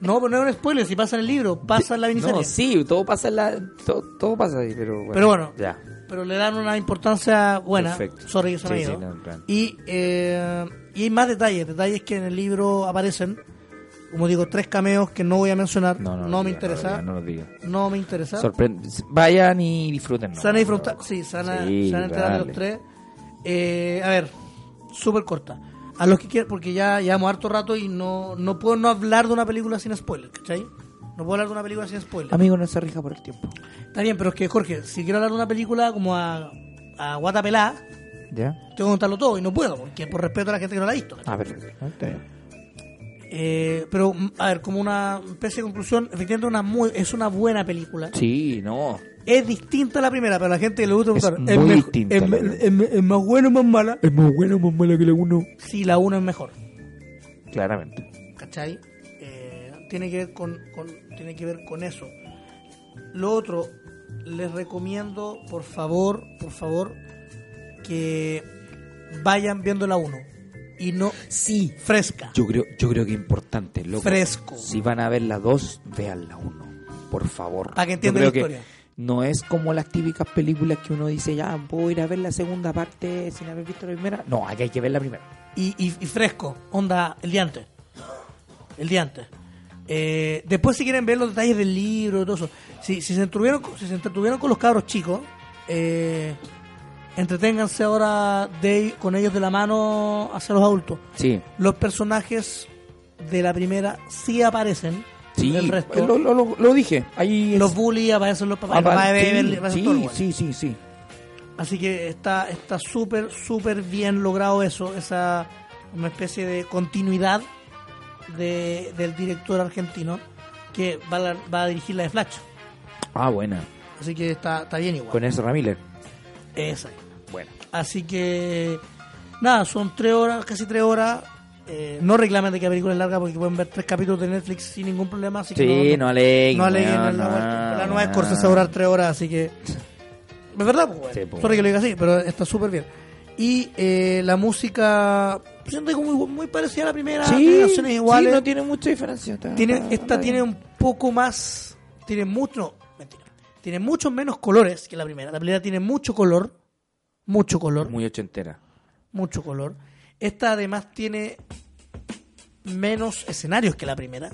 S3: No, pero no es un spoiler, si pasa en el libro, pasa en la miniserie.
S4: No, sí, todo pasa en la. Todo, todo pasa ahí, pero bueno.
S3: Pero bueno.
S4: Ya.
S3: pero le dan una importancia buena.
S4: Perfecto.
S3: Sorry que se me ha
S4: Sí, sí,
S3: ido.
S4: no, claro.
S3: y, eh, y hay más detalles, detalles que en el libro aparecen. Como digo, tres cameos que no voy a mencionar. No, me interesa.
S4: No,
S3: No,
S4: lo diga.
S3: me interesa.
S4: Sorprende. Vayan y disfruten.
S3: se van a disfrutar. Sí, se van a,
S4: Sí,
S3: se van a enterar de
S4: dale.
S3: los tres. Eh, a ver, súper corta. A los que quieran, porque ya llevamos harto rato y no, no puedo no hablar de una película sin spoiler, ¿cachai? No puedo hablar de una película sin spoiler.
S4: Amigo, no se rija por el tiempo.
S3: Está bien, pero es que, Jorge, si quiero hablar de una película como a, a Guata Pelá,
S4: ¿Ya?
S3: tengo que contarlo todo y no puedo, porque por respeto a la gente que no la ha visto. ¿cachai?
S4: Ah, perfecto. Está bien.
S3: Eh, pero, mm, a ver, como una especie de conclusión, efectivamente una muy, es una buena película.
S4: Sí, no.
S3: Es distinta a la primera, pero a la gente le gusta
S4: Es
S3: preguntar.
S4: muy
S3: mej-
S4: distinta
S3: es
S4: a la
S3: me-
S4: primera.
S3: es me- es más buena o más mala?
S4: Es más bueno, más malo que la uno.
S3: Sí, la una es mejor.
S4: Claramente.
S3: ¿Cachai? Eh, tiene, que ver con, con- tiene que ver con eso. Lo otro, les recomiendo, por favor, por favor, que vayan viendo la 1. Y no
S4: Sí.
S3: fresca.
S4: Yo creo, yo creo que es importante, loco.
S3: Fresco.
S4: Si van a ver la 2, vean la 1. Por favor.
S3: Pa' que
S4: Yo
S3: entiendan la
S4: creo que
S3: historia.
S4: No es como las típicas películas que uno dice, ya, voy a ir a ver la segunda parte sin haber visto la primera. No, aquí hay que ver la primera.
S3: y, y- y fresco, onda el día antes. El día antes. Eh, después si quieren ver los detalles del libro y todo eso, si, si se entretuvieron, con- si se entretuvieron con los cabros chicos, eh, entreténganse ahora de, con ellos de la mano hacia los adultos.
S4: Sí.
S3: Los personajes de la primera sí aparecen.
S4: Sí,
S3: el resto,
S4: lo, lo- lo- lo dije. Ahí
S3: los bullies aparecen los papás, el papá de Beverly,
S4: sí,
S3: aparece todo el
S4: sí,
S3: weón.
S4: sí, sí, sí.
S3: Así que está está súper súper bien logrado eso, esa una especie de continuidad de- del director argentino que va a, la- va a dirigir la de Flash.
S4: Ah, buena.
S3: Así que está, está bien igual.
S4: Con eso Ramírez.
S3: Esa.
S4: Bueno.
S3: Así que nada, son tres horas, casi tres horas. Eh, no reclamen de que la película es larga porque pueden ver tres capítulos de Netflix sin ningún problema. Así que
S4: Sí, no aleguen.
S3: No aleguen,
S4: weón,
S3: la,
S4: no,
S3: la nueva
S4: no.
S3: Scorsese va a durar tres horas, así que. Es verdad, pues, bueno.
S4: Sí, pues,
S3: Sorry que lo diga así, pero está súper bien. Y eh, la música. pues, Siento como muy, muy parecida a la primera. tiene
S4: Sí,
S3: canciones iguales.
S4: sí, no tiene mucha diferencia. Está-
S3: tiene,
S4: está-
S3: esta
S4: está
S3: tiene
S4: bien.
S3: un poco más. Tiene mucho. No, mentira. Tiene muchos menos colores que la primera. La primera tiene mucho color. Mucho color.
S4: Muy ochentera.
S3: Mucho color. Esta además tiene menos escenarios que la primera.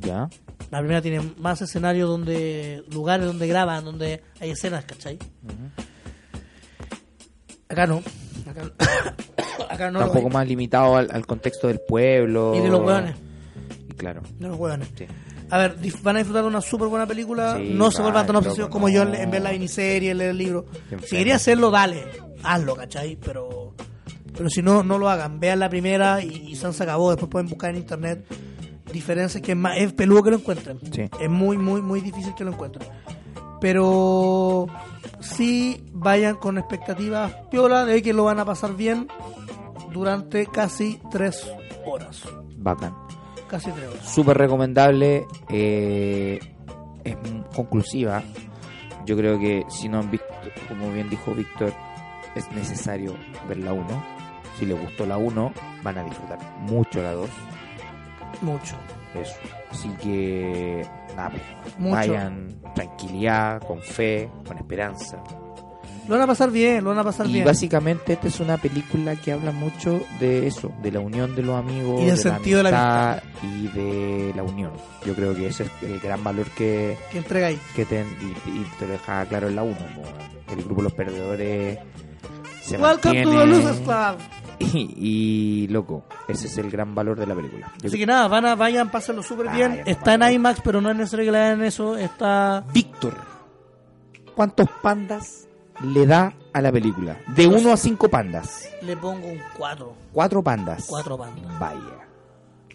S4: Ya.
S3: La primera tiene más escenarios donde. lugares donde graban, donde hay escenas, ¿cachai? Acá no. Acá, acá no.
S4: está
S3: lo
S4: un poco
S3: hay.
S4: más limitado al, al contexto del pueblo.
S3: Y de los hueones.
S4: Y claro.
S3: No los hueones.
S4: Sí.
S3: A ver, dis- van a disfrutar de una súper buena película.
S4: Sí,
S3: no se
S4: vale,
S3: vuelvan tan
S4: loco,
S3: obsesivos como yo en,
S4: no.
S3: en ver la miniserie, leer el libro.
S4: enfermo.
S3: Si quería hacerlo, dale. Hazlo, ¿cachai? Pero, pero si no, no lo hagan. Vean la primera y, y San se acabó. Después pueden buscar en internet diferencias que es, más, es peludo que lo encuentren.
S4: Sí.
S3: Es muy, muy, muy difícil que lo encuentren. Pero sí vayan con expectativas piola de que lo van a pasar bien durante casi tres horas.
S4: Bacán.
S3: Casi tres horas.
S4: súper recomendable, eh, es m- conclusiva. Yo creo que si no han visto, como bien dijo Víctor, es necesario ver la 1. Si les gustó la 1, van a disfrutar mucho la 2.
S3: Mucho.
S4: Eso. Así que, nada, pues,
S3: Mucho.
S4: vayan tranquilidad, con fe, con esperanza.
S3: Lo van a pasar bien, lo van a pasar
S4: Y
S3: bien.
S4: básicamente esta es una película que habla mucho de eso, de la unión de los amigos,
S3: Y del sentido de la
S4: amistad y de la unión. Yo creo que ese es el gran valor que,
S3: que entrega ahí.
S4: que te, y, y te lo deja claro en la 1. El grupo Los Perdedores se
S3: Welcome to the
S4: mantiene
S3: Losers Club.
S4: y, y, loco, ese es el gran valor de la película. Yo
S3: Así que
S4: creo- Ah,
S3: nada, van a, vayan, pásenlo súper bien.
S4: Vayan,
S3: está en
S4: vayan.
S3: IMAX, pero no es necesario que le hagan eso. Está
S4: Víctor, ¿cuántos pandas le da a la película? De 1 a 5 pandas.
S3: le pongo un 4.
S4: 4 pandas.
S3: 4 pandas.
S4: Vaya.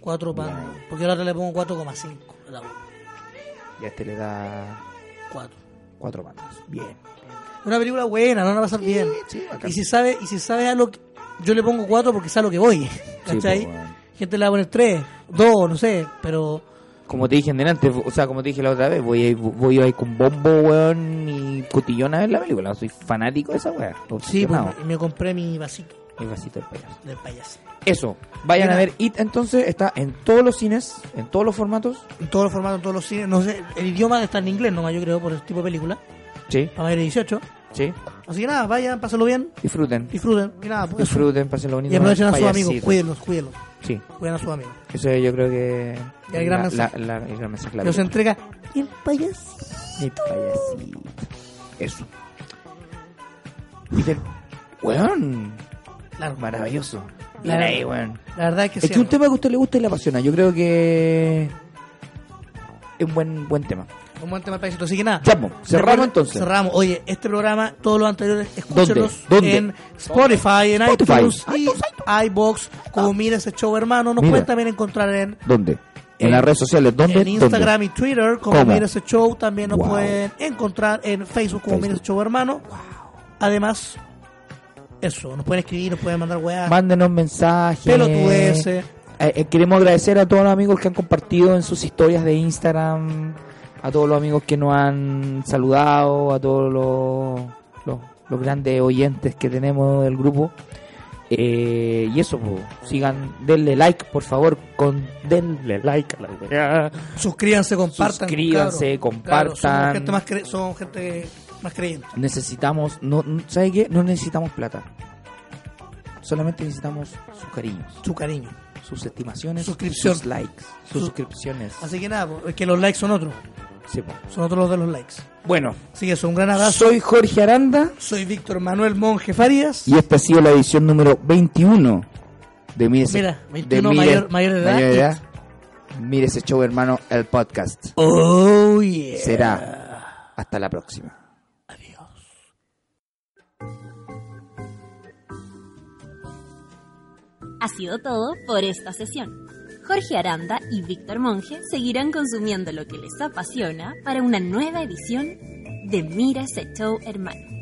S3: 4 pandas.
S4: Bien.
S3: Porque ahora le pongo 4,5. a la uno.
S4: Y a este le da
S3: Cuatro.
S4: cuatro bandas. Bien.
S3: Es una película buena, no van a pasar bien.
S4: sí, bacán.
S3: y si sabe, y si sabe a lo que. Yo le pongo 4 porque sabe a lo que voy. ¿Cachai?
S4: pues, bueno.
S3: Gente le va a poner 3, 2, no sé, pero.
S4: Como te dije en delante, o sea, como te dije la otra vez, voy a ir, voy a ir con bombo, weón, y cotillón a ver la película. Soy fanático de esa weá.
S3: Sí, pues,
S4: obsesionado.
S3: me, me compré mi vasito
S4: El vasito del payaso.
S3: del payaso.
S4: Eso. Vayan
S3: Mira.
S4: a ver It, entonces, está en todos los cines, en todos los formatos.
S3: En todos los formatos, en todos los cines. No sé, el idioma está en inglés nomás, yo creo, por el tipo de película.
S4: Sí,
S3: Para mayores de 18.
S4: sí.
S3: Así que nada, vayan, pásenlo bien,
S4: Disfruten.
S3: disfruten. Y nada, pues,
S4: Disfruten, pasenlo bonito.
S3: Y aprovechen a sus
S4: Payasito.
S3: amigos, cuídenlos, cuídenlos.
S4: Sí,
S3: Cuiden a sus amigos.
S4: eso yo creo que.
S3: Y el gran
S4: la-
S3: mensaje.
S4: la- la- el gran mensaje. la
S3: Los
S4: película.
S3: entrega el payaso.
S4: Mi payasito. Eso. Dije, weón.
S3: Claro,
S4: Maravilloso.
S3: Claro.
S4: Mira ahí, weón.
S3: La verdad es que
S4: Este Es
S3: sí.
S4: que un
S3: amigo.
S4: tema que a usted le gusta y le apasiona. Yo creo que. Es un buen, buen tema.
S3: Un buen tema el payasito. Así que nada.
S4: Ya, pues, cerramos
S3: recuerden-
S4: entonces.
S3: Cerramos. Oye, este programa, todos los anteriores, escúchenlos
S4: ¿Dónde?
S3: en Spotify, en
S4: Spotify.
S3: iTunes y iBox. Como mira ese show, hermano. Nos
S4: Mira.
S3: pueden también encontrar en
S4: ¿Dónde? En
S3: En-
S4: las redes sociales. ¿Dónde?
S3: en Instagram y Twitter como
S4: ¿Cómo?
S3: Mira ese show. También nos
S4: Wow.
S3: pueden encontrar en Facebook como Mira
S4: Facebook.
S3: ese show, hermano. Además, eso, nos pueden escribir, nos pueden mandar
S4: ¿Dónde?
S3: weas.
S4: Mándenos mensajes.
S3: Pelotudeces.
S4: Eh, eh, queremos agradecer a todos los amigos que han compartido en sus historias de Instagram, a todos los amigos que nos han saludado, a todos los, los, los grandes oyentes que tenemos del grupo. Eh, y eso, po, sigan, denle like, por favor, con denle like a la weá.
S3: Suscríbanse, compartan.
S4: Suscríbanse, compartan.
S3: somos gente más cre- son gente más creyente.
S4: Necesitamos, no, no- ¿sabe qué? No necesitamos plata. Solamente necesitamos sus cariños.
S3: Su cariño.
S4: sus estimaciones,
S3: Suscripción.
S4: sus likes, sus
S3: Su-
S4: suscripciones.
S3: Así que nada, po, es que los likes son otros.
S4: Sí, po.
S3: Son otros los de los likes.
S4: Bueno,
S3: Así que eso, un gran abrazo.
S4: soy Jorge Aranda
S3: Soy Víctor Manuel Monje Farías.
S4: y esta ha sido la edición número 21 de Mire ese-
S3: Mira,
S4: de
S3: 21
S4: Mire-
S3: mayor- mayor de edad.
S4: Mire ese show, hermano, el podcast.
S3: Oh, yeah.
S4: Será hasta la próxima.
S1: Ha sido todo por esta sesión. Jorge Aranda y Víctor Monge seguirán consumiendo lo que les apasiona para una nueva edición de Mira ese show, hermano.